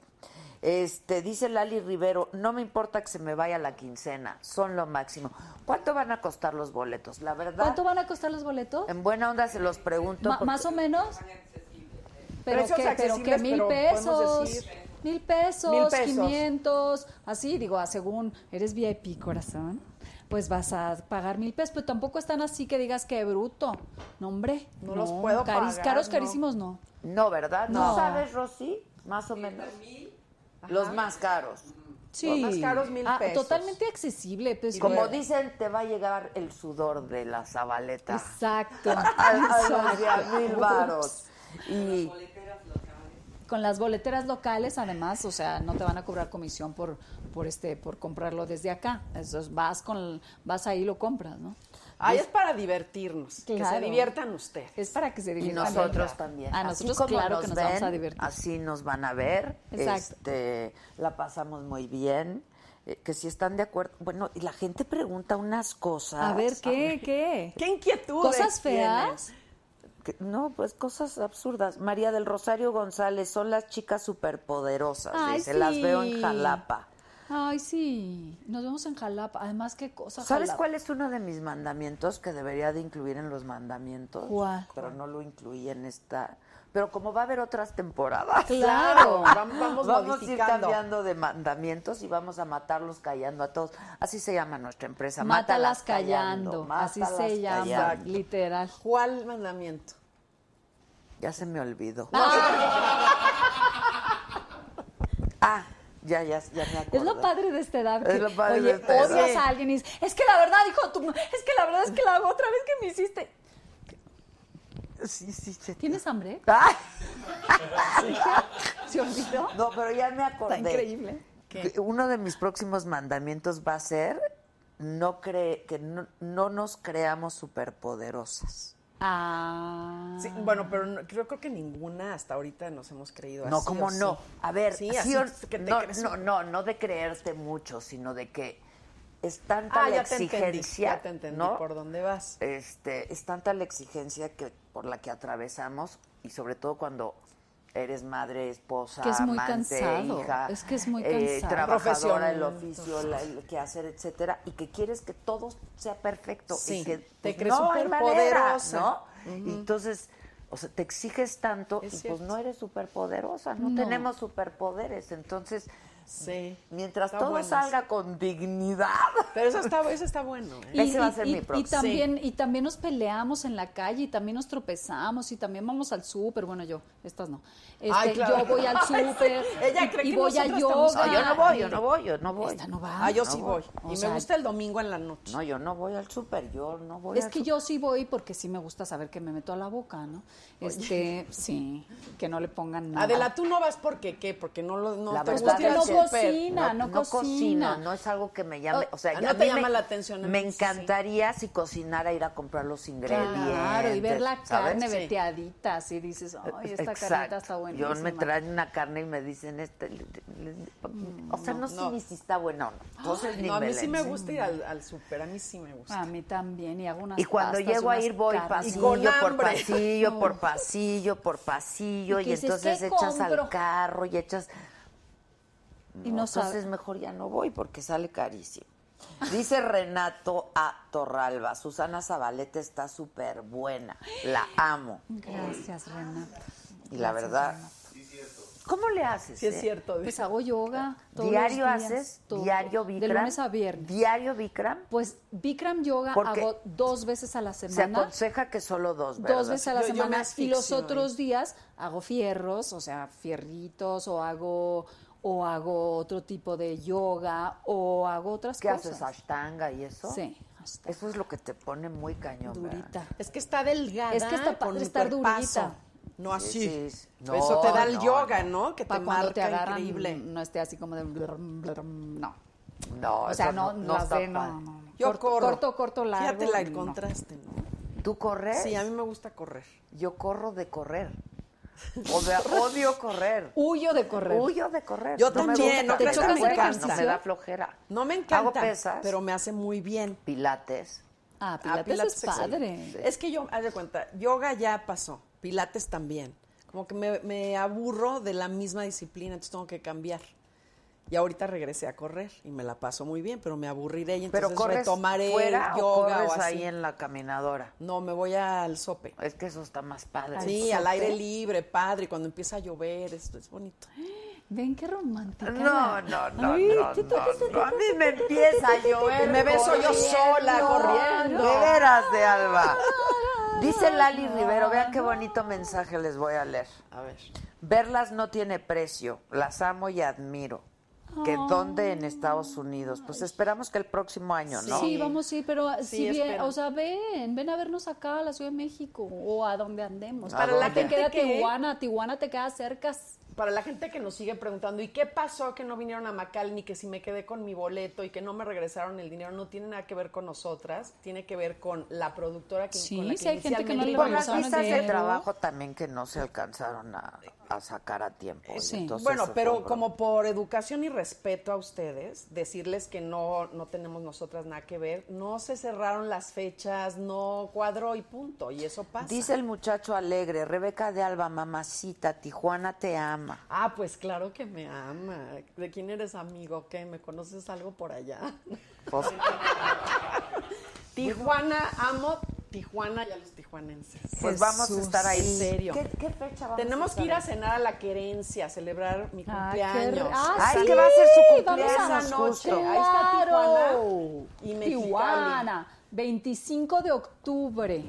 Speaker 3: Este, dice Lali Rivero, no me importa que se me vaya la quincena, son lo máximo. ¿Cuánto van a costar los boletos? La verdad,
Speaker 5: ¿Cuánto van a costar los boletos?
Speaker 3: en buena onda se los pregunto.
Speaker 5: Ma-
Speaker 3: porque-
Speaker 5: más o menos. Pero
Speaker 6: Precios
Speaker 5: que, pero que
Speaker 6: accesibles,
Speaker 5: mil
Speaker 6: pero podemos
Speaker 5: pesos,
Speaker 6: decir-
Speaker 5: mil pesos,
Speaker 6: Mil pesos.
Speaker 5: 500, así, digo, ah, según eres VIP, corazón, pues vas a pagar mil pesos, pero tampoco están así que digas que bruto. No, hombre,
Speaker 6: No los puedo pagar,
Speaker 5: Caros,
Speaker 6: no.
Speaker 5: carísimos, no.
Speaker 3: No, ¿verdad? ¿No,
Speaker 5: No.
Speaker 3: sabes, Rosy? Más o menos. Los más caros.
Speaker 5: Sí.
Speaker 6: más caros, mil
Speaker 5: Ah,
Speaker 6: pesos.
Speaker 5: Totalmente accesible, pues.
Speaker 3: Como
Speaker 5: bueno.
Speaker 3: dicen, te va a llegar el sudor de la zabaleta.
Speaker 5: Exacto.
Speaker 3: A, a los
Speaker 5: Exacto.
Speaker 3: 10 mil varos. Y
Speaker 5: Con las boleteras locales, además, o sea, no te van a cobrar comisión por, por este, por comprarlo desde acá. Eso es, vas con, vas ahí y lo compras, ¿no?
Speaker 6: Ahí es para divertirnos, que se
Speaker 5: Claro.
Speaker 6: diviertan ustedes.
Speaker 5: Es para que se
Speaker 3: Y
Speaker 5: diviertan.
Speaker 3: nosotros también.
Speaker 5: A
Speaker 3: Así
Speaker 5: nosotros,
Speaker 3: como
Speaker 5: claro que nos vamos
Speaker 3: ven,
Speaker 5: a divertir.
Speaker 3: Así nos van a ver.
Speaker 5: Exacto.
Speaker 3: Este, la pasamos muy bien. Eh, que si están de acuerdo. Bueno, y la gente pregunta unas cosas.
Speaker 5: A ver, ¿qué? ¿Qué?
Speaker 6: ¿Qué inquietudes
Speaker 5: ¿Cosas feas?
Speaker 3: Que- no, pues cosas absurdas. María del Rosario González, son las chicas superpoderosas.
Speaker 5: Ay,
Speaker 3: dice, las veo en
Speaker 5: sí.
Speaker 3: Jalapa.
Speaker 5: Ay, sí. Nos vemos en Jalapa. Además, qué cosa.
Speaker 3: ¿Sabes
Speaker 5: Jalapa?
Speaker 3: cuál es uno de mis mandamientos que debería de incluir en los mandamientos?
Speaker 5: ¿Cuál?
Speaker 3: Pero no lo incluí en esta. Pero como va a haber otras temporadas.
Speaker 5: Claro.
Speaker 6: Vamos, vamos
Speaker 3: Vamos a ir
Speaker 6: modificando.
Speaker 3: cambiando de mandamientos y vamos a matarlos callando a todos. Así se llama nuestra empresa.
Speaker 5: Mátalas callando. Así
Speaker 3: Mátalas
Speaker 5: se llama,
Speaker 3: callando.
Speaker 5: literal.
Speaker 6: ¿Cuál mandamiento?
Speaker 5: Ah.
Speaker 3: Ya se me olvidó. Ah, ya, ya, ya me acuerdo.
Speaker 5: Es lo padre de esta edad.
Speaker 3: Es
Speaker 5: que,
Speaker 3: lo padre
Speaker 5: oye,
Speaker 3: de este esta edad.
Speaker 5: odias
Speaker 3: Sí.
Speaker 5: a alguien y dices, es que la verdad, hijo, tú, es que la verdad es que la otra vez que me hiciste.
Speaker 3: Sí, sí, se
Speaker 5: ¿Tienes hambre?
Speaker 3: Ah,
Speaker 5: ¿Se olvidó?
Speaker 3: no, pero ya me acordé.
Speaker 5: Está increíble.
Speaker 3: Que Uno de mis próximos mandamientos va a ser no cre que no, no nos creamos superpoderosas.
Speaker 5: Ah.
Speaker 6: Sí, bueno, pero no- yo creo que ninguna hasta ahorita nos hemos creído
Speaker 3: No,
Speaker 6: así.
Speaker 3: como
Speaker 6: ¿o sí?
Speaker 3: no. A ver,
Speaker 6: sí,
Speaker 3: sí
Speaker 6: así
Speaker 3: o-
Speaker 6: que te
Speaker 3: no,
Speaker 6: crees un-
Speaker 3: no, no, no de creerte mucho, sino de que es tanta
Speaker 6: Ah,
Speaker 3: la
Speaker 6: ya te entendí,
Speaker 3: exigencia,
Speaker 6: ya te entendí
Speaker 3: ¿no?
Speaker 6: por dónde vas.
Speaker 5: Eh,
Speaker 3: Este, es tanta la exigencia que por la que atravesamos y sobre todo cuando eres madre, esposa,
Speaker 5: Que es muy
Speaker 3: amante,
Speaker 5: cansado,
Speaker 3: hija,
Speaker 5: es que es muy
Speaker 3: eh,
Speaker 5: cansado.
Speaker 3: trabajadora, el
Speaker 6: Profesión.
Speaker 3: oficio, la- el quehacer, etcétera, y que quieres que todo sea perfecto
Speaker 6: Sí,
Speaker 3: y que
Speaker 6: te
Speaker 3: pues,
Speaker 6: crees
Speaker 3: no hay manera,
Speaker 6: superpoderosa.
Speaker 3: ¿no? Y entonces, o sea, te exiges tanto
Speaker 6: Es
Speaker 3: y
Speaker 6: cierto.
Speaker 3: pues no eres superpoderosa, no,
Speaker 5: No.
Speaker 3: tenemos superpoderes, entonces
Speaker 6: Sí.
Speaker 3: mientras
Speaker 6: Está
Speaker 3: todo
Speaker 6: bueno.
Speaker 3: salga con dignidad.
Speaker 6: Pero eso está, eso está bueno. ¿eh?
Speaker 3: Ese va a ser mi próximo.
Speaker 5: también, y también nos peleamos en la calle, y también nos tropezamos, y también vamos al súper. Bueno, yo, estas no. Este,
Speaker 6: Ay, claro.
Speaker 5: Yo voy al
Speaker 6: Ay, sí.
Speaker 5: súper.
Speaker 6: Ella
Speaker 5: y-
Speaker 6: cree
Speaker 5: y
Speaker 6: que
Speaker 5: voy a
Speaker 6: nosotros estamos-
Speaker 3: No,
Speaker 5: yoga.
Speaker 3: Ah, yo no voy, yo no voy, yo no voy.
Speaker 5: Esta no va.
Speaker 6: Ah, yo
Speaker 3: no
Speaker 6: sí
Speaker 3: voy.
Speaker 6: voy.
Speaker 5: O
Speaker 6: Y
Speaker 5: sea,
Speaker 6: me gusta el domingo en la noche.
Speaker 3: No, yo no voy al súper, yo no voy
Speaker 5: Es
Speaker 3: al
Speaker 5: que
Speaker 3: súper.
Speaker 5: yo sí voy porque sí me gusta saber que me meto a la boca, ¿no? Este, sí, que no le pongan nada.
Speaker 6: Adela, Ah, tú no vas porque qué, porque no lo no
Speaker 3: La
Speaker 6: te
Speaker 3: verdad
Speaker 6: gusta ir
Speaker 5: es
Speaker 6: al
Speaker 5: que
Speaker 6: súper.
Speaker 5: no cocino. cocina, no cocina.
Speaker 3: no es algo que me llame,
Speaker 5: Oh,
Speaker 3: o sea, ya
Speaker 6: ah, no
Speaker 3: a
Speaker 6: te
Speaker 3: mí
Speaker 6: llama
Speaker 3: me,
Speaker 6: la atención, a mí
Speaker 3: Me
Speaker 6: sí, sí.
Speaker 3: encantaría si cocinara ir a comprar los ingredientes.
Speaker 5: Claro, y ver la
Speaker 3: ¿sabes?
Speaker 5: carne
Speaker 6: Sí.
Speaker 5: veteadita, así dices, ay, esta
Speaker 3: Exacto.
Speaker 5: carnita está buenísima.
Speaker 3: Yo me traen una carne y me dicen, este, le- le- le- o sea, no, sé
Speaker 6: no.
Speaker 3: ni si está buena o no. Entonces, ni
Speaker 6: No, a mí
Speaker 3: me
Speaker 6: sí
Speaker 3: la
Speaker 6: me
Speaker 3: enseñan.
Speaker 6: gusta ir al, al súper, a mí sí me gusta.
Speaker 5: A mí también, y hago unas
Speaker 3: Y cuando
Speaker 5: pastas,
Speaker 3: llego a
Speaker 5: unas
Speaker 3: ir voy
Speaker 5: carnes.
Speaker 6: Y con
Speaker 3: pasillo por
Speaker 6: hambre.
Speaker 3: pasillo,
Speaker 5: No.
Speaker 3: por pasillo, por pasillo,
Speaker 5: Y
Speaker 3: y,
Speaker 5: que dices,
Speaker 3: entonces
Speaker 5: ¿qué
Speaker 3: echas
Speaker 5: compro?
Speaker 3: al carro y echas... "Pues
Speaker 5: Y no
Speaker 3: entonces
Speaker 5: sabes.
Speaker 3: mejor ya no voy porque sale carísimo. Dice Renato A. Torralba, Susana Zabaleta está súper buena, la amo.
Speaker 5: Gracias, Renata.
Speaker 3: Y la verdad... ¿Cómo le haces?
Speaker 6: Sí, es
Speaker 3: eh?
Speaker 6: cierto. de-
Speaker 5: Pues hago yoga todos
Speaker 3: ¿Diario
Speaker 5: los días,
Speaker 3: haces?
Speaker 5: todo.
Speaker 3: ¿Diario
Speaker 5: De
Speaker 3: Bikram?
Speaker 5: lunes a viernes.
Speaker 3: ¿Diario Bikram?
Speaker 5: Pues Bikram yoga
Speaker 3: Porque
Speaker 5: hago dos veces a la
Speaker 3: Se
Speaker 5: semana.
Speaker 3: aconseja que solo dos, ¿verdad?
Speaker 5: dos veces a la
Speaker 6: Yo- yo me
Speaker 5: semana y
Speaker 6: asfixio
Speaker 5: los otros días hago fierros, o sea, fierritos o hago o hago otro tipo de yoga o hago otras
Speaker 3: ¿Qué
Speaker 5: cosas.
Speaker 3: haces? ¿Ashtanga y eso?
Speaker 5: Sí, hasta
Speaker 3: Eso es lo que te pone muy cañón. ¿verdad?
Speaker 5: durita.
Speaker 6: Es que está delgada.
Speaker 5: Es que está
Speaker 6: con
Speaker 5: padre
Speaker 6: un
Speaker 5: estar
Speaker 6: cuerpazo.
Speaker 5: durita.
Speaker 6: No así.
Speaker 3: Sí, sí. No,
Speaker 6: Eso te da el
Speaker 3: no,
Speaker 6: yoga, ¿no? Que te
Speaker 5: Para cuando
Speaker 6: marca
Speaker 5: te agarran, mm,
Speaker 6: increíble.
Speaker 5: no esté así como de blurm, blurm, no.
Speaker 3: No,
Speaker 5: O sea,
Speaker 3: eso
Speaker 5: no, las
Speaker 3: está
Speaker 5: de no,
Speaker 3: padre.
Speaker 5: no, no.
Speaker 6: Yo
Speaker 5: corto,
Speaker 6: corro.
Speaker 5: corto, corto, largo.
Speaker 6: Fíjate la, el
Speaker 5: no.
Speaker 6: contraste, ¿no?
Speaker 3: ¿Tú corres?
Speaker 6: Sí, a mí me gusta correr.
Speaker 3: Yo corro de correr. O sea, odio correr.
Speaker 5: Huyo de correr.
Speaker 3: Huyo de correr.
Speaker 6: Yo
Speaker 3: me
Speaker 6: también,
Speaker 3: gusta,
Speaker 6: ¿no? ¿Te
Speaker 3: me da
Speaker 6: choca hacer
Speaker 3: flojera, No me
Speaker 6: ejercicio?
Speaker 3: da flojera.
Speaker 6: No me encanta,
Speaker 3: Hago pesas,
Speaker 6: pero me hace muy bien.
Speaker 3: pilates.
Speaker 5: Ah,
Speaker 6: Ah,
Speaker 5: pilates, es
Speaker 6: excelente.
Speaker 5: padre.
Speaker 6: Es que yo, haz de cuenta, yoga ya pasó, pilates también. Como que me, me aburro de la misma disciplina, entonces tengo que cambiar. Y ahorita regresé a correr y me la paso muy bien, pero me aburriré y entonces
Speaker 3: Pero corres
Speaker 6: retomaré
Speaker 3: fuera
Speaker 6: yoga
Speaker 3: o corres
Speaker 6: así.
Speaker 3: ahí en la caminadora.
Speaker 6: No, me voy al sope.
Speaker 3: Es que eso está más padre.
Speaker 6: Sí, al aire libre, padre, y cuando empieza a llover, esto es bonito.
Speaker 5: Ven qué romántica.
Speaker 3: No, no, no,
Speaker 5: Ay,
Speaker 3: no,
Speaker 5: ¿qué
Speaker 3: no,
Speaker 5: tocas de-
Speaker 3: no. A mí me empieza a llover.
Speaker 6: Me beso yo sola, corriendo.
Speaker 3: De veras, de Alba. Dice Lali Rivero, vean qué bonito mensaje les voy a leer.
Speaker 6: A ver.
Speaker 3: Verlas no tiene precio, las amo y admiro. ¿Que dónde en Estados Unidos? Pues esperamos que el próximo año, ¿no?
Speaker 5: Sí, vamos, sí, pero si bien,
Speaker 6: espera.
Speaker 5: o sea, ven, ven a vernos acá a la Ciudad de México o a donde andemos.
Speaker 3: ¿A Para la dónde?
Speaker 5: te queda
Speaker 6: gente que-
Speaker 5: Tijuana, Tijuana te queda cerca.
Speaker 6: Para la gente que nos sigue preguntando, ¿y qué pasó que no vinieron a Macalmi, que si me quedé con mi boleto y que no me regresaron el dinero? No tiene nada que ver con nosotras, tiene que ver con la productora que
Speaker 5: Sí,
Speaker 6: con la que
Speaker 5: sí hay gente que no
Speaker 3: Y
Speaker 5: le
Speaker 6: inicialmente-
Speaker 3: por
Speaker 5: Pero
Speaker 3: las
Speaker 5: regresaron
Speaker 3: listas de
Speaker 5: dinero.
Speaker 3: trabajo también que no se alcanzaron a, a sacar a tiempo. y
Speaker 5: Sí.
Speaker 3: entonces
Speaker 6: Bueno,
Speaker 3: se fue
Speaker 6: pero
Speaker 3: un
Speaker 6: como por educación y respeto a ustedes, decirles que no, no tenemos nosotras nada que ver, no se cerraron las fechas, no cuadró y punto, y eso pasa.
Speaker 3: Dice el muchacho alegre, Rebeca de Alba, mamacita, Tijuana te ama.
Speaker 6: Ah, pues claro que me ama. ¿De quién eres amigo? ¿Qué? ¿Me conoces algo por allá?
Speaker 3: Pues,
Speaker 6: Tijuana, amo Tijuana y a los tijuanenses.
Speaker 3: pues vamos a estar ahí.
Speaker 6: en serio.
Speaker 3: ¿Qué, qué fecha vamos
Speaker 6: Tenemos que ir a
Speaker 3: estar
Speaker 6: cenar a la querencia, a celebrar mi
Speaker 5: Ah,
Speaker 6: cumpleaños.
Speaker 5: qué- ah,
Speaker 3: Ay,
Speaker 5: sí,
Speaker 3: que va a ser su
Speaker 5: vamos
Speaker 3: cumpleaños
Speaker 5: a-
Speaker 6: esa noche.
Speaker 3: justo.
Speaker 6: Ahí está Tijuana y Mexicali.
Speaker 5: Tijuana, 25 de octubre,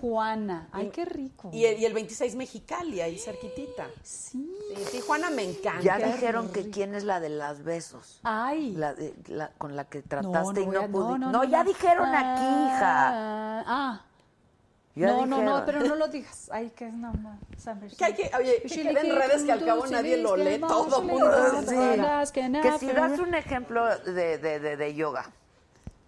Speaker 5: Tijuana. Ay, qué rico.
Speaker 6: Y el, y el 26 Mexicali, ahí cerquitita.
Speaker 5: Sí.
Speaker 6: Sí, Tijuana me encanta.
Speaker 3: Ya
Speaker 5: Qué
Speaker 3: dijeron que
Speaker 5: rico.
Speaker 3: quién es la de las besos.
Speaker 5: Ay.
Speaker 3: La, de- la- con la que trataste
Speaker 5: voy
Speaker 3: y no
Speaker 5: a-
Speaker 3: pudi- No, ya dijeron aquí, hija.
Speaker 5: Ah, ah.
Speaker 3: Ya
Speaker 5: no, no, no,
Speaker 3: dijeron.
Speaker 5: pero no lo digas. Ay, que es nomás.
Speaker 6: Que hay que, oye, que quede en redes que al cabo nadie lo lee, todo mundo.
Speaker 3: Ah, Sí. Que si das un ejemplo de, de, de, de yoga.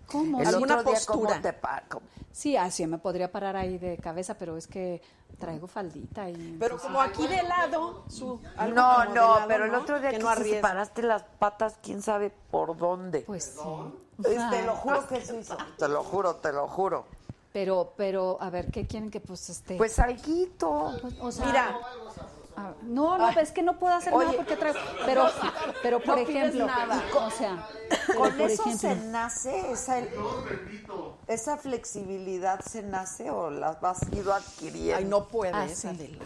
Speaker 5: ¿Cómo?
Speaker 3: El
Speaker 6: Alguna
Speaker 3: otro día, ¿cómo
Speaker 6: postura.
Speaker 3: te pa- cómo-
Speaker 5: Sí, así me podría parar ahí de cabeza, pero es que traigo faldita y...
Speaker 6: Pero como aquí de lado, su, algo
Speaker 3: No,
Speaker 6: como de
Speaker 3: no,
Speaker 6: lado,
Speaker 3: pero el otro día
Speaker 6: que
Speaker 3: que
Speaker 6: no
Speaker 3: sí
Speaker 6: arriesgue.
Speaker 3: paraste las patas, quién sabe por dónde.
Speaker 5: pues sí.
Speaker 3: Es- te lo juro que eso hizo. Te lo juro, te lo juro.
Speaker 5: Pero, pero, a ver, ¿qué quieren que pues este...
Speaker 3: Pues alguito.
Speaker 5: pues, o sea,
Speaker 6: Mira,
Speaker 5: a- no, no, es que no puedo hacer nada
Speaker 3: Ah. Oye.
Speaker 5: porque traigo... Pero, pero por
Speaker 6: No pides
Speaker 5: ejemplo,
Speaker 6: nada.
Speaker 5: y co- o sea, pero
Speaker 3: ¿Con
Speaker 5: por
Speaker 3: eso se
Speaker 5: ejemplo,
Speaker 3: nace? ¿Esa, esa flexibilidad se nace o la has ido adquiriendo?
Speaker 6: ay, no puedes,
Speaker 5: Ah, sí.
Speaker 6: Adela.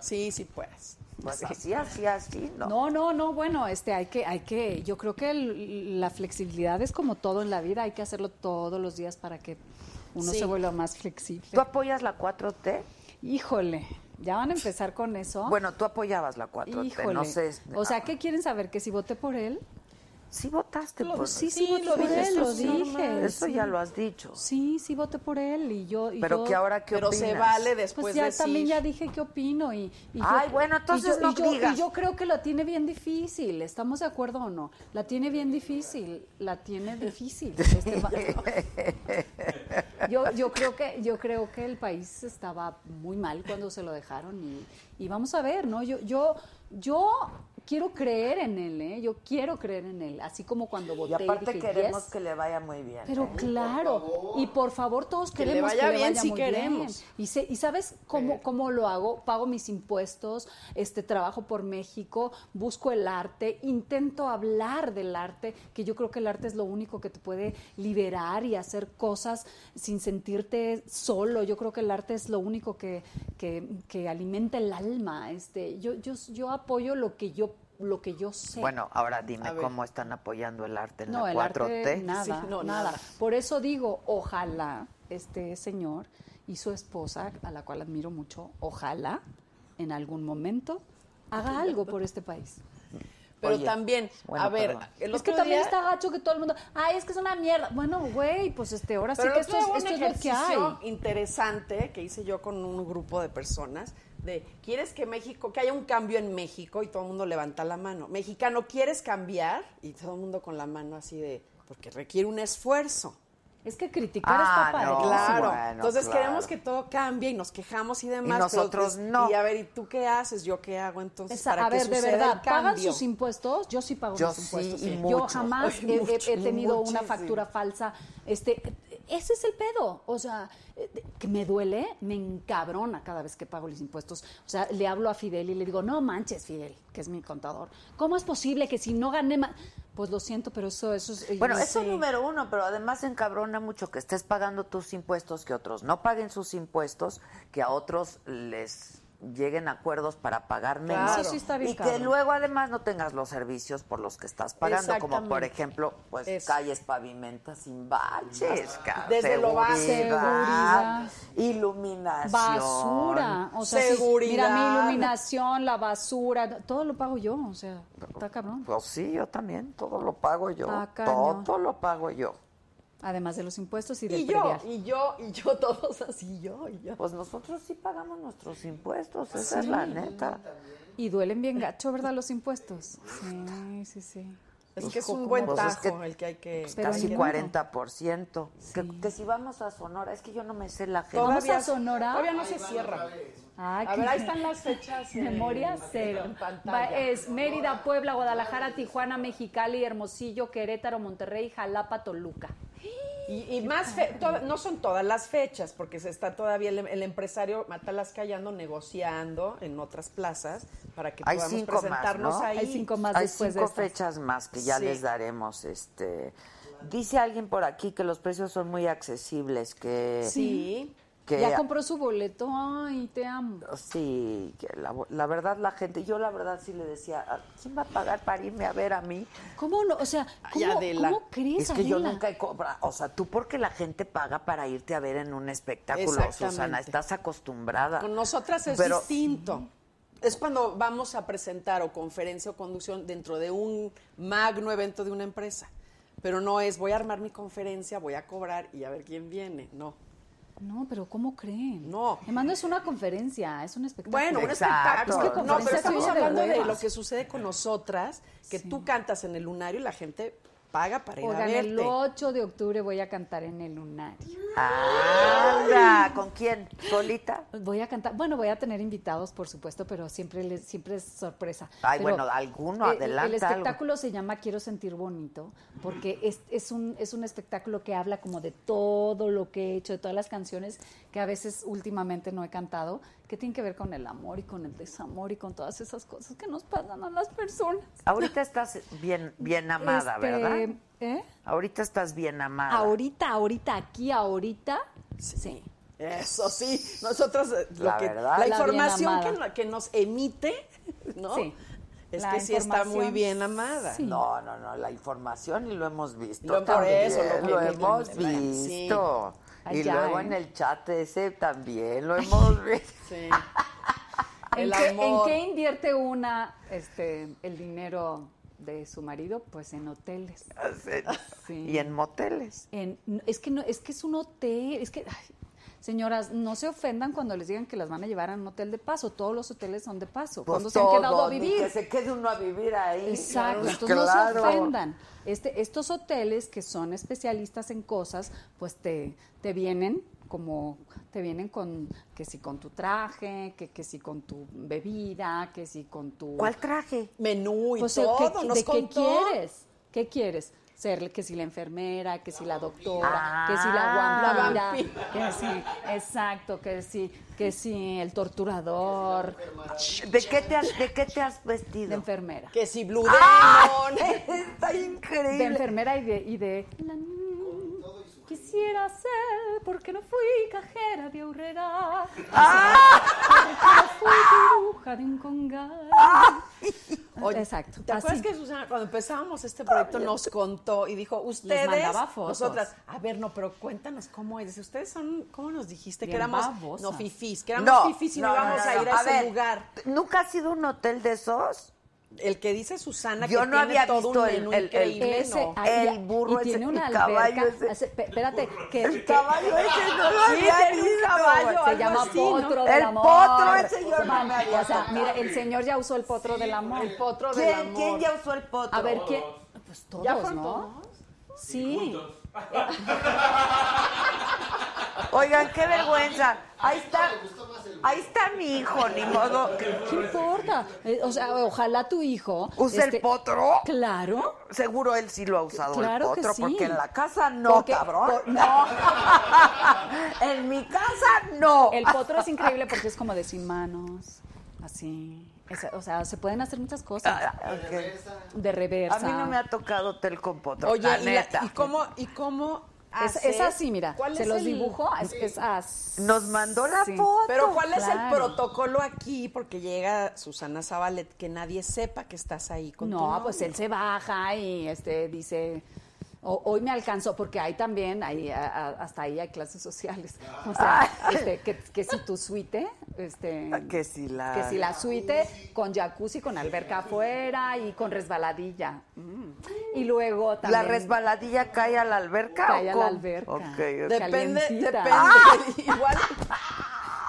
Speaker 6: Sí, sí puedes.
Speaker 3: Pues así, así, así, ¿no?
Speaker 5: No, no, no, bueno, este hay que hay que yo creo que el- la flexibilidad es como todo en la vida, hay que hacerlo todos los días para que uno
Speaker 6: Sí.
Speaker 5: se vuelva más flexible.
Speaker 3: ¿Tú apoyas la 4T?
Speaker 5: Híjole, ya van a empezar con eso.
Speaker 3: Bueno, tú apoyabas la 4T,
Speaker 5: Híjole.
Speaker 3: no sé. ah.
Speaker 5: O sea, ¿qué quieren saber? ¿Que si voté por él?
Speaker 3: Sí votaste por...
Speaker 5: Pues sí,
Speaker 6: sí,
Speaker 5: sí, voté
Speaker 6: lo
Speaker 5: por
Speaker 6: dije,
Speaker 5: él,
Speaker 6: eso
Speaker 5: lo
Speaker 6: es
Speaker 5: dije.
Speaker 6: normal.
Speaker 3: Eso
Speaker 5: sí.
Speaker 3: ya lo has dicho.
Speaker 5: Sí, sí voté por él y yo... y
Speaker 3: Pero
Speaker 5: yo-
Speaker 3: que ahora, ¿qué
Speaker 6: Pero
Speaker 3: opinas?
Speaker 6: se vale después
Speaker 5: Pues ya
Speaker 6: decir,
Speaker 5: también ya dije qué opino y, y yo-
Speaker 3: Ay, bueno, entonces
Speaker 5: y yo,
Speaker 3: no
Speaker 5: y yo-
Speaker 3: digas.
Speaker 5: y yo creo que la tiene bien difícil, ¿estamos de acuerdo o no? La tiene bien difícil, la tiene difícil. este va- yo, yo creo que yo creo que el país estaba muy mal cuando se lo dejaron y, y vamos a ver, ¿no? Yo yo yo quiero creer en él, ¿eh? Yo quiero creer en él, así como cuando
Speaker 3: Y
Speaker 5: voté
Speaker 3: aparte
Speaker 5: dije,
Speaker 3: queremos
Speaker 5: "Yes".
Speaker 3: que le vaya muy bien. ¿eh?
Speaker 5: Pero claro, y por favor todos
Speaker 6: le
Speaker 5: queremos
Speaker 6: vaya
Speaker 5: que le
Speaker 6: bien,
Speaker 5: vaya
Speaker 6: sí
Speaker 5: muy
Speaker 6: queremos.
Speaker 5: bien. Y, se- y sabes cómo, cómo lo hago, pago mis impuestos, este trabajo por México, busco el arte, intento hablar del arte, que yo creo que el arte es lo único que te puede liberar y hacer cosas sin sentirte solo. Yo creo que el arte es lo único que, que, que alimenta el alma. Este, yo, yo, yo apoyo lo que yo lo que yo sé.
Speaker 3: Bueno, ahora dime
Speaker 6: A ver.
Speaker 3: cómo están apoyando el arte en
Speaker 5: No,
Speaker 3: la
Speaker 5: el
Speaker 3: 4T.
Speaker 5: arte, nada,
Speaker 6: Sí, no,
Speaker 5: nada.
Speaker 6: nada.
Speaker 5: Por eso digo, ojalá este señor y su esposa, a la cual admiro mucho, ojalá en algún momento haga algo por este país.
Speaker 6: Pero
Speaker 3: Oye,
Speaker 6: también,
Speaker 3: bueno,
Speaker 6: a ver,
Speaker 3: perdón.
Speaker 6: el
Speaker 5: es que
Speaker 6: otro
Speaker 5: también
Speaker 6: día-
Speaker 5: está gacho que todo el mundo, ay, es que es una mierda. Bueno, güey, pues este, ahora
Speaker 6: Pero
Speaker 5: sí
Speaker 6: el
Speaker 5: que esto
Speaker 6: otro
Speaker 5: es,
Speaker 6: día hubo
Speaker 5: esto
Speaker 6: un
Speaker 5: es lo que hay.
Speaker 6: ejercicio interesante que hice yo con un grupo de personas de ¿quieres que México, que haya un cambio en México? Y todo el mundo levanta la mano. Mexicano, ¿quieres cambiar? Y todo el mundo con la mano así de, porque requiere un esfuerzo.
Speaker 5: Es que criticar
Speaker 3: Ah,
Speaker 5: está padre.
Speaker 3: no,
Speaker 6: Claro.
Speaker 3: bueno,
Speaker 6: Entonces
Speaker 3: claro.
Speaker 6: queremos que todo cambie y nos quejamos y demás.
Speaker 3: Y nosotros
Speaker 6: pero, pues,
Speaker 3: no.
Speaker 6: Y a ver, ¿y tú qué haces? ¿Yo qué hago entonces
Speaker 5: Esa-
Speaker 6: para
Speaker 5: a
Speaker 6: que
Speaker 5: ver, de
Speaker 6: suceda
Speaker 5: verdad,
Speaker 6: el
Speaker 5: ¿pagan
Speaker 6: cambio?
Speaker 5: sus impuestos? Yo sí pago
Speaker 3: Yo
Speaker 5: mis
Speaker 3: sí,
Speaker 5: impuestos. eh.
Speaker 3: y
Speaker 5: Yo
Speaker 3: mucho.
Speaker 5: jamás
Speaker 3: Ay,
Speaker 5: he, he-
Speaker 3: mucho,
Speaker 5: he tenido una
Speaker 3: muchísimo.
Speaker 5: factura falsa. Este, ese es el pedo. O sea, eh, que me duele, me encabrona cada vez que pago los impuestos. O sea, le hablo a Fidel y le digo, no manches, Fidel, que es mi contador. ¿Cómo es posible que si no gané más? Pues lo siento, pero eso, eso es. eh,
Speaker 3: Bueno,
Speaker 5: yo
Speaker 3: eso
Speaker 5: sé.
Speaker 3: número uno, pero además encabrona mucho que estés pagando tus impuestos, que otros no paguen sus impuestos, que a otros les lleguen acuerdos para pagar menos.
Speaker 6: Eso sí
Speaker 5: está bien
Speaker 3: y que
Speaker 5: cabrón.
Speaker 3: luego además no tengas los servicios por los que estás pagando, como por
Speaker 6: Exactamente.
Speaker 3: ejemplo, pues
Speaker 6: Eso.
Speaker 3: calles pavimentas sin baches, ca-
Speaker 6: Desde lo básico.
Speaker 3: seguridad, iluminación,
Speaker 5: Basura, o sea, sí, mira
Speaker 6: Seguridad.
Speaker 5: mi iluminación, la basura, todo lo pago yo, o sea, está cabrón.
Speaker 3: Pues sí, yo también, todo lo pago yo,
Speaker 5: Ah, cañón.
Speaker 3: todo lo pago yo.
Speaker 5: Además de los impuestos y del
Speaker 6: Y yo,
Speaker 5: predial.
Speaker 6: y yo, y yo, todos así, yo, y yo.
Speaker 3: Pues nosotros sí pagamos nuestros impuestos, esa es la neta.
Speaker 5: Y duelen bien gacho, ¿verdad? Los impuestos. Sí, sí, sí.
Speaker 6: Es que es
Speaker 5: Hijo,
Speaker 6: un
Speaker 5: ¿cómo
Speaker 6: buen
Speaker 3: Pues
Speaker 6: tajo
Speaker 3: es que-
Speaker 6: el que hay que...
Speaker 5: Pues, Pero
Speaker 3: casi
Speaker 5: ni modo.
Speaker 3: 40%. Que, que si vamos a Sonora, es que yo no me sé la gente.
Speaker 5: Vamos a Sonora.
Speaker 6: Todavía no se cierra.
Speaker 5: Ay,
Speaker 6: A
Speaker 5: qué-
Speaker 6: ver, ahí están las fechas. en-
Speaker 5: Memoria
Speaker 6: En
Speaker 5: cero. Va-
Speaker 6: pantalla.
Speaker 5: es Mérida, Puebla, Guadalajara, Tijuana, Mexicali, Hermosillo, Querétaro, Monterrey, Jalapa, Toluca.
Speaker 6: Y, y más, fe- to- no son todas las fechas, porque se está todavía el, el empresario Matalas callando, negociando en otras plazas para que
Speaker 3: Hay
Speaker 6: podamos
Speaker 3: cinco más,
Speaker 6: presentarnos
Speaker 3: ¿no?
Speaker 6: ahí.
Speaker 5: Hay cinco más
Speaker 3: Hay
Speaker 5: después
Speaker 3: cinco
Speaker 5: de estas.
Speaker 3: fechas más que ya
Speaker 6: Sí.
Speaker 3: les daremos. Este, dice alguien por aquí que los precios son muy accesibles, que
Speaker 6: Sí.
Speaker 3: que
Speaker 5: Ya compró su boleto. Ay, te amo.
Speaker 3: sí, que la, la verdad la gente, yo la verdad sí le decía, "¿A ¿quién va a pagar para irme a ver a mí?
Speaker 5: ¿Cómo no? O sea,
Speaker 6: Ay,
Speaker 5: ¿cómo,
Speaker 6: Adela.
Speaker 5: ¿cómo crees,
Speaker 3: Es que yo
Speaker 5: Adela?
Speaker 3: nunca he cobrado, o sea, tú porque la gente paga para irte a ver en un espectáculo,
Speaker 6: Exactamente.
Speaker 3: Susana, estás acostumbrada.
Speaker 6: Con nosotras es
Speaker 3: Pero-
Speaker 6: distinto. Es cuando vamos a presentar o conferencia o conducción dentro de un magno evento de una empresa. Pero no es voy a armar mi conferencia, voy a cobrar y a ver quién viene. No.
Speaker 5: No, pero ¿cómo creen?
Speaker 6: No.
Speaker 5: Además, no es una conferencia, es un espectáculo.
Speaker 6: Bueno, un
Speaker 3: Exacto.
Speaker 6: espectáculo.
Speaker 5: Es que
Speaker 6: no,
Speaker 5: conferencia
Speaker 6: pero estamos
Speaker 5: tuya de
Speaker 6: hablando de
Speaker 5: hueva.
Speaker 6: lo que sucede con nosotras, que
Speaker 5: Sí.
Speaker 6: tú cantas en el lunario y la gente paga para ir a
Speaker 5: Oigan,
Speaker 6: verte.
Speaker 5: el 8 de octubre voy a cantar en el lunario.
Speaker 3: Anda, ¿con quién? ¿Solita?
Speaker 5: Voy a cantar, bueno, voy a tener invitados, por supuesto, pero siempre les, siempre es sorpresa.
Speaker 3: Ay,
Speaker 5: Pero,
Speaker 3: bueno, alguno,
Speaker 5: eh,
Speaker 3: adelanta
Speaker 5: El
Speaker 3: algo.
Speaker 5: espectáculo se llama Quiero sentir bonito, porque es, es un, es un espectáculo que habla como de todo lo que he hecho, de todas las canciones que a veces últimamente no he cantado, que tienen que ver con el amor y con el desamor y con todas esas cosas que nos pasan a las personas.
Speaker 3: Ahorita estás bien, bien amada,
Speaker 5: Este,
Speaker 3: ¿verdad?
Speaker 5: ¿eh?
Speaker 3: Ahorita estás bien amada.
Speaker 5: Ahorita, ahorita, aquí, ahorita. Sí.
Speaker 6: Eso sí, nosotros eh, lo
Speaker 3: La
Speaker 6: que-
Speaker 3: verdad, la
Speaker 6: la
Speaker 3: bien
Speaker 6: información que,
Speaker 5: amada.
Speaker 6: no- que nos emite, ¿no?
Speaker 5: Sí.
Speaker 6: Es
Speaker 5: La
Speaker 6: que sí está muy
Speaker 5: información,
Speaker 6: bien amada.
Speaker 5: sí.
Speaker 3: No, no, no, la información y lo hemos visto.
Speaker 6: Lo- por eso,
Speaker 3: también,
Speaker 6: lo
Speaker 3: lo,
Speaker 6: que-
Speaker 3: hemos
Speaker 6: sí.
Speaker 3: visto.
Speaker 5: Ay,
Speaker 3: y
Speaker 5: ya,
Speaker 3: luego
Speaker 5: ¿eh?
Speaker 3: en el chat ese también lo hemos visto.
Speaker 6: Sí.
Speaker 5: ¿En,
Speaker 6: El
Speaker 5: qué,
Speaker 6: amor.
Speaker 5: en qué invierte una este, el dinero de su marido? Pues en hoteles. Sí.
Speaker 3: Y en moteles.
Speaker 5: En- no, es que no, es que es un hotel, es que ay, señoras, no se ofendan cuando les digan que las van a llevar a un hotel de paso, todos los hoteles son de paso. cuando
Speaker 3: Pues
Speaker 5: se han quedado
Speaker 3: todo,
Speaker 5: a
Speaker 3: ni
Speaker 5: vivir.
Speaker 3: Que se quede uno a vivir ahí.
Speaker 5: Exacto, entonces no se ofendan. Este, estos hoteles que son especialistas en cosas, pues te, te vienen como, te vienen con, que si con tu traje, que, que si con tu bebida, que si con tu...
Speaker 3: ¿Cuál traje?
Speaker 6: Menú y
Speaker 5: Pues,
Speaker 6: todo,
Speaker 5: ¿qué-
Speaker 6: nos
Speaker 5: de qué
Speaker 6: contó.
Speaker 5: quieres? ¿Qué quieres? Ser que si la enfermera, que si la doctora, que si
Speaker 3: Ah,
Speaker 5: la
Speaker 6: la
Speaker 5: vampira, que si, exacto, que si, que si el torturador,
Speaker 3: ¿De qué te has, de qué te has vestido?
Speaker 5: de enfermera.
Speaker 6: Que si Blue
Speaker 3: ¡Ah!
Speaker 6: Demon.
Speaker 3: Está increíble.
Speaker 5: de enfermera y de, y de la- quisiera ser porque no fui cajera de aurrera
Speaker 6: Ah.
Speaker 5: porque no fui bruja de un congal
Speaker 6: Oye,
Speaker 5: Ah, exacto
Speaker 6: ¿Te acuerdas
Speaker 5: así.
Speaker 6: que Susana, cuando empezábamos este proyecto, nos contó y dijo, ustedes,
Speaker 5: mandaba fotos.
Speaker 6: nosotras, a ver, no, pero cuéntanos cómo es. Dice, Ustedes son, ¿cómo nos dijiste? que
Speaker 5: Bien
Speaker 6: éramos,
Speaker 5: babosas.
Speaker 6: no, fifís, que éramos
Speaker 3: No,
Speaker 6: fifís y
Speaker 3: no,
Speaker 6: no,
Speaker 3: no,
Speaker 6: íbamos
Speaker 3: no,
Speaker 6: a ir
Speaker 3: no.
Speaker 6: a, ese
Speaker 3: ver,
Speaker 6: lugar.
Speaker 3: ¿Nunca has sido un hotel de esos?
Speaker 6: El que dice Susana
Speaker 3: Yo
Speaker 6: que
Speaker 3: no
Speaker 6: tiene
Speaker 3: había
Speaker 6: todo
Speaker 3: visto
Speaker 6: un
Speaker 3: el-
Speaker 6: menú
Speaker 3: el- el-
Speaker 6: increíble,
Speaker 5: Ese-
Speaker 6: no.
Speaker 5: ay,
Speaker 3: El
Speaker 5: ya,
Speaker 3: burro
Speaker 5: y
Speaker 3: ese,
Speaker 5: tiene una
Speaker 3: el caballo
Speaker 5: alberca
Speaker 3: ese.
Speaker 5: así, pe- espérate que,
Speaker 3: El
Speaker 5: que-
Speaker 3: caballo ese no lo
Speaker 6: Sí,
Speaker 3: había
Speaker 6: tenía un
Speaker 3: visto.
Speaker 6: caballo,
Speaker 3: güey.
Speaker 6: algo
Speaker 5: se llama
Speaker 6: así, ¿no?
Speaker 5: potro del
Speaker 3: El
Speaker 5: amor
Speaker 3: potro ese yo
Speaker 5: Se
Speaker 3: no
Speaker 5: llama-
Speaker 3: me había
Speaker 5: o sea,
Speaker 3: sacado.
Speaker 5: mira el señor ya usó el potro del amor
Speaker 6: El potro del
Speaker 3: ¿Quién,
Speaker 6: amor.
Speaker 3: ¿Quién ya usó el potro?
Speaker 5: a ver quién pues todos
Speaker 6: ¿Ya fueron
Speaker 5: no
Speaker 6: todos?
Speaker 5: sí
Speaker 3: Oigan, qué vergüenza. Ahí está. Ahí está mi hijo, ni modo.
Speaker 5: ¿Qué importa? Eh, o sea, ojalá tu hijo. este,
Speaker 3: ¿Use el potro?
Speaker 5: Claro.
Speaker 3: Seguro él sí lo ha usado
Speaker 5: Claro
Speaker 3: el
Speaker 5: que
Speaker 3: potro,
Speaker 5: sí.
Speaker 3: porque en la casa no,
Speaker 5: Porque-
Speaker 3: cabrón.
Speaker 5: por-
Speaker 3: no. en mi casa no. Ah,
Speaker 5: El potro es increíble porque es como de sin manos, así. Es- o sea, se pueden hacer muchas cosas.
Speaker 3: Ah, ok.
Speaker 5: De reversa.
Speaker 3: A mí no me ha tocado hotel con potro.
Speaker 6: Oye,
Speaker 3: la
Speaker 6: y, la-
Speaker 3: neta.
Speaker 6: y cómo, y cómo
Speaker 5: es,
Speaker 6: haces-
Speaker 5: es así, mira.
Speaker 6: ¿Cuál
Speaker 5: Se
Speaker 6: es
Speaker 5: los
Speaker 6: el-
Speaker 5: dibujo. Es, es así.
Speaker 3: Nos mandó la
Speaker 5: Sí.
Speaker 3: foto.
Speaker 6: Pero ¿cuál es
Speaker 5: Claro.
Speaker 6: el protocolo aquí? Porque llega Susana Zabalet, que nadie sepa que estás ahí con tu
Speaker 5: No,
Speaker 6: novio.
Speaker 5: pues él se baja y este dice. "Ho- Hoy me alcanzó, porque hay también, hay, a- a- hasta ahí hay clases sociales. O sea, este, que, que si tu suite, este,
Speaker 3: Ah. Que si la.
Speaker 5: Que si la suite con jacuzzi, con alberca afuera y con resbaladilla. Mm. Y luego
Speaker 3: ¿La
Speaker 5: también.
Speaker 3: resbaladilla cae a la alberca?
Speaker 5: Cae
Speaker 3: o
Speaker 5: a la
Speaker 3: cómo?
Speaker 5: alberca.
Speaker 3: Ok, Ah, ok.
Speaker 6: Depende,
Speaker 5: calientita.
Speaker 6: depende. Igual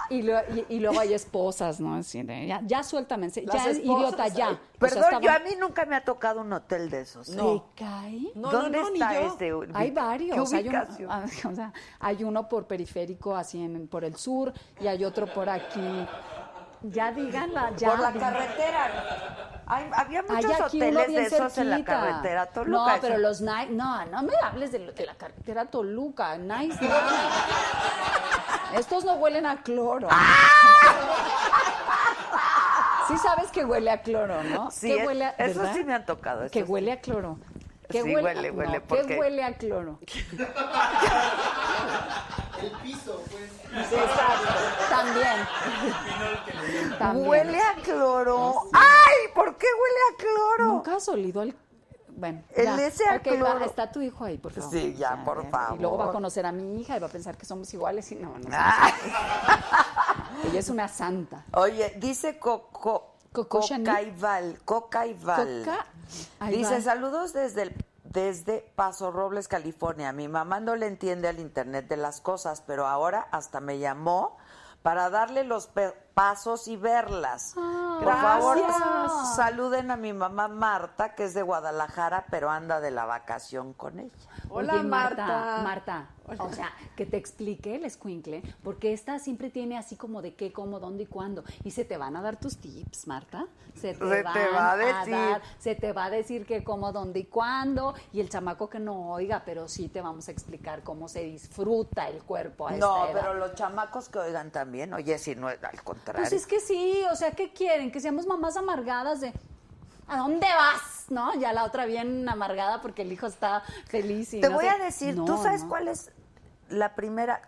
Speaker 5: Y, lo- y- y luego hay esposas, ¿no? Así de, ya, ya suéltame, se-
Speaker 6: Las
Speaker 5: ya es
Speaker 6: esposas,
Speaker 5: idiota, Pues ya.
Speaker 6: ay,
Speaker 5: O sea,
Speaker 3: Perdón,
Speaker 5: estaba-
Speaker 3: yo a mí nunca me ha tocado un hotel de esos. ¿eh?
Speaker 5: ¿Te
Speaker 6: No.
Speaker 5: cae?
Speaker 6: No,
Speaker 3: ¿Dónde
Speaker 6: no, no, ni
Speaker 3: está
Speaker 6: yo.
Speaker 3: este? ubi-
Speaker 5: Hay
Speaker 3: ¿Qué
Speaker 5: varios, hay uno,
Speaker 3: ubicación?
Speaker 5: ah, o sea, hay uno por periférico, así en, por el sur, y hay otro por aquí. Ya díganla, ya.
Speaker 3: Por la
Speaker 5: digan.
Speaker 3: carretera. Hay- había
Speaker 5: Hay
Speaker 3: muchos
Speaker 5: aquí uno
Speaker 3: hoteles de
Speaker 5: bien
Speaker 3: esos en la
Speaker 5: cerquita.
Speaker 3: carretera.
Speaker 5: No,
Speaker 3: Toluca, eso-
Speaker 5: pero los nice, no, no me hables de, lo- de la carretera Toluca, nice. no. Estos no huelen a cloro.
Speaker 3: ¡Ah!
Speaker 5: Sí sabes que huele a cloro, ¿no?
Speaker 3: Sí,
Speaker 5: que
Speaker 3: es-
Speaker 5: huele a,
Speaker 3: esos
Speaker 5: ¿verdad?
Speaker 3: sí me han tocado,
Speaker 5: Que
Speaker 3: esos
Speaker 5: huele a cloro.
Speaker 3: Sí, huele, huele,
Speaker 5: no,
Speaker 3: porque-
Speaker 5: ¿Qué huele a cloro?
Speaker 4: El piso, pues.
Speaker 5: También. También. Ah,
Speaker 3: Huele a cloro. ¡Ay! ¿Por qué huele a cloro?
Speaker 5: Nunca has olido al. Bueno,
Speaker 3: El
Speaker 5: ya.
Speaker 3: ese al
Speaker 5: Ok, va,
Speaker 3: cloro.
Speaker 5: está tu hijo ahí, por favor.
Speaker 3: Sí, ya, por
Speaker 5: ven.
Speaker 3: favor.
Speaker 5: Y luego va a conocer a mi hija y va a pensar que somos iguales y no, no.
Speaker 3: Ah.
Speaker 5: Ella es una santa.
Speaker 3: Oye, dice Coco.
Speaker 5: Coco
Speaker 3: Coca
Speaker 5: Chanel.
Speaker 3: y Val, Coca y Val.
Speaker 5: Coca, ahí
Speaker 3: Dice,
Speaker 5: va.
Speaker 3: saludos desde, el- desde Paso Robles, California. Mi mamá no le entiende al Internet de las cosas, pero ahora hasta me llamó para darle los pe- pasos y verlas. Por favor,
Speaker 5: Ah, gracias.
Speaker 3: saluden a mi mamá Marta, que es de Guadalajara, pero anda de la vacación con ella.
Speaker 6: Hola,
Speaker 5: Oye,
Speaker 6: Marta.
Speaker 5: Marta. Marta, o sea, que te explique el escuincle, porque esta siempre tiene así como de qué, cómo, dónde y cuándo. Y se te van a dar tus tips, Marta. Se te,
Speaker 3: Se te
Speaker 5: van
Speaker 3: va a decir.
Speaker 5: dar- se te va a decir qué, cómo, dónde y cuándo. Y el chamaco que no oiga, pero sí te vamos a explicar cómo se disfruta el cuerpo a
Speaker 3: No,
Speaker 5: esta edad.
Speaker 3: pero los chamacos que oigan también, oye, si no es al contrario.
Speaker 5: Pues es que sí, o sea, ¿qué quieren? Que seamos mamás amargadas de... ¿A dónde vas? ¿No? Ya la otra bien amargada porque el hijo está feliz y
Speaker 3: Te
Speaker 5: no
Speaker 3: voy
Speaker 5: sé-
Speaker 3: a decir, ¿tú
Speaker 5: No,
Speaker 3: sabes
Speaker 5: no.
Speaker 3: cuál es la primera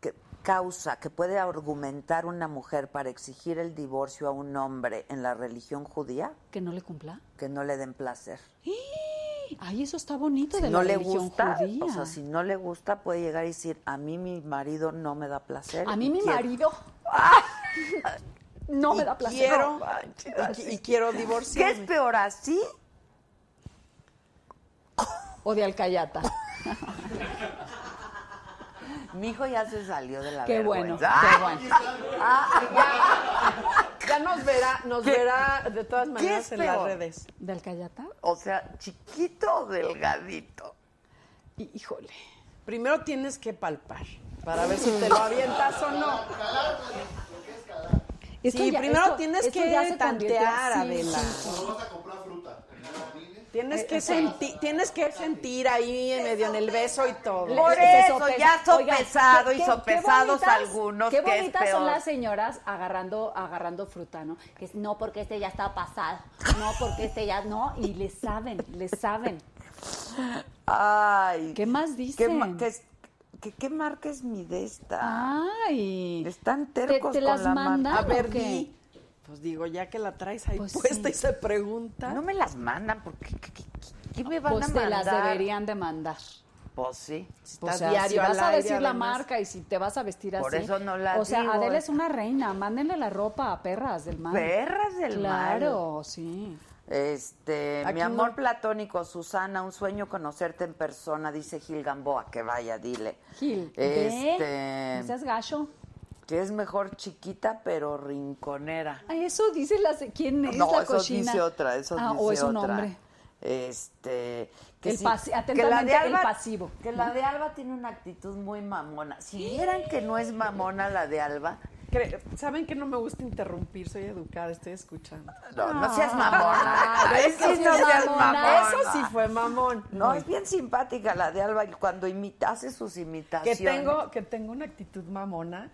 Speaker 3: que- causa que puede argumentar una mujer para exigir el divorcio a un hombre en la religión judía?
Speaker 5: ¿Que no le cumpla?
Speaker 3: Que no le den placer.
Speaker 5: Ay, eso está bonito
Speaker 3: Si
Speaker 5: de
Speaker 3: no
Speaker 5: la
Speaker 3: le
Speaker 5: religión
Speaker 3: gusta,
Speaker 5: judía.
Speaker 3: o sea, si no le gusta, puede llegar y decir, a mí mi marido no me da placer.
Speaker 5: A
Speaker 3: y
Speaker 5: mí mi
Speaker 3: quiero-
Speaker 5: marido no me
Speaker 3: y
Speaker 5: da placer.
Speaker 3: quiero-
Speaker 5: No.
Speaker 6: Y, y quiero
Speaker 3: ¿Qué
Speaker 6: divorciarme.
Speaker 3: es peor, así
Speaker 5: O de alcayata.
Speaker 3: Mi hijo ya se salió de la
Speaker 5: Qué bueno,
Speaker 3: vergüenza.
Speaker 5: qué bueno.
Speaker 6: Ya nos verá, nos verá de todas maneras
Speaker 3: es
Speaker 6: en
Speaker 3: peor?
Speaker 6: las redes.
Speaker 5: ¿De alcayata?
Speaker 3: O sea, chiquito o delgadito.
Speaker 5: Hí- Híjole.
Speaker 6: Primero tienes que palpar para ver si te lo avientas o no. Sí, primero
Speaker 5: esto-
Speaker 6: tienes
Speaker 5: esto
Speaker 6: que
Speaker 5: ya se convirtió-
Speaker 6: tantear,
Speaker 5: sí,
Speaker 6: Adela.
Speaker 5: sí. E,
Speaker 6: Tienes que, senti- tienes que sentir ahí en medio en el beso y todo.
Speaker 5: Le-
Speaker 3: Por
Speaker 5: se
Speaker 3: eso, ya
Speaker 5: Oigan,
Speaker 3: sopesado
Speaker 5: qué-
Speaker 3: y
Speaker 5: qué-
Speaker 3: sopesados
Speaker 5: qué bonitas-
Speaker 3: algunos,
Speaker 5: Qué
Speaker 3: que es
Speaker 5: bonitas
Speaker 3: peor.
Speaker 5: son las señoras agarrando, agarrando fruta, ¿no? Que es, no porque este ya está pasado, no porque este ya no, y le saben, le saben.
Speaker 3: Ay.
Speaker 5: ¿Qué más
Speaker 3: ¿Qué,
Speaker 5: dicen? Ah,
Speaker 3: ma- qué es- qué- qué marca es mi de esta?
Speaker 5: Ay.
Speaker 3: Están
Speaker 5: ¿Te-
Speaker 3: tercos
Speaker 5: te
Speaker 3: con
Speaker 5: las
Speaker 3: la
Speaker 5: mandan?
Speaker 6: A
Speaker 3: marca.
Speaker 6: ver,
Speaker 5: ¿o qué?
Speaker 6: di. Pues digo, ya que la traes ahí
Speaker 5: Pues
Speaker 6: puesta
Speaker 5: sí.
Speaker 6: y se pregunta.
Speaker 3: No me las mandan porque ¿qué, qué- qué- qué me van a
Speaker 5: Pues te
Speaker 3: mandar?
Speaker 5: las deberían de mandar.
Speaker 3: Pues sí.
Speaker 5: O
Speaker 6: Estás
Speaker 5: sea, si
Speaker 6: diario al
Speaker 5: vas a
Speaker 6: aire,
Speaker 5: decir la
Speaker 6: además.
Speaker 5: marca y si te vas a vestir así.
Speaker 3: Por eso no la
Speaker 5: O sea,
Speaker 3: digo,
Speaker 5: Adela es
Speaker 3: esa.
Speaker 5: una reina. Mándenle la ropa a perras del mar.
Speaker 3: Perras del
Speaker 5: Claro, sí.
Speaker 3: mal. Este,
Speaker 6: Aquí
Speaker 3: mi amor
Speaker 6: no.
Speaker 3: platónico, Susana, un sueño conocerte en persona, dice Gil Gamboa, que vaya, dile.
Speaker 5: Gil, ve, no
Speaker 3: Este,
Speaker 5: seas gacho.
Speaker 3: que es mejor chiquita pero rinconera.
Speaker 5: Ay, Eso dice la quién es
Speaker 3: No,
Speaker 5: la
Speaker 3: eso
Speaker 5: cochina.
Speaker 3: dice otra, eso
Speaker 5: ah,
Speaker 3: dice
Speaker 5: o es un
Speaker 3: otra.
Speaker 5: hombre.
Speaker 3: Este,
Speaker 5: El
Speaker 3: sí,
Speaker 5: pasi- atentamente, el pasivo,
Speaker 3: Que
Speaker 5: ¿no?
Speaker 3: la de Alba tiene una actitud muy mamona. Si vieran que no es mamona la de Alba,
Speaker 6: Cre- Saben que no me gusta interrumpir, soy educada, estoy escuchando.
Speaker 3: no, no seas mamona.
Speaker 5: Ah,
Speaker 3: Ay,
Speaker 5: eso
Speaker 3: sí,
Speaker 5: sí
Speaker 3: no
Speaker 5: es
Speaker 3: seas
Speaker 5: mamona.
Speaker 3: mamona.
Speaker 6: Eso sí fue mamón.
Speaker 3: No, es bien simpática la de Alba y cuando imita, hace sus
Speaker 6: que
Speaker 3: imitaciones.
Speaker 6: tengo que tengo una actitud mamona.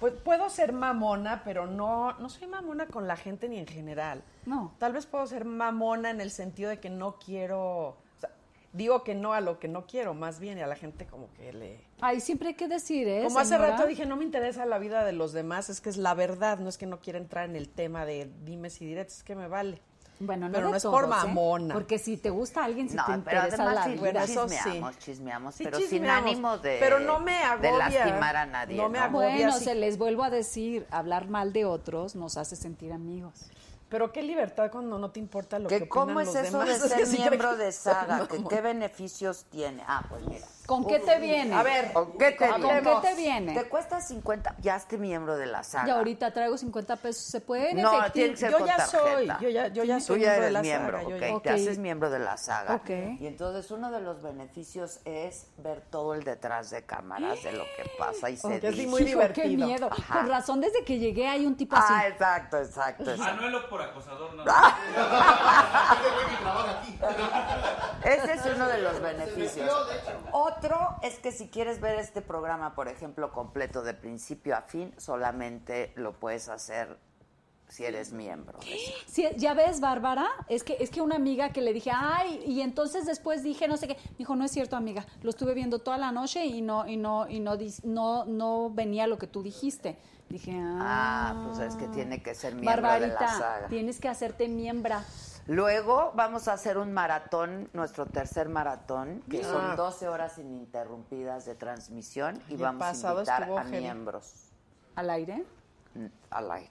Speaker 6: Pues puedo ser mamona, pero no no soy mamona con la gente ni en general.
Speaker 5: No.
Speaker 6: Tal vez puedo ser mamona en el sentido de que no quiero, o sea, digo que no a lo que no quiero, más bien y a la gente como que le
Speaker 5: Ay, siempre hay que decir, ¿eh?
Speaker 6: Como hace
Speaker 5: señora?
Speaker 6: rato dije, no me interesa la vida de los demás, es que es la verdad, no es que no quiera entrar en el tema de dimes y directos, es que me vale.
Speaker 5: Bueno, no
Speaker 6: pero
Speaker 5: de
Speaker 6: no es
Speaker 5: todos,
Speaker 6: por
Speaker 5: ¿eh?
Speaker 6: mamona.
Speaker 5: Porque si te gusta alguien, si
Speaker 3: No,
Speaker 5: te
Speaker 3: pero
Speaker 5: interesa
Speaker 3: además
Speaker 5: la
Speaker 3: sí,
Speaker 5: vida.
Speaker 6: eso sí.
Speaker 3: chismeamos, chismeamos,
Speaker 6: Sí,
Speaker 3: pero
Speaker 6: chismeamos,
Speaker 3: sin ánimo de,
Speaker 6: pero no me
Speaker 3: de
Speaker 6: agobia,
Speaker 3: lastimar a nadie.
Speaker 6: no me agobia.
Speaker 5: Bueno,
Speaker 6: así-
Speaker 5: se les vuelvo a decir, hablar mal de otros nos hace sentir amigos.
Speaker 6: Pero qué libertad cuando no te importa lo que,
Speaker 3: que cómo
Speaker 6: opinan
Speaker 3: es eso
Speaker 6: los
Speaker 3: de
Speaker 6: demás. Es
Speaker 3: ser
Speaker 6: que sí creo
Speaker 3: miembro
Speaker 6: que
Speaker 3: de
Speaker 6: soy
Speaker 3: Saga, que
Speaker 6: mamona.
Speaker 3: qué beneficios tiene. Ah, pues mira.
Speaker 5: ¿Con qué te viene?
Speaker 6: A ver,
Speaker 3: ¿Con qué te,
Speaker 5: ¿Con
Speaker 3: viene?
Speaker 5: qué te viene?
Speaker 3: Te cuesta 50, ya esté miembro de la saga.
Speaker 5: Ya ahorita traigo 50 pesos, ¿se puede? en
Speaker 3: No,
Speaker 5: efectivo?
Speaker 3: tiene que ser
Speaker 6: yo
Speaker 3: con
Speaker 6: ya soy,
Speaker 3: tarjeta.
Speaker 6: yo ya, yo ya
Speaker 3: Tú
Speaker 6: soy
Speaker 3: ya
Speaker 6: miembro de
Speaker 3: eres
Speaker 6: la
Speaker 3: miembro,
Speaker 6: saga, yo
Speaker 3: ok,
Speaker 6: ya-
Speaker 5: Ok.
Speaker 3: te haces miembro de la saga.
Speaker 5: Ok.
Speaker 3: Y entonces uno de los beneficios es ver todo el detrás de cámaras de lo que pasa y se
Speaker 6: Ok, sí,
Speaker 3: dice. Ah,
Speaker 6: muy
Speaker 5: Hijo,
Speaker 6: divertido.
Speaker 5: qué miedo.
Speaker 3: Ajá.
Speaker 5: Con razón, desde que llegué hay un tipo así.
Speaker 3: Ah, exacto, exacto. exacto.
Speaker 8: Manuelo por acosador, no.
Speaker 3: Ese es uno de los beneficios. Otro es que si quieres ver este programa, por ejemplo, completo de principio a fin, solamente lo puedes hacer si eres miembro. de esa.
Speaker 5: Sí, ya ves, Bárbara, es que, es que una amiga que le dije, ay, y entonces después dije, no sé qué, me dijo, no es cierto, amiga, lo estuve viendo toda la noche y no, y no, y no, dis- no, no venía lo que tú dijiste. Dije, ah,
Speaker 3: Ah, pues es que tiene que ser miembro de la saga.
Speaker 5: tienes que hacerte miembra.
Speaker 3: Luego vamos a hacer un maratón, nuestro tercer maratón, que
Speaker 5: Ah.
Speaker 3: son 12 horas ininterrumpidas de transmisión y
Speaker 6: El
Speaker 3: vamos a
Speaker 6: pasado
Speaker 3: invitar
Speaker 6: estuvo
Speaker 3: a
Speaker 6: heavy.
Speaker 3: miembros
Speaker 5: ¿Al aire?
Speaker 3: mm, al aire.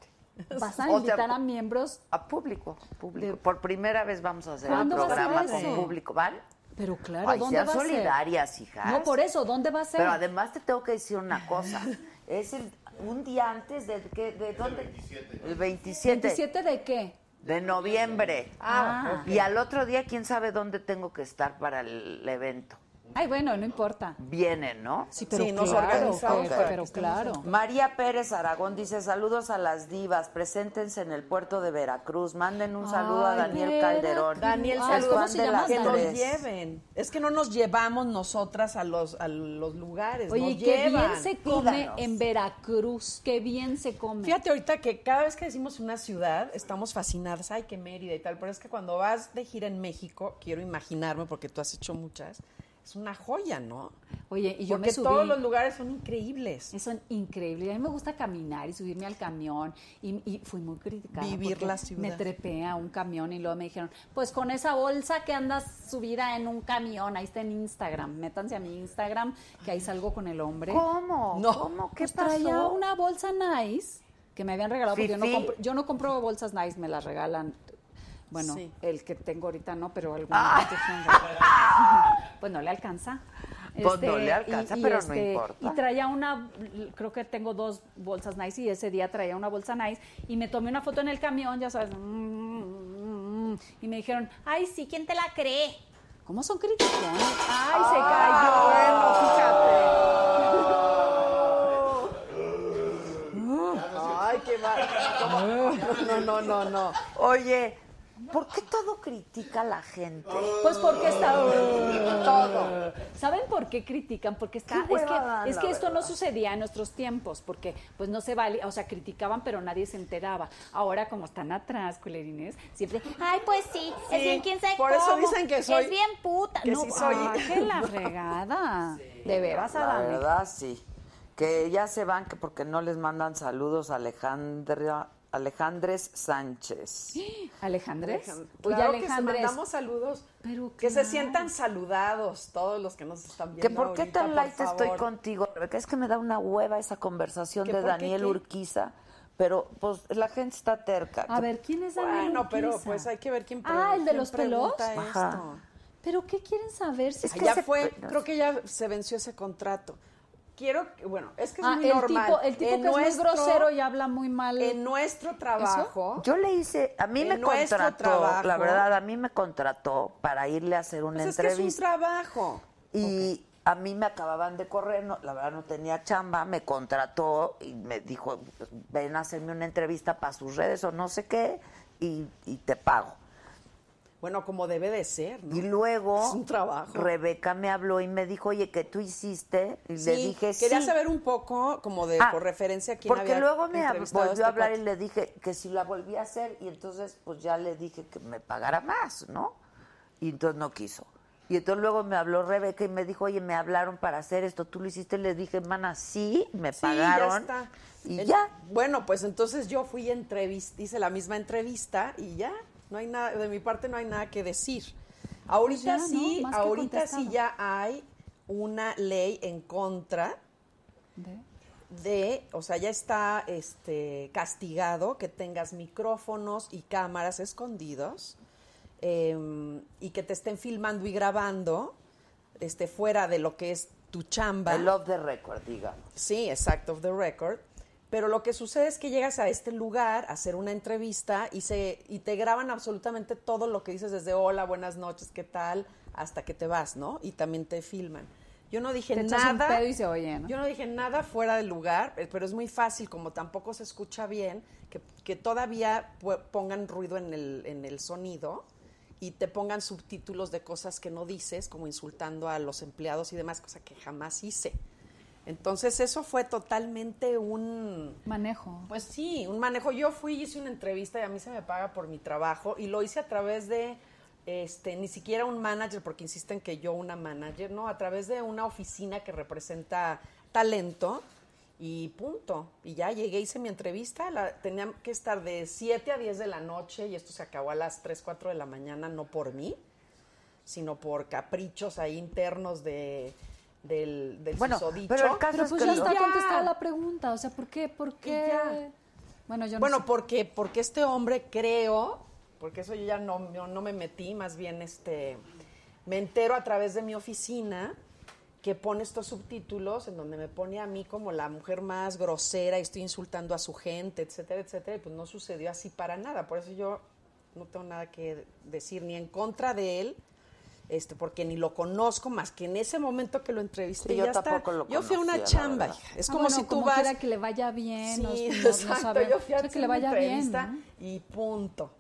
Speaker 5: ¿Vas a
Speaker 3: O sea,
Speaker 5: invitar
Speaker 3: po-
Speaker 5: a miembros?
Speaker 3: A público, público. Por primera vez vamos a hacer un
Speaker 5: ¿Cuándo va a ser
Speaker 3: programa
Speaker 5: eso?
Speaker 3: con público, ¿vale?
Speaker 5: Pero claro,
Speaker 3: Ay,
Speaker 5: ¿dónde
Speaker 3: sean
Speaker 5: va a ser?
Speaker 3: solidarias, hijas.
Speaker 5: No, por eso, ¿dónde va a ser?
Speaker 3: Pero además te tengo que decir una cosa. Es el, un día antes de, que, de dónde? El 27.
Speaker 5: 27 de qué?
Speaker 3: de noviembre.
Speaker 5: Ah,
Speaker 3: Y al otro día, quién sabe dónde tengo que estar para el evento.
Speaker 5: Ay, bueno, no importa.
Speaker 3: Vienen, ¿no?
Speaker 5: Sí,
Speaker 6: pero
Speaker 5: pero
Speaker 6: nos
Speaker 5: claro,
Speaker 6: organizamos
Speaker 5: pero,
Speaker 3: para
Speaker 5: pero
Speaker 6: que
Speaker 5: claro.
Speaker 3: María Pérez Aragón dice, saludos a las divas, preséntense en el puerto de Veracruz, manden un saludo a
Speaker 5: Ay,
Speaker 3: Daniel
Speaker 5: Veracruz.
Speaker 3: Calderón.
Speaker 6: Daniel,
Speaker 3: Es
Speaker 6: saludos.
Speaker 3: Juan
Speaker 5: ¿Cómo se
Speaker 3: de
Speaker 5: llama?
Speaker 3: las
Speaker 6: Que nos
Speaker 3: Tres.
Speaker 6: lleven. Es que no nos llevamos nosotras a los, a los lugares.
Speaker 5: Oye,
Speaker 6: nos
Speaker 5: qué bien
Speaker 6: llevan.
Speaker 5: se come
Speaker 3: pídanos.
Speaker 5: en Veracruz, qué bien se come.
Speaker 6: Fíjate ahorita que cada vez que decimos una ciudad estamos fascinadas, ay, que Mérida y tal, pero es que cuando vas de gira en México, quiero imaginarme porque tú has hecho muchas, es una joya, ¿no?
Speaker 5: Oye, y yo
Speaker 6: porque
Speaker 5: me subí.
Speaker 6: todos los lugares son increíbles.
Speaker 5: Eso es increíble. A mí me gusta caminar y subirme al camión. Y, y fui muy criticada.
Speaker 6: Vivir
Speaker 5: porque
Speaker 6: la ciudad.
Speaker 5: Me trepé a un camión y luego me dijeron, pues con esa bolsa que andas subida en un camión, ahí está en Instagram. Métanse a mi Instagram, que ahí salgo con el hombre.
Speaker 3: ¿Cómo?
Speaker 6: No.
Speaker 3: ¿Cómo? ¿Qué
Speaker 5: Pues traía
Speaker 3: pasó?
Speaker 5: una bolsa nice que me habían regalado porque yo no,
Speaker 3: Fifí.
Speaker 5: compro, yo no compro bolsas nice, me las regalan. Bueno,
Speaker 6: Sí.
Speaker 5: el que tengo ahorita no, pero alguna
Speaker 3: Ah.
Speaker 5: vez tengo. Pues no le alcanza. Este,
Speaker 3: Pues no le alcanza, pero no importa.
Speaker 5: Y traía una, creo que tengo dos bolsas nice y ese día traía una bolsa nice y me tomé una foto en el camión, ya sabes, mm, mm, mm, y me dijeron, ay, sí, ¿quién te la cree? ¿Cómo son críticos? Ay, se
Speaker 3: Ah.
Speaker 5: cayó.
Speaker 6: Ay, qué mal. No, no, no, no.
Speaker 3: Oye, ¿por qué todo critica a la gente?
Speaker 5: Pues porque está todo. ¿Saben por qué critican? Porque está
Speaker 3: Qué
Speaker 5: es que,
Speaker 3: hueva dan,
Speaker 5: es
Speaker 3: la
Speaker 5: que esto no
Speaker 3: verdad.
Speaker 5: sucedía en nuestros tiempos, porque pues no se vale, o sea, criticaban pero nadie se enteraba. Ahora como están atrás, culerines, siempre, ay, pues sí, es bien quién sabe
Speaker 6: por eso
Speaker 5: cómo,
Speaker 6: dicen que soy-
Speaker 5: es bien puta,
Speaker 6: que
Speaker 5: no,
Speaker 6: sí soy.
Speaker 5: ah, que la fregada. De veras,
Speaker 3: La
Speaker 5: Adame.
Speaker 3: verdad, sí. Que ya se van que porque no les mandan saludos a Alejandra, Alejandres Sánchez.
Speaker 5: Alejandres. Oye,
Speaker 6: Claro que se
Speaker 5: Alejandres.
Speaker 6: mandamos saludos.
Speaker 5: Pero
Speaker 6: que se
Speaker 5: claro.
Speaker 6: sientan saludados todos los que nos están viendo.
Speaker 3: ¿Que por qué
Speaker 6: ahorita,
Speaker 3: tan
Speaker 6: por
Speaker 3: light
Speaker 6: favor.
Speaker 3: estoy contigo? Rebeca? Es que me da una hueva esa conversación
Speaker 6: ¿Que
Speaker 3: de
Speaker 6: por qué
Speaker 3: Daniel
Speaker 6: qué?
Speaker 3: Urquiza, pero pues la gente está terca.
Speaker 5: A ver, ¿quién es Daniel
Speaker 6: Bueno, pero
Speaker 5: Urquiza?
Speaker 6: pues hay que ver quién
Speaker 5: Ah, el de
Speaker 6: quién
Speaker 5: los pelos.
Speaker 6: pregunta
Speaker 3: Ajá.
Speaker 6: esto.
Speaker 5: Pero ¿qué quieren saber si
Speaker 3: Es
Speaker 6: Ah,
Speaker 3: que
Speaker 6: ya
Speaker 3: se-
Speaker 6: fue,
Speaker 3: no
Speaker 6: creo
Speaker 3: sé.
Speaker 6: que ya se venció ese contrato. Quiero, que- bueno, es que es
Speaker 5: Ah,
Speaker 6: muy
Speaker 5: el
Speaker 6: normal.
Speaker 5: tipo, el tipo
Speaker 6: En
Speaker 5: que es muy
Speaker 6: nuestro-
Speaker 5: grosero y habla muy mal.
Speaker 6: En nuestro trabajo,
Speaker 3: Yo le hice, a mí
Speaker 6: En
Speaker 3: me
Speaker 6: nuestro
Speaker 3: contrató,
Speaker 6: trabajo-
Speaker 3: la verdad, a mí me contrató para irle a hacer una
Speaker 6: pues es que es un
Speaker 3: entrevista.
Speaker 6: trabajo.
Speaker 3: y a mí me acababan de correr, no, la verdad no tenía chamba, me contrató y me dijo, ven a hacerme una entrevista para sus redes o no sé qué, y, y te pago.
Speaker 6: Bueno, como debe de ser, ¿no?
Speaker 3: Y luego
Speaker 6: Es un trabajo.
Speaker 3: Rebeca me habló y me dijo, oye, que tú hiciste, y le
Speaker 6: Sí,
Speaker 3: dije sí.
Speaker 6: Quería saber un poco, como de
Speaker 3: Ah,
Speaker 6: eh, por referencia, quién
Speaker 3: Porque
Speaker 6: había
Speaker 3: luego me hab-
Speaker 6: entrevistado
Speaker 3: volvió
Speaker 6: este
Speaker 3: a hablar y
Speaker 6: cuate.
Speaker 3: le dije que si la volví a hacer, y entonces pues ya le dije que me pagara más, ¿no? Y entonces no quiso. Y entonces luego me habló Rebeca y me dijo, oye, me hablaron para hacer esto, tú lo hiciste, le dije, mana, sí, me
Speaker 6: Sí,
Speaker 3: pagaron.
Speaker 6: ya está.
Speaker 3: Y
Speaker 6: En-
Speaker 3: ya.
Speaker 6: Bueno, pues entonces yo fui y entrevist- hice la misma entrevista y ya, no hay nada, de mi parte no hay nada que decir. Ahorita
Speaker 5: Pues ya, ¿no?
Speaker 6: sí,
Speaker 5: Más que
Speaker 6: ahorita sí
Speaker 5: contestado.
Speaker 6: ya hay una ley en contra
Speaker 5: De-
Speaker 6: de, o sea, ya está este castigado que tengas micrófonos y cámaras escondidos em, y que te estén filmando y grabando este fuera de lo que es tu chamba.
Speaker 3: I love the record, digamos.
Speaker 6: Sí, exacto, off the record. Pero lo que sucede es que llegas a este lugar a hacer una entrevista y, se, y te graban absolutamente todo lo que dices desde hola, buenas noches, qué tal, hasta que te vas, ¿no? Y también te filman. Yo no dije
Speaker 5: Te echas un
Speaker 6: nada.
Speaker 5: pedo y se oye, ¿no?
Speaker 6: Yo no dije nada fuera del lugar, eh, pero es muy fácil, como tampoco se escucha bien, que, que todavía pu- pongan ruido en el, en el sonido y te pongan subtítulos de cosas que no dices, como insultando a los empleados y demás, cosa que jamás hice. Entonces eso fue totalmente un...
Speaker 5: Manejo.
Speaker 6: Pues sí, un manejo. Yo fui y hice una entrevista y a mí se me paga por mi trabajo y lo hice a través de, este, ni siquiera un manager, porque insisten que yo una manager, no, a través de una oficina que representa talento y punto. Y ya llegué, hice mi entrevista, la, tenía que estar de 7 a 10 de la noche y esto se acabó a las 3, 4 de la mañana, no por mí, sino por caprichos ahí internos de... Del, del
Speaker 3: Bueno,
Speaker 6: susodicho.
Speaker 3: pero el caso
Speaker 5: Pero
Speaker 3: es
Speaker 5: pues
Speaker 3: que
Speaker 5: ya
Speaker 3: lo-
Speaker 5: está
Speaker 6: Ya.
Speaker 5: contestada la pregunta. O sea, ¿por qué? ¿Por qué?
Speaker 6: ya.
Speaker 5: Bueno, yo no
Speaker 6: Bueno,
Speaker 5: sé.
Speaker 6: porque, porque este hombre creo, porque eso yo ya no, yo no me metí, más bien este me entero a través de mi oficina que pone estos subtítulos en donde me pone a mí como la mujer más grosera y estoy insultando a su gente, etcétera, etcétera, y pues no sucedió así para nada. Por eso yo no tengo nada que decir ni en contra de él, este, porque ni lo conozco más que en ese momento que lo entrevisté.
Speaker 3: Sí,
Speaker 6: y
Speaker 3: yo
Speaker 6: ya está.
Speaker 3: tampoco lo
Speaker 6: Yo fui
Speaker 3: conocía,
Speaker 6: a una
Speaker 3: la
Speaker 6: chamba,
Speaker 3: verdad.
Speaker 6: hija. Es
Speaker 5: Ah,
Speaker 6: como
Speaker 5: bueno,
Speaker 6: si tú
Speaker 5: como
Speaker 6: vas
Speaker 5: quiera que le vaya bien.
Speaker 6: Sí,
Speaker 5: no- no- no
Speaker 6: exacto.
Speaker 5: sabemos.
Speaker 6: Yo fui a
Speaker 5: O sea,
Speaker 6: hacer
Speaker 5: que le vaya
Speaker 6: una
Speaker 5: bien.
Speaker 6: entrevista
Speaker 5: ¿no?
Speaker 6: y punto.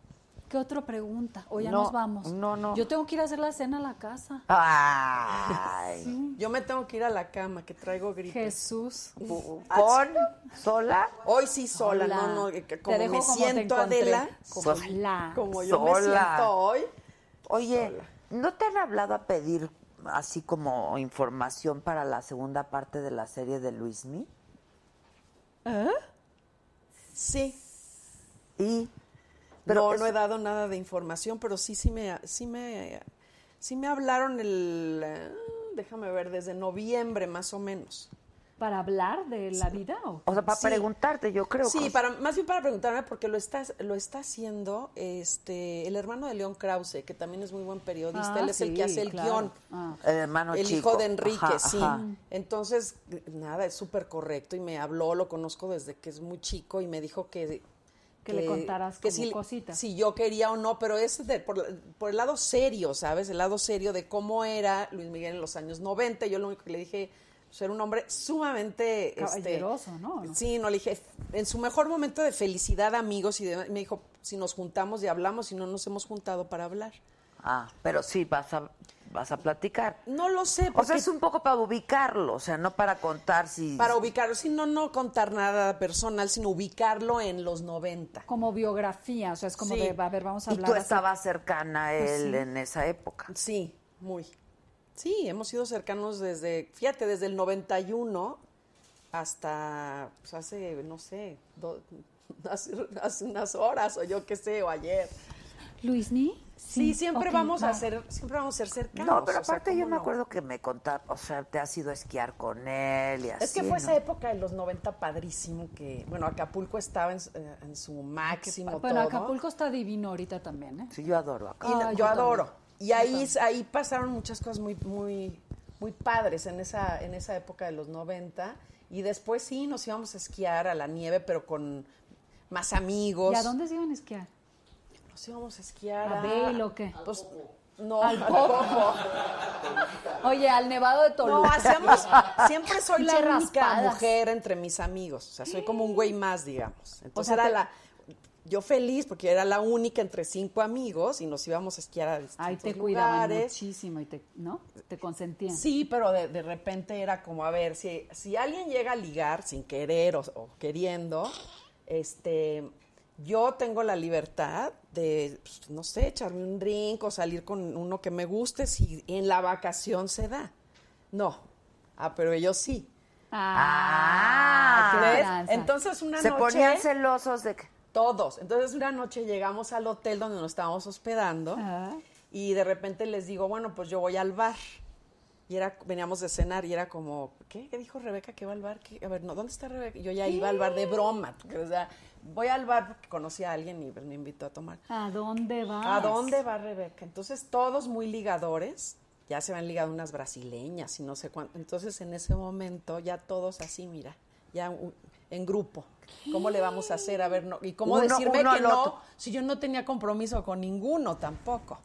Speaker 5: ¿Qué otra pregunta? O ya
Speaker 3: No,
Speaker 5: nos vamos.
Speaker 3: no, no.
Speaker 5: Yo tengo que ir a hacer la cena a la casa.
Speaker 3: Ay.
Speaker 6: Yo me tengo que ir a la cama, que traigo gritos.
Speaker 5: Mm. Jesús.
Speaker 3: ¿Con?
Speaker 6: Ah,
Speaker 3: ¿Sola?
Speaker 6: Hoy sí sola, no, no, que- que como me siento Adela, como,
Speaker 5: Sola.
Speaker 6: como yo me
Speaker 3: Sola.
Speaker 6: siento hoy.
Speaker 3: Oye, ¿no te han hablado a pedir así como información para la segunda parte de la serie de Luismi?
Speaker 6: Sí.
Speaker 3: Y
Speaker 6: no,
Speaker 3: es-
Speaker 6: no he dado nada de información, pero sí, sí me, sí me, sí me hablaron el, eh, déjame ver, desde noviembre más o menos.
Speaker 5: ¿Para hablar de la vida o
Speaker 3: o sea, para
Speaker 6: Sí.
Speaker 3: preguntarte, yo creo.
Speaker 6: Sí,
Speaker 3: cosas.
Speaker 6: para, más bien para preguntarme, porque lo está, lo está haciendo este, el hermano de León Krause, que también es muy buen periodista.
Speaker 5: Ah,
Speaker 6: Él es el
Speaker 5: sí,
Speaker 6: que hace el
Speaker 5: claro.
Speaker 6: guión.
Speaker 5: Ah.
Speaker 3: El hermano
Speaker 6: El
Speaker 3: chico.
Speaker 6: hijo de Enrique,
Speaker 3: Ajá,
Speaker 6: sí.
Speaker 3: ajá.
Speaker 6: Entonces, nada, es súper correcto y me habló, lo conozco desde que es muy chico y me dijo que...
Speaker 5: Que le contaras como cositas.
Speaker 6: Si yo quería o no, pero es de- por, la- por el lado serio, ¿sabes? El lado serio de cómo era Luis Miguel en los años 90. Yo lo único que le dije, pues, era un hombre sumamente... este,
Speaker 5: Caballeroso, ¿no?
Speaker 6: Sí, no, le dije, en su mejor momento de felicidad, amigos, y demás, y me dijo, si nos juntamos y hablamos, si no nos hemos juntado para hablar.
Speaker 3: Ah, pero sí, vas a, vas a platicar.
Speaker 6: No lo sé,
Speaker 3: O
Speaker 6: porque
Speaker 3: sea, es un poco para ubicarlo, o sea, no para contar si...
Speaker 6: Para ubicarlo, sino no contar nada personal, sino ubicarlo en los 90.
Speaker 5: como biografía? O sea, es como
Speaker 6: Sí.
Speaker 5: de, a ver, vamos a
Speaker 3: y
Speaker 5: hablar.
Speaker 3: tú
Speaker 5: así.
Speaker 3: estabas cercana a él en esa época.
Speaker 6: Pues Sí, muy. Sí, hemos sido cercanos desde, fíjate, desde el 91 hasta pues, hace, no sé, do- hace, hace unas horas o yo qué sé, o ayer.
Speaker 5: ¿Luisni?
Speaker 6: Sí, siempre
Speaker 5: ok,
Speaker 6: vamos
Speaker 5: va.
Speaker 6: a ser, siempre vamos a ser cercanos.
Speaker 3: No, pero
Speaker 6: o sea,
Speaker 3: aparte
Speaker 6: ¿cómo
Speaker 3: yo me
Speaker 6: no?
Speaker 3: acuerdo que me contaba, o sea, te has ido a esquiar con él y así.
Speaker 6: Es que fue
Speaker 3: ¿no?
Speaker 6: esa época de los 90 padrísimo que, bueno, Acapulco estaba en, su- en su máximo
Speaker 5: Bueno,
Speaker 6: todo.
Speaker 5: Acapulco está divino ahorita también, ¿eh?
Speaker 3: Sí, yo adoro acá.
Speaker 6: Y
Speaker 5: Ah,
Speaker 6: yo,
Speaker 5: yo
Speaker 6: adoro. Y ahí,
Speaker 5: también.
Speaker 6: ahí pasaron muchas cosas muy, muy, muy padres en esa, en esa época de los 90. Y después sí, nos íbamos a esquiar a la nieve, pero con más amigos.
Speaker 5: ¿Y a dónde se iban a esquiar?
Speaker 6: Nos íbamos a esquiar.
Speaker 5: ¿A Vail o qué?
Speaker 6: Pues, no,
Speaker 5: Al
Speaker 6: al Popo.
Speaker 5: Oye, al Nevado de
Speaker 6: No,
Speaker 5: Toluca.
Speaker 6: hacíamos, siempre soy la
Speaker 5: Pinche
Speaker 6: única
Speaker 5: raspadas.
Speaker 6: mujer entre mis amigos. O sea, soy como un güey más, digamos. Entonces era
Speaker 5: sea, te-
Speaker 6: la... Yo feliz porque era la única entre cinco amigos y nos íbamos a esquiar a distintos
Speaker 5: Ay, te cuidaban
Speaker 6: lugares.
Speaker 5: muchísimo y te, ¿no? Te consentían.
Speaker 6: Sí, pero de, de repente era como, a ver, si, si alguien llega a ligar sin querer o, o queriendo, este, yo tengo la libertad de, pues, no sé, echarme un drink o salir con uno que me guste si en la vacación se da. No. Ah, pero ellos sí.
Speaker 5: Ah, qué
Speaker 6: ¿Ves?
Speaker 5: tranza.
Speaker 6: Entonces una
Speaker 3: Se
Speaker 6: noche...
Speaker 3: ponían celosos de que...
Speaker 6: Todos. Entonces una noche llegamos al hotel donde nos estábamos hospedando
Speaker 5: Ah.
Speaker 6: y de repente les digo, bueno, pues yo voy al bar. Y era, veníamos de cenar y era como, ¿qué? ¿Qué dijo Rebeca que va al bar? ¿Qué? A ver, no, ¿dónde está Rebeca? Yo ya iba al bar de broma. O sea, voy al bar porque conocí a alguien y pues, me invitó a tomar.
Speaker 5: ¿A dónde vas?
Speaker 6: ¿A dónde va Rebeca? Entonces, todos muy ligadores. Ya se van ligado unas brasileñas y no sé cuánto. Entonces, en ese momento, ya todos así, mira, ya u- en grupo. ¿Cómo le vamos a hacer? A ver, no, ¿y cómo
Speaker 3: Uno-
Speaker 6: decirme
Speaker 3: uno
Speaker 6: que
Speaker 3: al
Speaker 6: no?
Speaker 3: otro.
Speaker 6: Si yo no tenía compromiso con ninguno tampoco.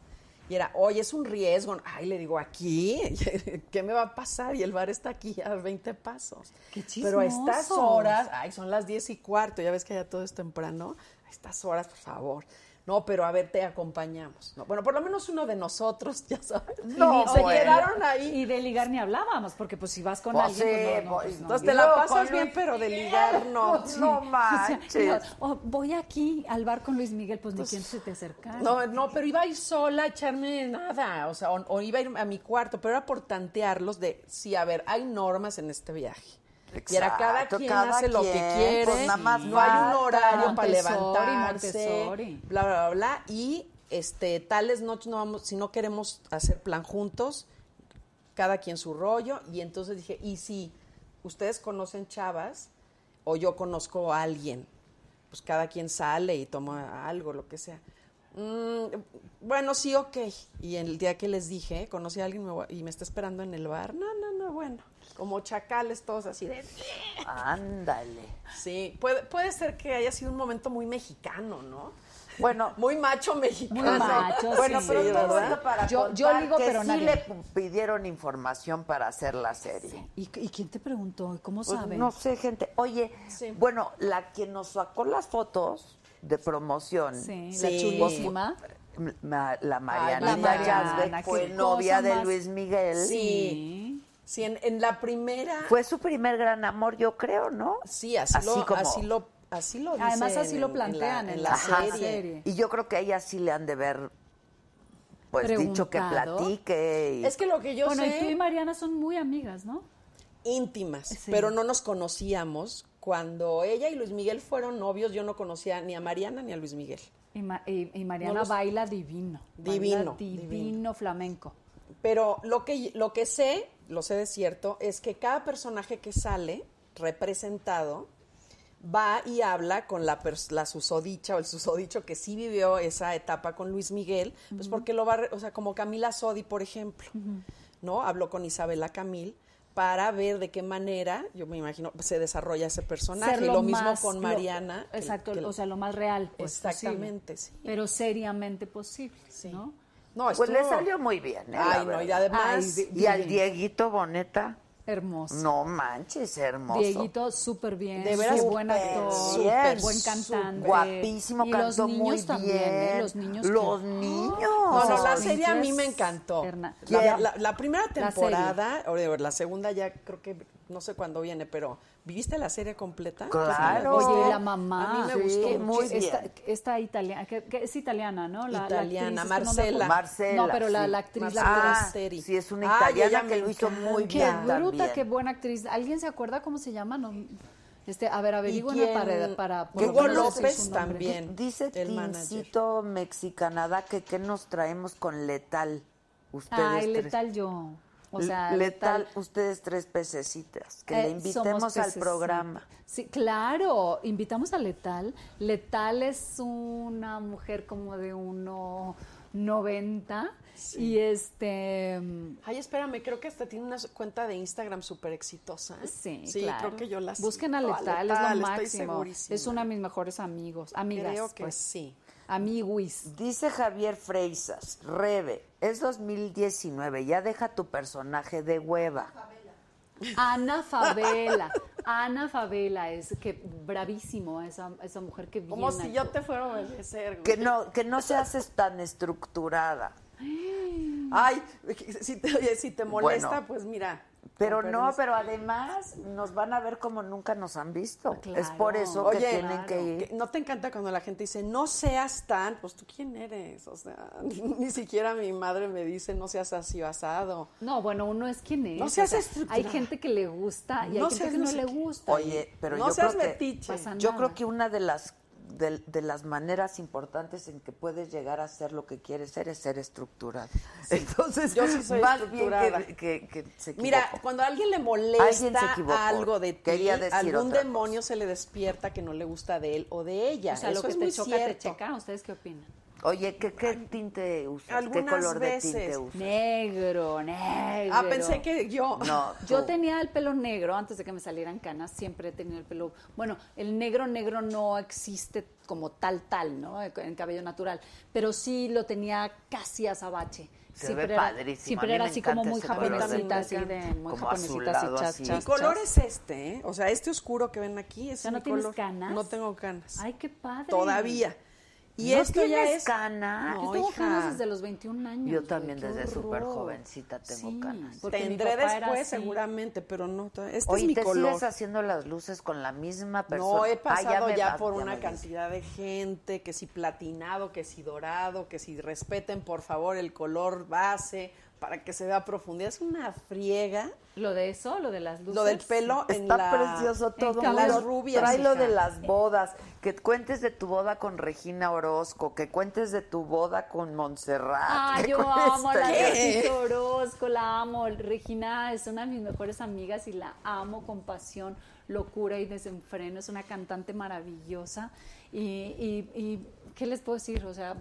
Speaker 6: Y era, oye, es un riesgo. Ay, le digo, ¿aquí? ¿Qué me va a pasar? Y el bar está aquí a 20 pasos.
Speaker 5: ¡Qué
Speaker 6: Pero a estas
Speaker 5: chismosos!
Speaker 6: horas, ay, son las 10 y cuarto, ya ves que ya todo es temprano. A estas horas, por favor. No, pero a ver, te acompañamos. No, bueno, por lo menos uno de nosotros, ya sabes.
Speaker 3: No,
Speaker 6: Y se
Speaker 3: bueno.
Speaker 6: quedaron ahí.
Speaker 5: Y de ligar ni hablábamos, porque pues si vas con
Speaker 3: Pues
Speaker 5: alguien,
Speaker 3: sí,
Speaker 5: pues, no, no,
Speaker 3: pues,
Speaker 5: pues, no.
Speaker 6: Entonces
Speaker 3: Y
Speaker 6: te la
Speaker 3: luego
Speaker 6: pasas
Speaker 3: con
Speaker 6: bien,
Speaker 3: Luis
Speaker 6: pero de ligar no.
Speaker 3: Pues no
Speaker 5: O,
Speaker 3: manches.
Speaker 5: sea, o voy aquí al bar con Luis Miguel, pues ni quién se te acerca.
Speaker 6: No, no, pero iba a ir sola a echarme nada, o sea, o, o iba a ir a mi cuarto, pero era por tantearlos de, sí, a ver, hay normas en este viaje. y era cada
Speaker 3: Exacto,
Speaker 6: quien
Speaker 3: cada
Speaker 6: hace lo que
Speaker 3: quien,
Speaker 6: quiere,
Speaker 3: pues, nada más
Speaker 6: no hay un
Speaker 3: falta.
Speaker 6: horario para
Speaker 5: Montessori,
Speaker 6: levantarse,
Speaker 5: Montessori.
Speaker 6: bla, bla, bla, bla, y este, tales noches no vamos, si no queremos hacer plan juntos, cada quien su rollo, y entonces dije, y si ustedes conocen chavas, o yo conozco a alguien, pues cada quien sale y toma algo, lo que sea. Mm, bueno, sí, ok. Y el día que les dije, conocí a alguien me voy- y me está esperando en el bar. No, no, no, bueno. Como chacales todos así de...
Speaker 3: Ándale.
Speaker 6: Sí, puede, puede ser que haya sido un momento muy mexicano, ¿no?
Speaker 3: Bueno,
Speaker 6: Muy macho mexicano.
Speaker 5: Muy macho,
Speaker 3: bueno,
Speaker 5: sí,
Speaker 3: pero
Speaker 5: sí,
Speaker 3: todo
Speaker 6: ¿verdad?
Speaker 3: esto para
Speaker 5: Yo- yo
Speaker 3: contar
Speaker 5: digo,
Speaker 3: que
Speaker 5: pero
Speaker 3: sí
Speaker 5: nadie.
Speaker 3: le pidieron información para hacer la serie.
Speaker 5: ¿Y, y quién te preguntó? ¿Cómo
Speaker 3: Pues,
Speaker 5: saben?
Speaker 3: no sé, gente. Oye,
Speaker 6: Sí.
Speaker 3: bueno, la que nos sacó las fotos de promoción,
Speaker 5: Sí,
Speaker 6: Sí.
Speaker 5: la chulísima.
Speaker 3: m- ma- la
Speaker 5: la
Speaker 3: Marianita
Speaker 5: Mariana,
Speaker 3: Yazbek, fue
Speaker 5: qué
Speaker 3: novia
Speaker 5: cosa
Speaker 3: de
Speaker 5: más-
Speaker 3: Luis Miguel.
Speaker 6: Sí. Sí, en, en la primera...
Speaker 3: Fue su primer gran amor, yo creo, ¿no?
Speaker 6: sí, así, lo,
Speaker 3: como-
Speaker 6: así lo... Así lo
Speaker 5: Además,
Speaker 6: dicen
Speaker 5: así lo
Speaker 6: en-
Speaker 5: plantean
Speaker 6: en
Speaker 5: en
Speaker 6: la,
Speaker 5: la
Speaker 3: Ajá.
Speaker 6: serie.
Speaker 3: Y yo creo que a ella sí le han de ver, pues, dicho que
Speaker 5: Preguntado.
Speaker 3: platique. y-
Speaker 6: Es que lo que yo
Speaker 5: bueno,
Speaker 6: sé...
Speaker 5: y tú y Mariana son muy amigas, ¿no?
Speaker 6: íntimas,
Speaker 5: Sí.
Speaker 6: pero no nos conocíamos. Cuando ella y Luis Miguel fueron novios, yo no conocía ni a Mariana ni a Luis Miguel.
Speaker 5: Y, Ma- y- y Mariana
Speaker 6: No los-
Speaker 5: baila divino.
Speaker 6: Divino,
Speaker 5: Baila divino,
Speaker 6: divino.
Speaker 5: flamenco.
Speaker 6: Pero lo que, lo que sé, lo sé de cierto, es que cada personaje que sale representado va y habla con la, pers- la susodicha o el susodicho que sí vivió esa etapa con Luis Miguel, pues porque lo va, a re- o sea, como Camila Sodi, por ejemplo, ¿no? Habló con Isabela Camil para ver de qué manera, yo me imagino, se desarrolla ese personaje.
Speaker 5: Ser
Speaker 6: Y lo mismo
Speaker 5: más-
Speaker 6: con
Speaker 5: lo-
Speaker 6: Mariana. que-
Speaker 5: exacto,
Speaker 6: que-
Speaker 5: o sea, lo más real. pues, posible.
Speaker 6: Exactamente, sí.
Speaker 5: Pero seriamente posible, ¿no?
Speaker 6: No,
Speaker 3: pues le
Speaker 6: estuvo-
Speaker 3: salió muy bien. eh, la
Speaker 6: Ay, no, y
Speaker 3: verdad.
Speaker 6: además...
Speaker 5: Ay, de-
Speaker 3: Y al
Speaker 5: Divino.
Speaker 3: Dieguito Boneta,
Speaker 5: Hermoso.
Speaker 3: no manches, hermoso.
Speaker 5: Dieguito, súper bien.
Speaker 6: De veras,
Speaker 5: Qué buen
Speaker 6: súper
Speaker 5: actor.
Speaker 6: bien,
Speaker 5: buen
Speaker 6: súper
Speaker 5: cantante.
Speaker 3: Guapísimo,
Speaker 5: y los
Speaker 3: cantó
Speaker 5: niños
Speaker 3: muy
Speaker 5: también, ¿eh?
Speaker 3: bien.
Speaker 5: Los niños.
Speaker 3: Los
Speaker 5: que-
Speaker 3: niños.
Speaker 6: No, no, la
Speaker 5: Los
Speaker 6: serie a mí
Speaker 5: niños,
Speaker 6: me encantó.
Speaker 5: Herna-
Speaker 6: La,
Speaker 5: La-
Speaker 6: la- la primera
Speaker 5: serie.
Speaker 6: temporada, o de- la segunda ya creo que no sé cuándo viene, pero ¿viviste la serie completa?
Speaker 3: Claro.
Speaker 5: Oye, la mamá.
Speaker 6: A mí me gustó
Speaker 3: Sí, muy
Speaker 6: muchísimo.
Speaker 5: Esta,
Speaker 3: bien.
Speaker 5: esta italiana, que, que es italiana, ¿no? La, la
Speaker 6: Italiana,
Speaker 5: actriz, es que no me
Speaker 6: Marcela.
Speaker 5: acuerdo.
Speaker 3: Marcela.
Speaker 5: No, pero la,
Speaker 3: sí.
Speaker 5: la actriz,
Speaker 6: Marcela.
Speaker 5: la
Speaker 3: ah,
Speaker 5: actriz.
Speaker 6: actriz.
Speaker 3: Sí, es una
Speaker 6: Ay,
Speaker 3: italiana
Speaker 6: ella
Speaker 3: que
Speaker 6: me
Speaker 3: lo hizo
Speaker 6: encanta.
Speaker 3: muy
Speaker 5: Qué
Speaker 3: bien.
Speaker 5: bruta,
Speaker 3: también.
Speaker 5: qué buena actriz. ¿Alguien se acuerda cómo se llama? No, este, a ver,
Speaker 6: ¿Y
Speaker 5: averigüen
Speaker 6: quién?
Speaker 5: para, para por lo
Speaker 6: Hugo
Speaker 5: menos decir
Speaker 6: López
Speaker 5: su nombre.
Speaker 6: también.
Speaker 3: Dice
Speaker 6: el manager.
Speaker 3: Tincito Mexicanada que qué nos traemos con letal. Ustedes
Speaker 5: Ay,
Speaker 3: tres.
Speaker 5: letal yo. O sea,
Speaker 3: L- letal, ustedes tres pececitas. Que le
Speaker 5: Eh, somos
Speaker 3: invitemos al
Speaker 5: pececitas.
Speaker 3: programa.
Speaker 5: Sí, claro, invitamos a Letal. Letal es una mujer como de 1.90 y este mm,
Speaker 6: Ay, espérame, creo que hasta tiene una su- cuenta de Instagram súper exitosa.
Speaker 5: sí,
Speaker 6: sí
Speaker 5: claro.
Speaker 6: creo que yo la sigo.
Speaker 5: Busquen a Letal, es
Speaker 6: Letal,
Speaker 5: lo
Speaker 6: estoy
Speaker 5: máximo.
Speaker 6: segurísima.
Speaker 5: Es una de mis mejores amigos, amigas,
Speaker 6: Creo que
Speaker 5: pues.
Speaker 6: sí.
Speaker 5: Amiguis.
Speaker 3: Dice Javier Freisas, Rebe, es 2019, ya deja tu personaje de hueva.
Speaker 5: Ana Favela. Ana Favela es que bravísimo esa, esa mujer que
Speaker 6: Como
Speaker 5: bien
Speaker 6: si yo
Speaker 5: actúa.
Speaker 6: te fuera a obedecer. güey.
Speaker 3: Que no, que no se haces tan estructurada.
Speaker 6: Ay, si te, oye, si te molesta,
Speaker 3: Bueno.
Speaker 6: pues mira.
Speaker 3: Pero
Speaker 6: con
Speaker 3: no,
Speaker 6: permiso.
Speaker 3: pero además nos van a ver como nunca nos han visto.
Speaker 5: Claro.
Speaker 3: Es por eso que
Speaker 6: Oye,
Speaker 3: tienen
Speaker 6: claro.
Speaker 3: que ir.
Speaker 6: Que ¿No te encanta cuando la gente dice, no seas tan, pues tú quién eres? O sea, ni, ni siquiera mi madre me dice, no seas así o asado.
Speaker 5: No, bueno, uno es quien es.
Speaker 6: No
Speaker 5: o
Speaker 6: seas
Speaker 5: sea,
Speaker 6: estructurada.
Speaker 5: Hay gente que le gusta y
Speaker 6: No
Speaker 5: hay gente
Speaker 6: seas
Speaker 5: que
Speaker 6: no
Speaker 5: no
Speaker 6: sé
Speaker 5: le
Speaker 6: qué.
Speaker 5: gusta.
Speaker 3: Oye, pero
Speaker 6: no
Speaker 3: yo
Speaker 6: seas
Speaker 3: creo que-
Speaker 6: metiche.
Speaker 5: Pasa
Speaker 3: Yo
Speaker 5: nada.
Speaker 3: creo que una de las de, de las maneras importantes en que puedes llegar a ser lo que quieres ser es ser estructurado. Entonces,
Speaker 6: yo sí soy
Speaker 3: más
Speaker 6: estructurada.
Speaker 3: bien que, que- que se
Speaker 6: Mira,
Speaker 3: equivocó.
Speaker 6: cuando a alguien le
Speaker 3: Alguien se
Speaker 6: molesta
Speaker 3: equivocó.
Speaker 6: algo de ti,
Speaker 3: Quería decir
Speaker 6: algún
Speaker 3: otra
Speaker 6: demonio se le despierta que no le gusta de él o de ella.
Speaker 5: O sea, lo
Speaker 6: Eso
Speaker 5: que
Speaker 6: es
Speaker 5: te
Speaker 6: muy
Speaker 5: choca, te
Speaker 6: cierto.
Speaker 5: checa. ¿Ustedes qué opinan?
Speaker 3: Oye, ¿qué, qué tinte usas? ¿Qué
Speaker 6: Algunas
Speaker 3: color
Speaker 6: veces.
Speaker 3: de tinte usas?
Speaker 5: Negro, negro.
Speaker 6: Ah, pensé que yo.
Speaker 3: No,
Speaker 5: Yo
Speaker 3: tú.
Speaker 5: tenía el pelo negro antes de que me salieran canas, siempre he tenido el pelo. Bueno, el negro negro no existe como tal tal, ¿no? En cabello natural, pero sí lo tenía casi azabache.
Speaker 3: Se
Speaker 5: siempre
Speaker 3: ve
Speaker 5: era,
Speaker 3: padrísimo.
Speaker 5: Siempre
Speaker 3: A mí
Speaker 5: era
Speaker 3: me
Speaker 5: así
Speaker 3: encanta
Speaker 5: como muy
Speaker 3: ese color
Speaker 6: de
Speaker 5: japonesita, así
Speaker 6: piel.
Speaker 5: de muy
Speaker 3: Como
Speaker 5: japonesita,
Speaker 3: azulado,
Speaker 5: así, chas,
Speaker 3: así.
Speaker 5: chas,
Speaker 6: Mi
Speaker 5: chas.
Speaker 6: color es este, ¿eh? O sea, este oscuro que ven aquí es
Speaker 5: ¿Ya no
Speaker 6: mi
Speaker 5: tienes
Speaker 6: color.
Speaker 5: canas?
Speaker 6: No tengo canas.
Speaker 5: Ay, qué padre.
Speaker 6: Todavía. Y
Speaker 3: ¿No
Speaker 6: esto ya
Speaker 3: tienes
Speaker 6: es.
Speaker 3: canas?
Speaker 5: Yo
Speaker 6: No,
Speaker 5: tengo
Speaker 6: hija.
Speaker 5: canas desde los 21 años.
Speaker 3: Yo también
Speaker 5: güey, qué
Speaker 3: desde
Speaker 5: horror.
Speaker 3: súper jovencita tengo
Speaker 5: Sí,
Speaker 3: canas.
Speaker 5: porque mi
Speaker 6: Tendré
Speaker 5: papá era
Speaker 6: después,
Speaker 5: así.
Speaker 6: seguramente, pero no. to- Este
Speaker 3: Oye,
Speaker 6: es mi
Speaker 3: ¿te
Speaker 6: color.
Speaker 3: sigues haciendo las luces con la misma persona?
Speaker 6: No, he
Speaker 3: Ah, ya
Speaker 6: pasado
Speaker 3: me
Speaker 6: ya,
Speaker 3: vas-
Speaker 6: por
Speaker 3: ya me
Speaker 6: una
Speaker 3: vas.
Speaker 6: cantidad de gente, que si platinado, que si dorado, que si respeten por favor el color base para que se vea a profundidad. Es una friega.
Speaker 5: Lo de eso, lo de las luces.
Speaker 6: Lo del pelo en
Speaker 3: Pues Está
Speaker 6: la...
Speaker 3: precioso todo.
Speaker 6: En
Speaker 3: mundo
Speaker 6: las rubias.
Speaker 3: Trae lo
Speaker 6: hija.
Speaker 3: de las bodas. Que cuentes de tu boda con Regina Orozco. Que cuentes de tu boda con Montserrat.
Speaker 5: Ah,
Speaker 3: que
Speaker 5: yo
Speaker 3: con este
Speaker 5: amo a la
Speaker 3: esta-
Speaker 5: Regina Orozco, la amo. Regina es una de mis mejores amigas y la amo con pasión, locura y desenfreno. Es una cantante maravillosa. Y, y- y, ¿qué les puedo decir? O sea,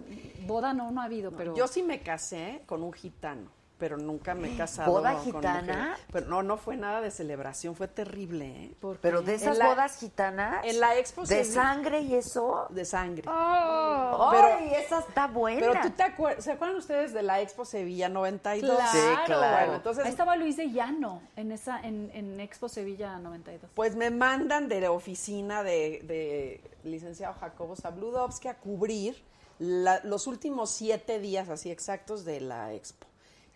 Speaker 5: boda no, no ha habido, pero...
Speaker 6: Yo sí me casé con un gitano, pero nunca me he casado
Speaker 3: ¿Boda
Speaker 6: con
Speaker 3: gitana?
Speaker 6: mujeres. Pero no, no fue nada de celebración, fue terrible, ¿eh?
Speaker 5: ¿por
Speaker 3: Pero
Speaker 5: qué?
Speaker 3: de esas
Speaker 6: En la-
Speaker 3: bodas gitanas.
Speaker 6: en la expo
Speaker 3: De
Speaker 6: se-
Speaker 3: sangre y eso.
Speaker 6: De sangre.
Speaker 5: Ah,
Speaker 3: pero,
Speaker 6: pero-
Speaker 3: ¡Ay, esa está buena!
Speaker 6: Oh. Pero tú te acuerdas, ¿se acuerdan ustedes de la Expo Sevilla 92?
Speaker 5: Claro.
Speaker 3: Sí, claro.
Speaker 6: Bueno, entonces,
Speaker 5: Ahí estaba Luis de Llano en, esa, en, en Expo Sevilla 92.
Speaker 6: pues me mandan de la oficina de, de licenciado Jacobo Zabludovsky a cubrir la- los últimos siete días así exactos de la Expo.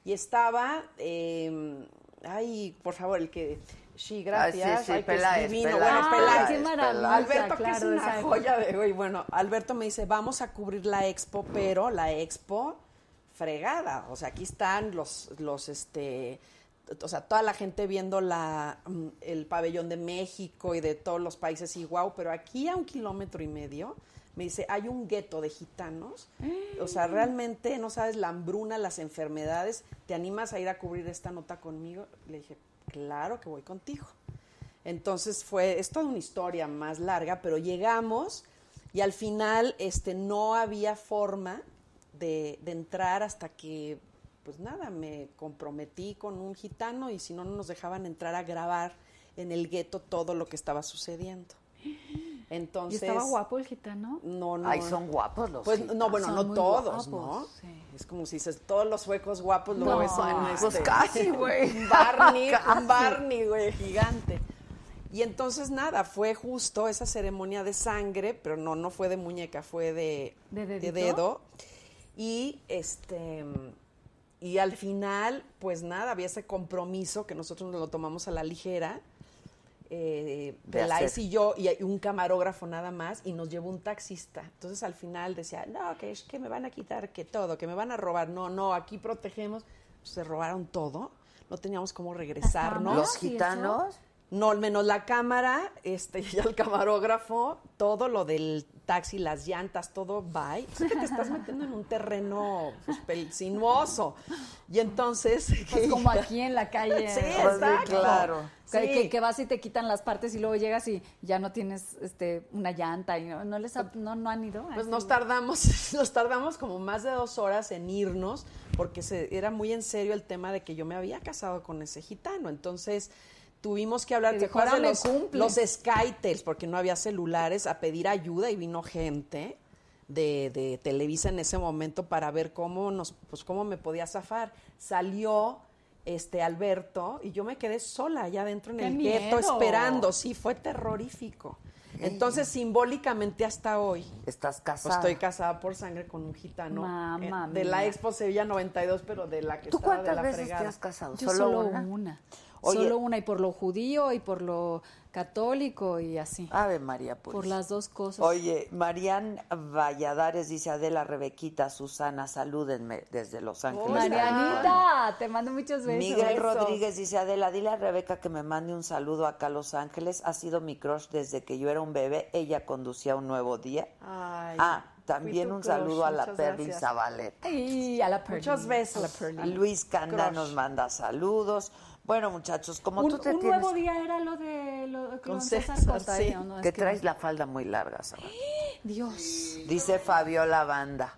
Speaker 6: Y estaba, eh, ay, por favor, el que... Sí, gracias.
Speaker 3: Ah, sí, sí,
Speaker 6: ay, que es
Speaker 3: Peláez,
Speaker 6: divino.
Speaker 3: Peláez,
Speaker 6: Bueno,
Speaker 5: Ah,
Speaker 6: Peláez.
Speaker 5: qué maravilla,
Speaker 6: Alberto, que es
Speaker 5: claro,
Speaker 6: una
Speaker 5: esa época.
Speaker 6: joya de güey. Bueno, Alberto me dice, vamos a cubrir la expo, pero la expo fregada. O sea, aquí están los, los, este, o sea, toda la gente viendo la, mm, el pabellón de México y de todos los países y guau, pero aquí a un kilómetro y medio. Me dice, hay un gueto de gitanos. O sea, realmente no sabes la hambruna, las enfermedades. ¿Te animas a ir a cubrir esta nota conmigo? Le dije, claro que voy contigo. Entonces fue, es toda una historia más larga, pero llegamos y al final este, no había forma de, de entrar hasta que, pues nada, me comprometí con un gitano y si no, no nos dejaban entrar a grabar en el gueto todo lo que estaba sucediendo.
Speaker 5: ¿Y
Speaker 6: Entonces...
Speaker 5: estaba guapo el gitano?
Speaker 6: No, no.
Speaker 3: Ay, son guapos los
Speaker 6: Pues
Speaker 3: gitanos.
Speaker 6: no, bueno,
Speaker 5: Son
Speaker 6: no
Speaker 5: muy
Speaker 6: todos,
Speaker 5: guapos,
Speaker 6: ¿no?
Speaker 5: sí.
Speaker 6: Es como si dices, todos los suecos guapos
Speaker 5: No,
Speaker 6: luego son
Speaker 5: pues
Speaker 6: este,
Speaker 3: casi, güey.
Speaker 6: Un Barney,
Speaker 3: Casi.
Speaker 6: un Barney, güey, gigante. Y entonces nada, fue justo esa ceremonia de sangre, pero no, no fue de muñeca, fue de,
Speaker 5: ¿De dedito?
Speaker 6: dedo. Y este y al final, pues nada, había ese compromiso que nosotros nos lo tomamos a la ligera. Eh,
Speaker 3: De
Speaker 6: Peláez
Speaker 3: hacer.
Speaker 6: y yo y hay un camarógrafo nada más y nos llevó un taxista. Entonces al final decía, no, que es que me van a quitar que todo, que me van a robar. No, no, aquí protegemos. Pues, Se robaron todo, no teníamos cómo regresarnos.
Speaker 3: Los
Speaker 5: ¿Y eso?
Speaker 3: gitanos.
Speaker 6: No, al menos la cámara, este, y el camarógrafo, todo lo del taxi, las llantas, todo bye. Pues, Es que te estás metiendo en un terreno pues, pel- sinuoso. Y entonces.
Speaker 5: Pues como aquí en la calle.
Speaker 6: Sí,
Speaker 5: ¿no?
Speaker 6: exacto.
Speaker 3: claro.
Speaker 5: Que,
Speaker 6: Sí.
Speaker 5: que- que vas y te quitan las partes y luego llegas y ya no tienes este una llanta y no, no les ha- no, no han ido. a
Speaker 6: Pues
Speaker 5: ese
Speaker 6: nos
Speaker 5: lugar.
Speaker 6: tardamos, nos tardamos como más de dos horas en irnos, porque se, era muy en serio el tema de que yo me había casado con ese gitano. Entonces tuvimos que hablar
Speaker 5: Que
Speaker 6: ¿te
Speaker 5: dijo,
Speaker 6: acuerdas
Speaker 5: "Ahora me
Speaker 6: de
Speaker 5: cumple".
Speaker 6: los, los Skytels, porque no había celulares, a pedir ayuda y vino gente de, de Televisa en ese momento para ver cómo nos, pues cómo me podía zafar. Salió este Alberto y yo me quedé sola allá adentro en
Speaker 5: ¡Qué
Speaker 6: el
Speaker 5: miedo!
Speaker 6: gueto esperando. Sí, fue terrorífico. Entonces, simbólicamente hasta hoy,
Speaker 3: Estás
Speaker 6: pues
Speaker 3: casada.
Speaker 6: estoy casada por sangre con un gitano.
Speaker 5: Mamma
Speaker 6: eh, de la
Speaker 5: mía.
Speaker 6: Expo Sevilla 92, pero de la que
Speaker 3: ¿Tú
Speaker 6: estaba de
Speaker 3: cuántas
Speaker 6: la
Speaker 3: veces
Speaker 6: fregada.
Speaker 3: te has casado?
Speaker 5: Yo solo, una.
Speaker 3: Oye.
Speaker 5: solo una y por lo judío y por lo católico y así.
Speaker 3: Ave María, pues.
Speaker 5: por las dos cosas.
Speaker 3: Oye, Marían Valladares dice Adela, Rebequita, Susana, salúdenme desde Los Ángeles.
Speaker 5: Marianita, te mando muchos besos.
Speaker 3: Miguel
Speaker 5: Beso.
Speaker 3: Rodríguez dice, Adela, dile a Rebeca que me mande un saludo acá a Los Ángeles. Ha sido mi crush desde que yo era un bebé. Ella conducía un nuevo día.
Speaker 6: Ay,
Speaker 3: ah,
Speaker 6: fui
Speaker 3: también
Speaker 6: tu
Speaker 3: un
Speaker 6: crush,
Speaker 3: saludo a la
Speaker 6: muchas
Speaker 3: Perli
Speaker 6: gracias.
Speaker 3: Zabalet.
Speaker 5: Y a la Pearly.
Speaker 6: Muchas
Speaker 5: A la
Speaker 6: veces.
Speaker 5: Pearly.
Speaker 3: Luis Canda
Speaker 6: Crush.
Speaker 3: nos manda saludos. Bueno, muchachos, como
Speaker 5: Un,
Speaker 3: tú te
Speaker 5: un
Speaker 3: tienes...
Speaker 5: nuevo día era lo de lo, con, César,
Speaker 6: César,
Speaker 5: Contadilla,
Speaker 6: sí.
Speaker 5: ¿o no? Es
Speaker 3: que
Speaker 5: que-
Speaker 3: traes la falda muy larga, Zabalet.
Speaker 5: Dios.
Speaker 3: Dice Fabiola Banda.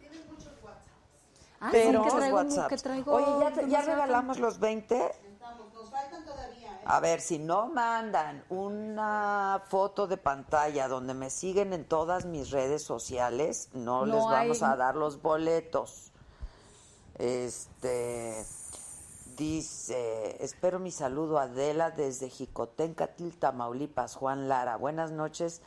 Speaker 5: Ah, sí,
Speaker 3: Pero
Speaker 5: que traigo,
Speaker 3: WhatsApp.
Speaker 5: que traigo
Speaker 3: Oye, ¿ya, te- ya
Speaker 5: demasiado
Speaker 3: regalamos los 20? A ver, si no mandan una foto de pantalla donde me siguen en todas mis redes sociales, no,
Speaker 5: No
Speaker 3: les vamos
Speaker 5: hay-
Speaker 3: a dar los boletos. Este dice, espero mi saludo a Adela desde Jicotenca, Tamaulipas, Juan Lara. Buenas noches.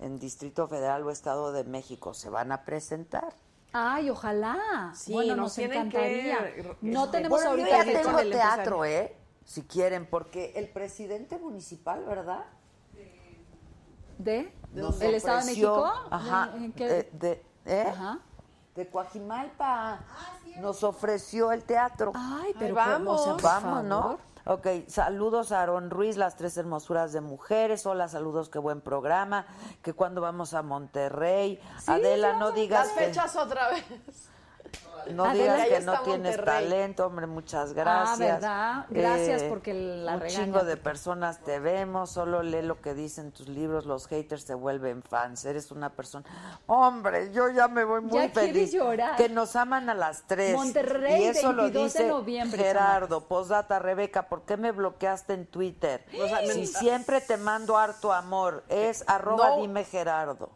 Speaker 3: en Distrito Federal o Estado de México se van a presentar.
Speaker 5: Ay, ojalá.
Speaker 6: Sí,
Speaker 5: bueno,
Speaker 6: nos
Speaker 5: nos,
Speaker 6: tienen que-
Speaker 5: encantaría. No
Speaker 6: Este,
Speaker 5: tenemos
Speaker 6: bueno, yo
Speaker 5: ahorita
Speaker 6: ya
Speaker 5: fecha
Speaker 6: tengo
Speaker 5: del
Speaker 6: del
Speaker 3: teatro, ¿eh? Si quieren, porque el presidente municipal, ¿verdad?
Speaker 5: de
Speaker 3: Nos
Speaker 5: el Estado de
Speaker 3: ofreció-
Speaker 5: México.
Speaker 3: Ajá.
Speaker 5: ¿En qué-
Speaker 3: eh, de, ¿eh?
Speaker 5: Ajá. Ah,
Speaker 3: de Coajimalpa. Nos ofreció el teatro.
Speaker 5: Ay, pero
Speaker 6: vamos.
Speaker 5: vamos,
Speaker 3: Vamos, ¿no? Ok, saludos a Aaron Ruiz, las tres hermosuras de mujeres. Hola, saludos, qué buen programa. Que cuando vamos a Monterrey. Adela, no digas
Speaker 6: Las
Speaker 3: que,
Speaker 6: fechas otra vez.
Speaker 3: no,
Speaker 5: Adela,
Speaker 3: digas
Speaker 6: ya
Speaker 3: que
Speaker 6: está
Speaker 3: no tienes
Speaker 6: Monterrey.
Speaker 3: talento, hombre, muchas gracias. Eh,
Speaker 5: Ah, ¿verdad? Gracias porque la
Speaker 3: Un
Speaker 5: regaña.
Speaker 3: chingo de personas te vemos, solo lee lo que dicen tus libros, los haters se vuelven fans. Eres una persona. Hombre, yo ya me voy muy
Speaker 5: Ya quieres
Speaker 3: feliz.
Speaker 5: llorar.
Speaker 3: Que nos aman a las tres.
Speaker 5: Monterrey,
Speaker 3: y eso lo
Speaker 5: 22 de
Speaker 3: dice
Speaker 5: noviembre,
Speaker 3: Gerardo, Posdata, Rebeca, ¿por qué me bloqueaste en Twitter? si siempre te mando harto amor, es arroba
Speaker 6: No.
Speaker 3: dime Gerardo.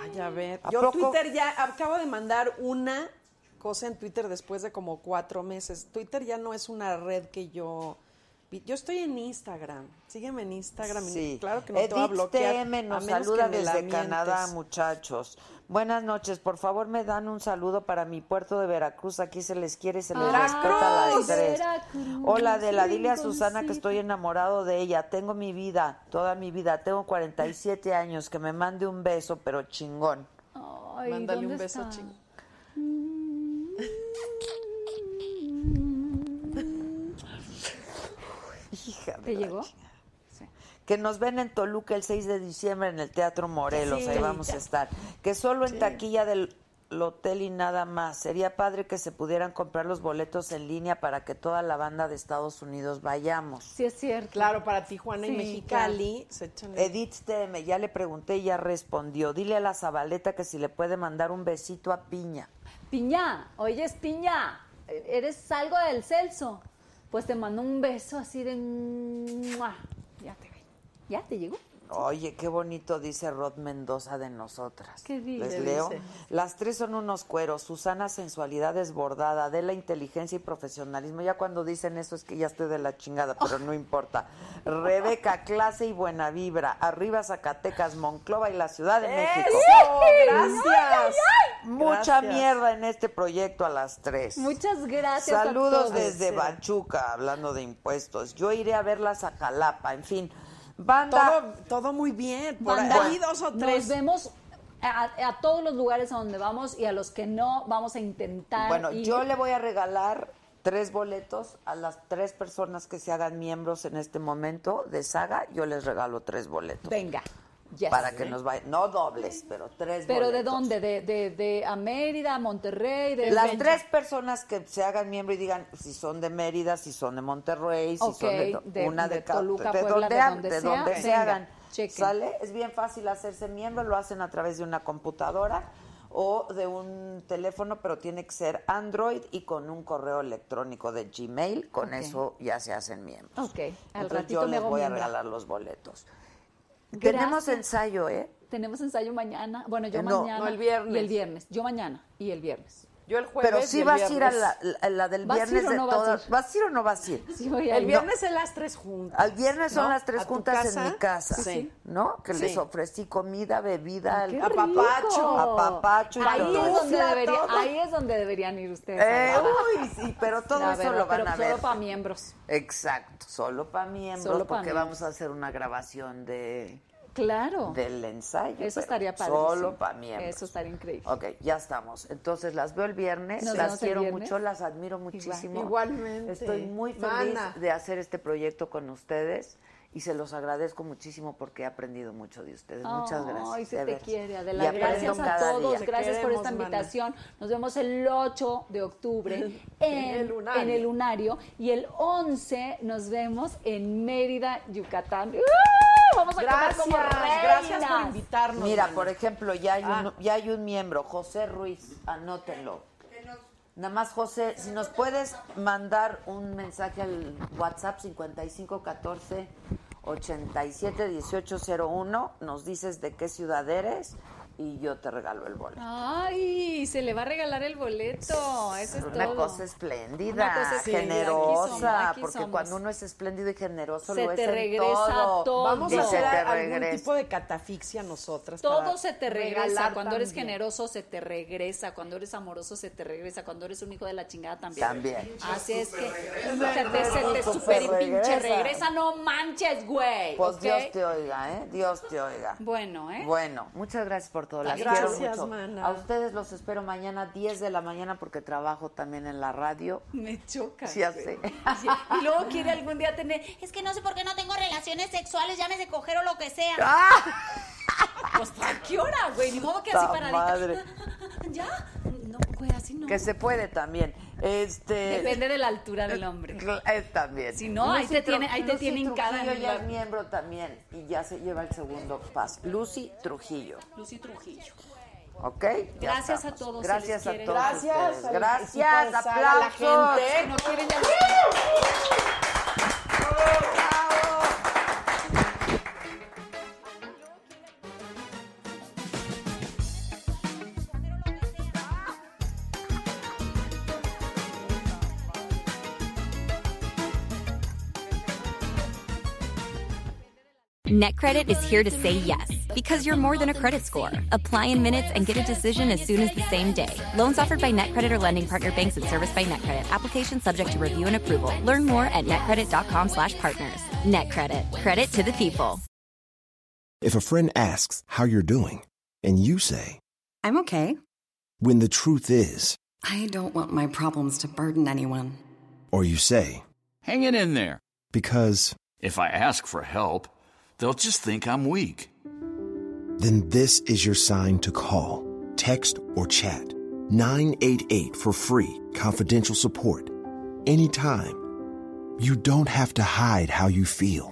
Speaker 6: Ay, a ver.
Speaker 3: ¿A
Speaker 6: Yo
Speaker 3: poco?
Speaker 6: Twitter ya acabo de mandar una cosa en Twitter después de como cuatro meses. Twitter ya no es una red que yo. vi- Yo estoy en Instagram. Sígueme en Instagram. y
Speaker 3: Sí.
Speaker 6: Claro que no te
Speaker 3: Edith
Speaker 6: voy a bloquear.
Speaker 3: TM
Speaker 6: a
Speaker 3: nos
Speaker 6: menos que
Speaker 3: saluda
Speaker 6: me
Speaker 3: desde
Speaker 6: lamentes.
Speaker 3: Canadá, muchachos. Buenas noches, por favor me dan un saludo para mi puerto de Veracruz. Aquí se les quiere y se les
Speaker 5: Veracruz.
Speaker 3: respeta a las tres.
Speaker 5: Veracruz,
Speaker 3: Hola, Adela, dile a Susana que
Speaker 5: rinconcito.
Speaker 3: estoy enamorado de ella. Tengo mi vida, toda mi vida. Tengo 47 años. Que me mande un beso, pero chingón.
Speaker 5: Ay,
Speaker 6: Mándale un
Speaker 5: ¿dónde
Speaker 6: beso,
Speaker 5: está?
Speaker 6: chingo.
Speaker 3: Hija de
Speaker 5: ¿Te
Speaker 3: la
Speaker 5: llegó?
Speaker 3: chingada. Que nos ven en Toluca el 6 de diciembre en el Teatro Morelos, ahí vamos a estar. Que solo en taquilla del el hotel y nada más. Sería padre que se pudieran comprar los boletos en línea para que toda la banda de Estados Unidos vayamos.
Speaker 5: Sí, es cierto.
Speaker 6: Claro, para Tijuana y
Speaker 5: Sí,
Speaker 6: Mexicali se echan el-
Speaker 3: Edith TM, ya le pregunté y ya respondió. Dile a la Zabaleta que si le puede mandar un besito a Piña.
Speaker 5: Piña, oye, es Piña, eres algo del Celso. Pues te mando un beso así de... ¡mua! Ya te ve. ¿Ya te llegó?
Speaker 3: Oye, qué bonito dice Rod Mendoza de nosotras.
Speaker 5: ¿Qué dice?
Speaker 3: Les
Speaker 5: ¿Qué
Speaker 3: leo. Las tres son unos cueros. Susana, sensualidad desbordada. Adela, inteligencia y profesionalismo. Ya cuando dicen eso es que ya estoy de la chingada, pero no importa. Rebeca, clase y buena vibra. Arriba Zacatecas, Monclova y la Ciudad
Speaker 5: ¡Eh!
Speaker 3: de México.
Speaker 6: ¡Eso! ¡Gracias!
Speaker 3: Mucha
Speaker 6: Gracias.
Speaker 3: mierda en este proyecto a las tres.
Speaker 5: Muchas gracias a
Speaker 3: Saludos
Speaker 5: todos.
Speaker 3: desde Pachuca, hablando de impuestos. Yo iré a verlas a Jalapa, en fin. Banda.
Speaker 6: Todo, todo muy bien. Por
Speaker 5: Banda,
Speaker 6: ahí dos o tres.
Speaker 5: Nos vemos a, a todos los lugares a donde vamos y a los que no vamos a intentar.
Speaker 3: Bueno,
Speaker 5: ir.
Speaker 3: yo le voy a regalar tres boletos a las tres personas que se hagan miembros en este momento de Saga. Yo les regalo tres boletos
Speaker 5: Venga. yes.
Speaker 3: para que nos vayan. No dobles, pero tres
Speaker 5: Pero ¿de
Speaker 3: boletos.
Speaker 5: dónde? ¿De, de, de a Mérida, a Monterrey? De
Speaker 3: Las tres personas que se hagan miembro y digan si son de Mérida, si son de Monterrey, si
Speaker 5: Ok,
Speaker 3: son de,
Speaker 5: de-
Speaker 3: una de,
Speaker 5: de
Speaker 3: cada-
Speaker 5: Toluca,
Speaker 3: de
Speaker 5: Puebla,
Speaker 3: donde,
Speaker 5: de
Speaker 3: ha-
Speaker 5: donde
Speaker 3: de
Speaker 5: sea,
Speaker 3: donde se
Speaker 5: venga,
Speaker 3: hagan.
Speaker 5: chequen.
Speaker 3: ¿Sale? Es bien fácil hacerse miembro, lo hacen a través de una computadora o de un teléfono, pero tiene que ser Android y con un correo electrónico de Gmail, con
Speaker 5: Ok.
Speaker 3: eso ya se hacen miembros.
Speaker 5: Ok, al
Speaker 3: Entonces
Speaker 5: ratito
Speaker 3: yo
Speaker 5: me
Speaker 3: les
Speaker 5: hago
Speaker 3: voy a
Speaker 5: miembro.
Speaker 3: regalar los boletos.
Speaker 5: Gracias.
Speaker 3: Tenemos ensayo, ¿eh?
Speaker 5: Tenemos ensayo mañana. Bueno, yo
Speaker 3: Eh, no,
Speaker 5: mañana.
Speaker 6: no, el viernes.
Speaker 5: Y el viernes. Yo mañana y el viernes.
Speaker 6: Yo el jueves.
Speaker 3: Pero
Speaker 6: y
Speaker 3: sí
Speaker 6: el
Speaker 3: vas a ir a
Speaker 6: viernes.
Speaker 3: la, la- la del
Speaker 5: ¿Vas a ir
Speaker 3: viernes
Speaker 5: o
Speaker 3: de
Speaker 5: no vas a
Speaker 3: todas.
Speaker 5: ir?
Speaker 3: ¿Vas a ir o no vas a ir?
Speaker 5: Sí, voy a
Speaker 6: El
Speaker 5: ir.
Speaker 6: viernes es las tres juntas.
Speaker 3: Al viernes son
Speaker 6: ¿no?
Speaker 3: las tres
Speaker 6: ¿A tu
Speaker 3: juntas en
Speaker 6: casa?
Speaker 3: mi casa,
Speaker 6: Sí.
Speaker 3: ¿no? Que
Speaker 6: Sí.
Speaker 3: les ofrecí comida, bebida,
Speaker 5: ¡Qué
Speaker 3: al-
Speaker 5: rico!
Speaker 6: apapacho,
Speaker 3: apapacho y
Speaker 5: ahí
Speaker 3: todo.
Speaker 5: Es donde
Speaker 6: Pantufla,
Speaker 5: debería-
Speaker 6: todo.
Speaker 5: ahí es donde deberían ir ustedes.
Speaker 3: Eh,
Speaker 5: la verdad.
Speaker 3: uy, sí, pero todo
Speaker 5: La
Speaker 3: eso
Speaker 5: verdad,
Speaker 3: lo van
Speaker 5: pero
Speaker 3: a ver.
Speaker 5: Solo para miembros.
Speaker 3: Exacto, solo para miembros,
Speaker 5: Solo pa'
Speaker 3: porque
Speaker 5: miembros.
Speaker 3: vamos a hacer una grabación de
Speaker 5: Claro.
Speaker 3: del ensayo.
Speaker 5: Eso
Speaker 3: pero
Speaker 5: estaría padre.
Speaker 3: Solo para miembros.
Speaker 5: Eso estaría increíble.
Speaker 3: Ok, ya estamos. Entonces las veo el viernes,
Speaker 5: Nos
Speaker 3: las
Speaker 5: vemos el
Speaker 3: quiero
Speaker 5: viernes.
Speaker 3: mucho, las admiro muchísimo.
Speaker 6: Igualmente.
Speaker 3: Estoy muy feliz
Speaker 6: Mana.
Speaker 3: de hacer este proyecto con ustedes y se los agradezco muchísimo porque he aprendido mucho de ustedes. Muchas gracias.
Speaker 5: Ay, se
Speaker 3: de
Speaker 5: te
Speaker 3: veras.
Speaker 5: quiere,
Speaker 3: Y
Speaker 5: Adela.
Speaker 3: aprendo
Speaker 5: Gracias a
Speaker 3: cada
Speaker 5: todos.
Speaker 3: día.
Speaker 5: Gracias por
Speaker 6: queremos,
Speaker 5: esta
Speaker 6: mana.
Speaker 5: invitación. Nos vemos el 8 de octubre en,
Speaker 6: En el Lunario.
Speaker 5: en el Lunario. Y el 11 nos vemos en Mérida, Yucatán. ¡Uh! Vamos a comer
Speaker 6: Gracias.
Speaker 5: como reinas.
Speaker 6: Gracias por invitarnos.
Speaker 3: Mira,
Speaker 6: mana.
Speaker 3: por ejemplo, ya hay,
Speaker 6: Ah.
Speaker 3: un, ya hay un miembro, José Ruiz, anótenlo. Nada más, José, si nos puedes mandar un mensaje al WhatsApp 5514 87 1801, nos dices de qué ciudad eres y y yo te regalo el
Speaker 5: Ah,
Speaker 3: boleto.
Speaker 5: Ay, se le va a regalar el boleto. Eso es
Speaker 3: Una
Speaker 5: todo.
Speaker 3: cosa espléndida,
Speaker 5: Una cosa espléndida.
Speaker 3: generosa,
Speaker 5: Aquí somos, aquí
Speaker 3: porque
Speaker 5: somos.
Speaker 3: cuando uno es espléndido y generoso
Speaker 5: Se
Speaker 3: lo es
Speaker 5: te
Speaker 3: en
Speaker 5: regresa
Speaker 3: todo.
Speaker 5: todo.
Speaker 6: Vamos
Speaker 3: Y
Speaker 6: a
Speaker 5: Todo.
Speaker 3: se
Speaker 6: hacer
Speaker 3: te
Speaker 6: algún
Speaker 3: regresa.
Speaker 6: tipo de catafixia nosotras.
Speaker 5: Todo
Speaker 6: para
Speaker 5: se te regresa.
Speaker 6: regalar
Speaker 5: Cuando eres
Speaker 6: también.
Speaker 5: generoso, se te regresa. Cuando eres amoroso, se te regresa. Cuando eres un hijo de la chingada, también.
Speaker 3: También.
Speaker 5: Así es que se te, se te
Speaker 3: Super
Speaker 5: super pinche
Speaker 3: regresa.
Speaker 5: regresa. No manches, güey.
Speaker 3: Pues
Speaker 5: ¿ok?
Speaker 3: Dios te oiga, ¿eh? Dios te oiga.
Speaker 5: Bueno, ¿eh?
Speaker 3: Bueno, muchas gracias por todo. Las
Speaker 6: Gracias,
Speaker 3: quiero mucho.
Speaker 6: mana.
Speaker 3: A ustedes los espero mañana 10 de la mañana porque trabajo también en la radio.
Speaker 5: Me choca.
Speaker 3: Sí, ya sé.
Speaker 5: Sí, Y luego quiere algún día tener, es que no sé por qué no tengo relaciones sexuales, llámese coger o lo que sea. Ah. Pues ¿a qué hora, güey? Ni modo que así
Speaker 3: Ta
Speaker 5: paradita.
Speaker 3: madre.
Speaker 5: ¿Ya? No, güey, así no.
Speaker 3: Que se puede también. Este
Speaker 5: Depende de la altura del hombre.
Speaker 3: Cla- eh, también.
Speaker 5: Si no, ahí
Speaker 3: Lucy
Speaker 5: te tiene- ahí te
Speaker 3: Lucy
Speaker 5: tiene hincada en
Speaker 3: Trujillo ya
Speaker 5: la-
Speaker 3: es miembro también y ya se lleva el segundo paso. Lucy Trujillo,
Speaker 5: Lucy Trujillo.
Speaker 3: ¿ok? Ya estamos.
Speaker 5: Gracias a todos, se
Speaker 3: Gracias
Speaker 5: les
Speaker 3: a
Speaker 5: quiere.
Speaker 3: todos.
Speaker 6: Gracias,
Speaker 3: ustedes.
Speaker 6: al equipo
Speaker 3: Gracias,
Speaker 6: de sala, a la
Speaker 3: aplausos.
Speaker 6: gente.
Speaker 5: No quieren ya-
Speaker 8: NetCredit is here to say yes because you're more than a credit score. Apply in minutes and get a decision as soon as the same day. Loans offered by NetCredit or lending partner banks and serviced by NetCredit. Application subject to review and approval. Learn more at netcredit.com/partners. NetCredit. Credit to the people.
Speaker 9: If a friend asks how you're doing, and you say,
Speaker 10: I'm okay.
Speaker 9: when the truth is,
Speaker 10: I don't want my problems to burden anyone.
Speaker 9: or you say,
Speaker 11: Hanging in there.
Speaker 9: because,
Speaker 11: If I ask for help, they'll just think I'm weak.
Speaker 9: then this is your sign to call, text, or chat. 988 for free, confidential support. Anytime. You don't have to hide how you feel.